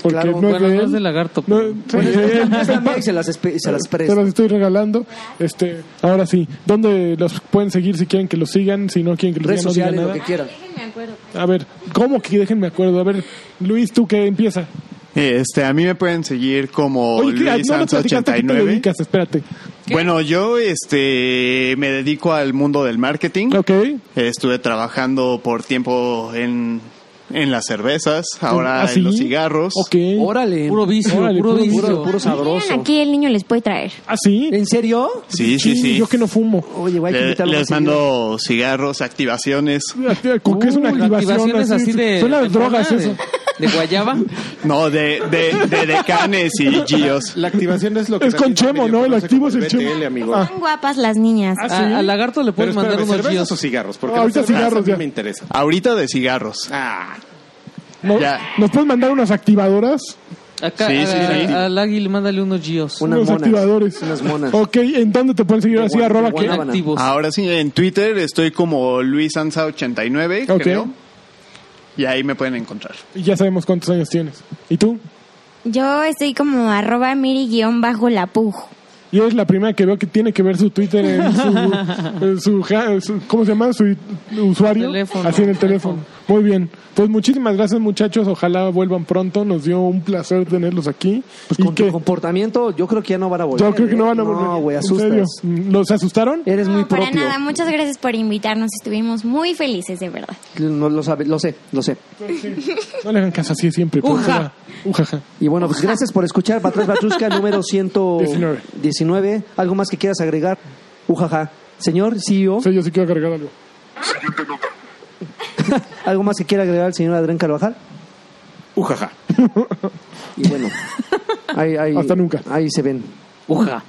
Porque
Claro.
no, es
Bueno,
de
no es
él.
de lagarto.
No,
pero-
sí, él-
Y se las, espe- se las
se
presta.
las estoy regalando. Este, ahora sí, ¿dónde los pueden seguir si quieren que los sigan? Si no quieren que los
Redes
sigan, no digan
sociales, lo
nada.
que quieran.
Déjenme acuerdo.
A ver, ¿cómo que déjenme acuerdo? A ver, Luis, tú que empieza.
Este, a mí me pueden seguir como
Oye, ¿qué?
Luis
no nos
Sanz
platicaste a qué te
89.
dedicas, espérate.
Bueno, yo este me dedico al mundo del marketing.
Ok.
Estuve trabajando por tiempo en, en las cervezas, ahora
¿Ah, sí?
en los cigarros.
Ok.
Órale.
Puro vicio,
Órale,
puro
puro
vicio.
Puro, puro sabroso.
Miren, aquí el niño les puede traer.
¿Ah, sí?
¿En serio?
Sí, sí, sí.
Yo que no fumo.
Oye, güey, hay que
Le-
invitarlo más
les mando cigarros, activaciones.
¿Con qué es una
Uy,
activación?
activaciones así, de.
Son
de
las drogas,
hormona,
eso.
De, de guayaba.
No, de, de, de decanes y gillos.
La activación es lo que...
Es con
también se
Chemo,
medio
¿no? El
conoce
activo
como
es el Chemo.
BTL, amigo.
Ah.
Están guapas las niñas.
Ah,
A-
sí.
al lagarto le
Pero
pueden
espérame,
mandar unos
¿cervezas o
giros.
cigarros? Porque
Ah, Ahorita
las cervezas
cigarros,
no
ya.
me interesa.
Ahorita de cigarros.
Ah,
¿No-
Ya.
¿Nos pueden mandar unas activadoras?
Acá
Sí, sí,
a-
sí.
al águila mándale unos giros.
Unas
unos
monas,
activadores.
unas monas.
Ok, ¿en dónde te pueden seguir?
De
Así,
guan-
arroba
de
que.
guanábana.
Activos.
Ahora sí, en Twitter estoy como LuisAnza89,
Ok.
creo. Y ahí me pueden encontrar.
Y ya sabemos cuántos años tienes. ¿Y tú?
Yo estoy como arroba miri guión bajo la puj.
Y es la primera que veo que tiene que ver su Twitter en su, en su ja- su- ¿cómo se llama? Su usuario.
Teléfono.
Así en el teléfono. Muy bien. Pues muchísimas gracias muchachos. Ojalá vuelvan pronto. Nos dio un placer tenerlos aquí.
Pues
y
con tu
que
comportamiento, yo creo que ya no van a volver.
yo creo que no
¿eh?
van a volver.
No, güey,
En serio.
asustas. Eh.
¿Los asustaron?
Eres muy
no, para
propio.
nada. Muchas gracias por invitarnos. Estuvimos muy felices, de verdad.
No lo sabe, lo sé, lo sé.
No le hagan caso así es siempre. pero
Uja.
ahora- Ujaja.
Y bueno, pues gracias por escuchar Batrás Batrusca número
19.
119. ¿Algo más que quieras agregar? Ujaja. Señor E CEO,
Sí, yo sí quiero cargar algo.
¿algo más que quiera agregar el señor Adrián Carvajal?
ujaja.
Y bueno, ahí, ahí-
Hasta nunca.
Ahí se ven.
Uja.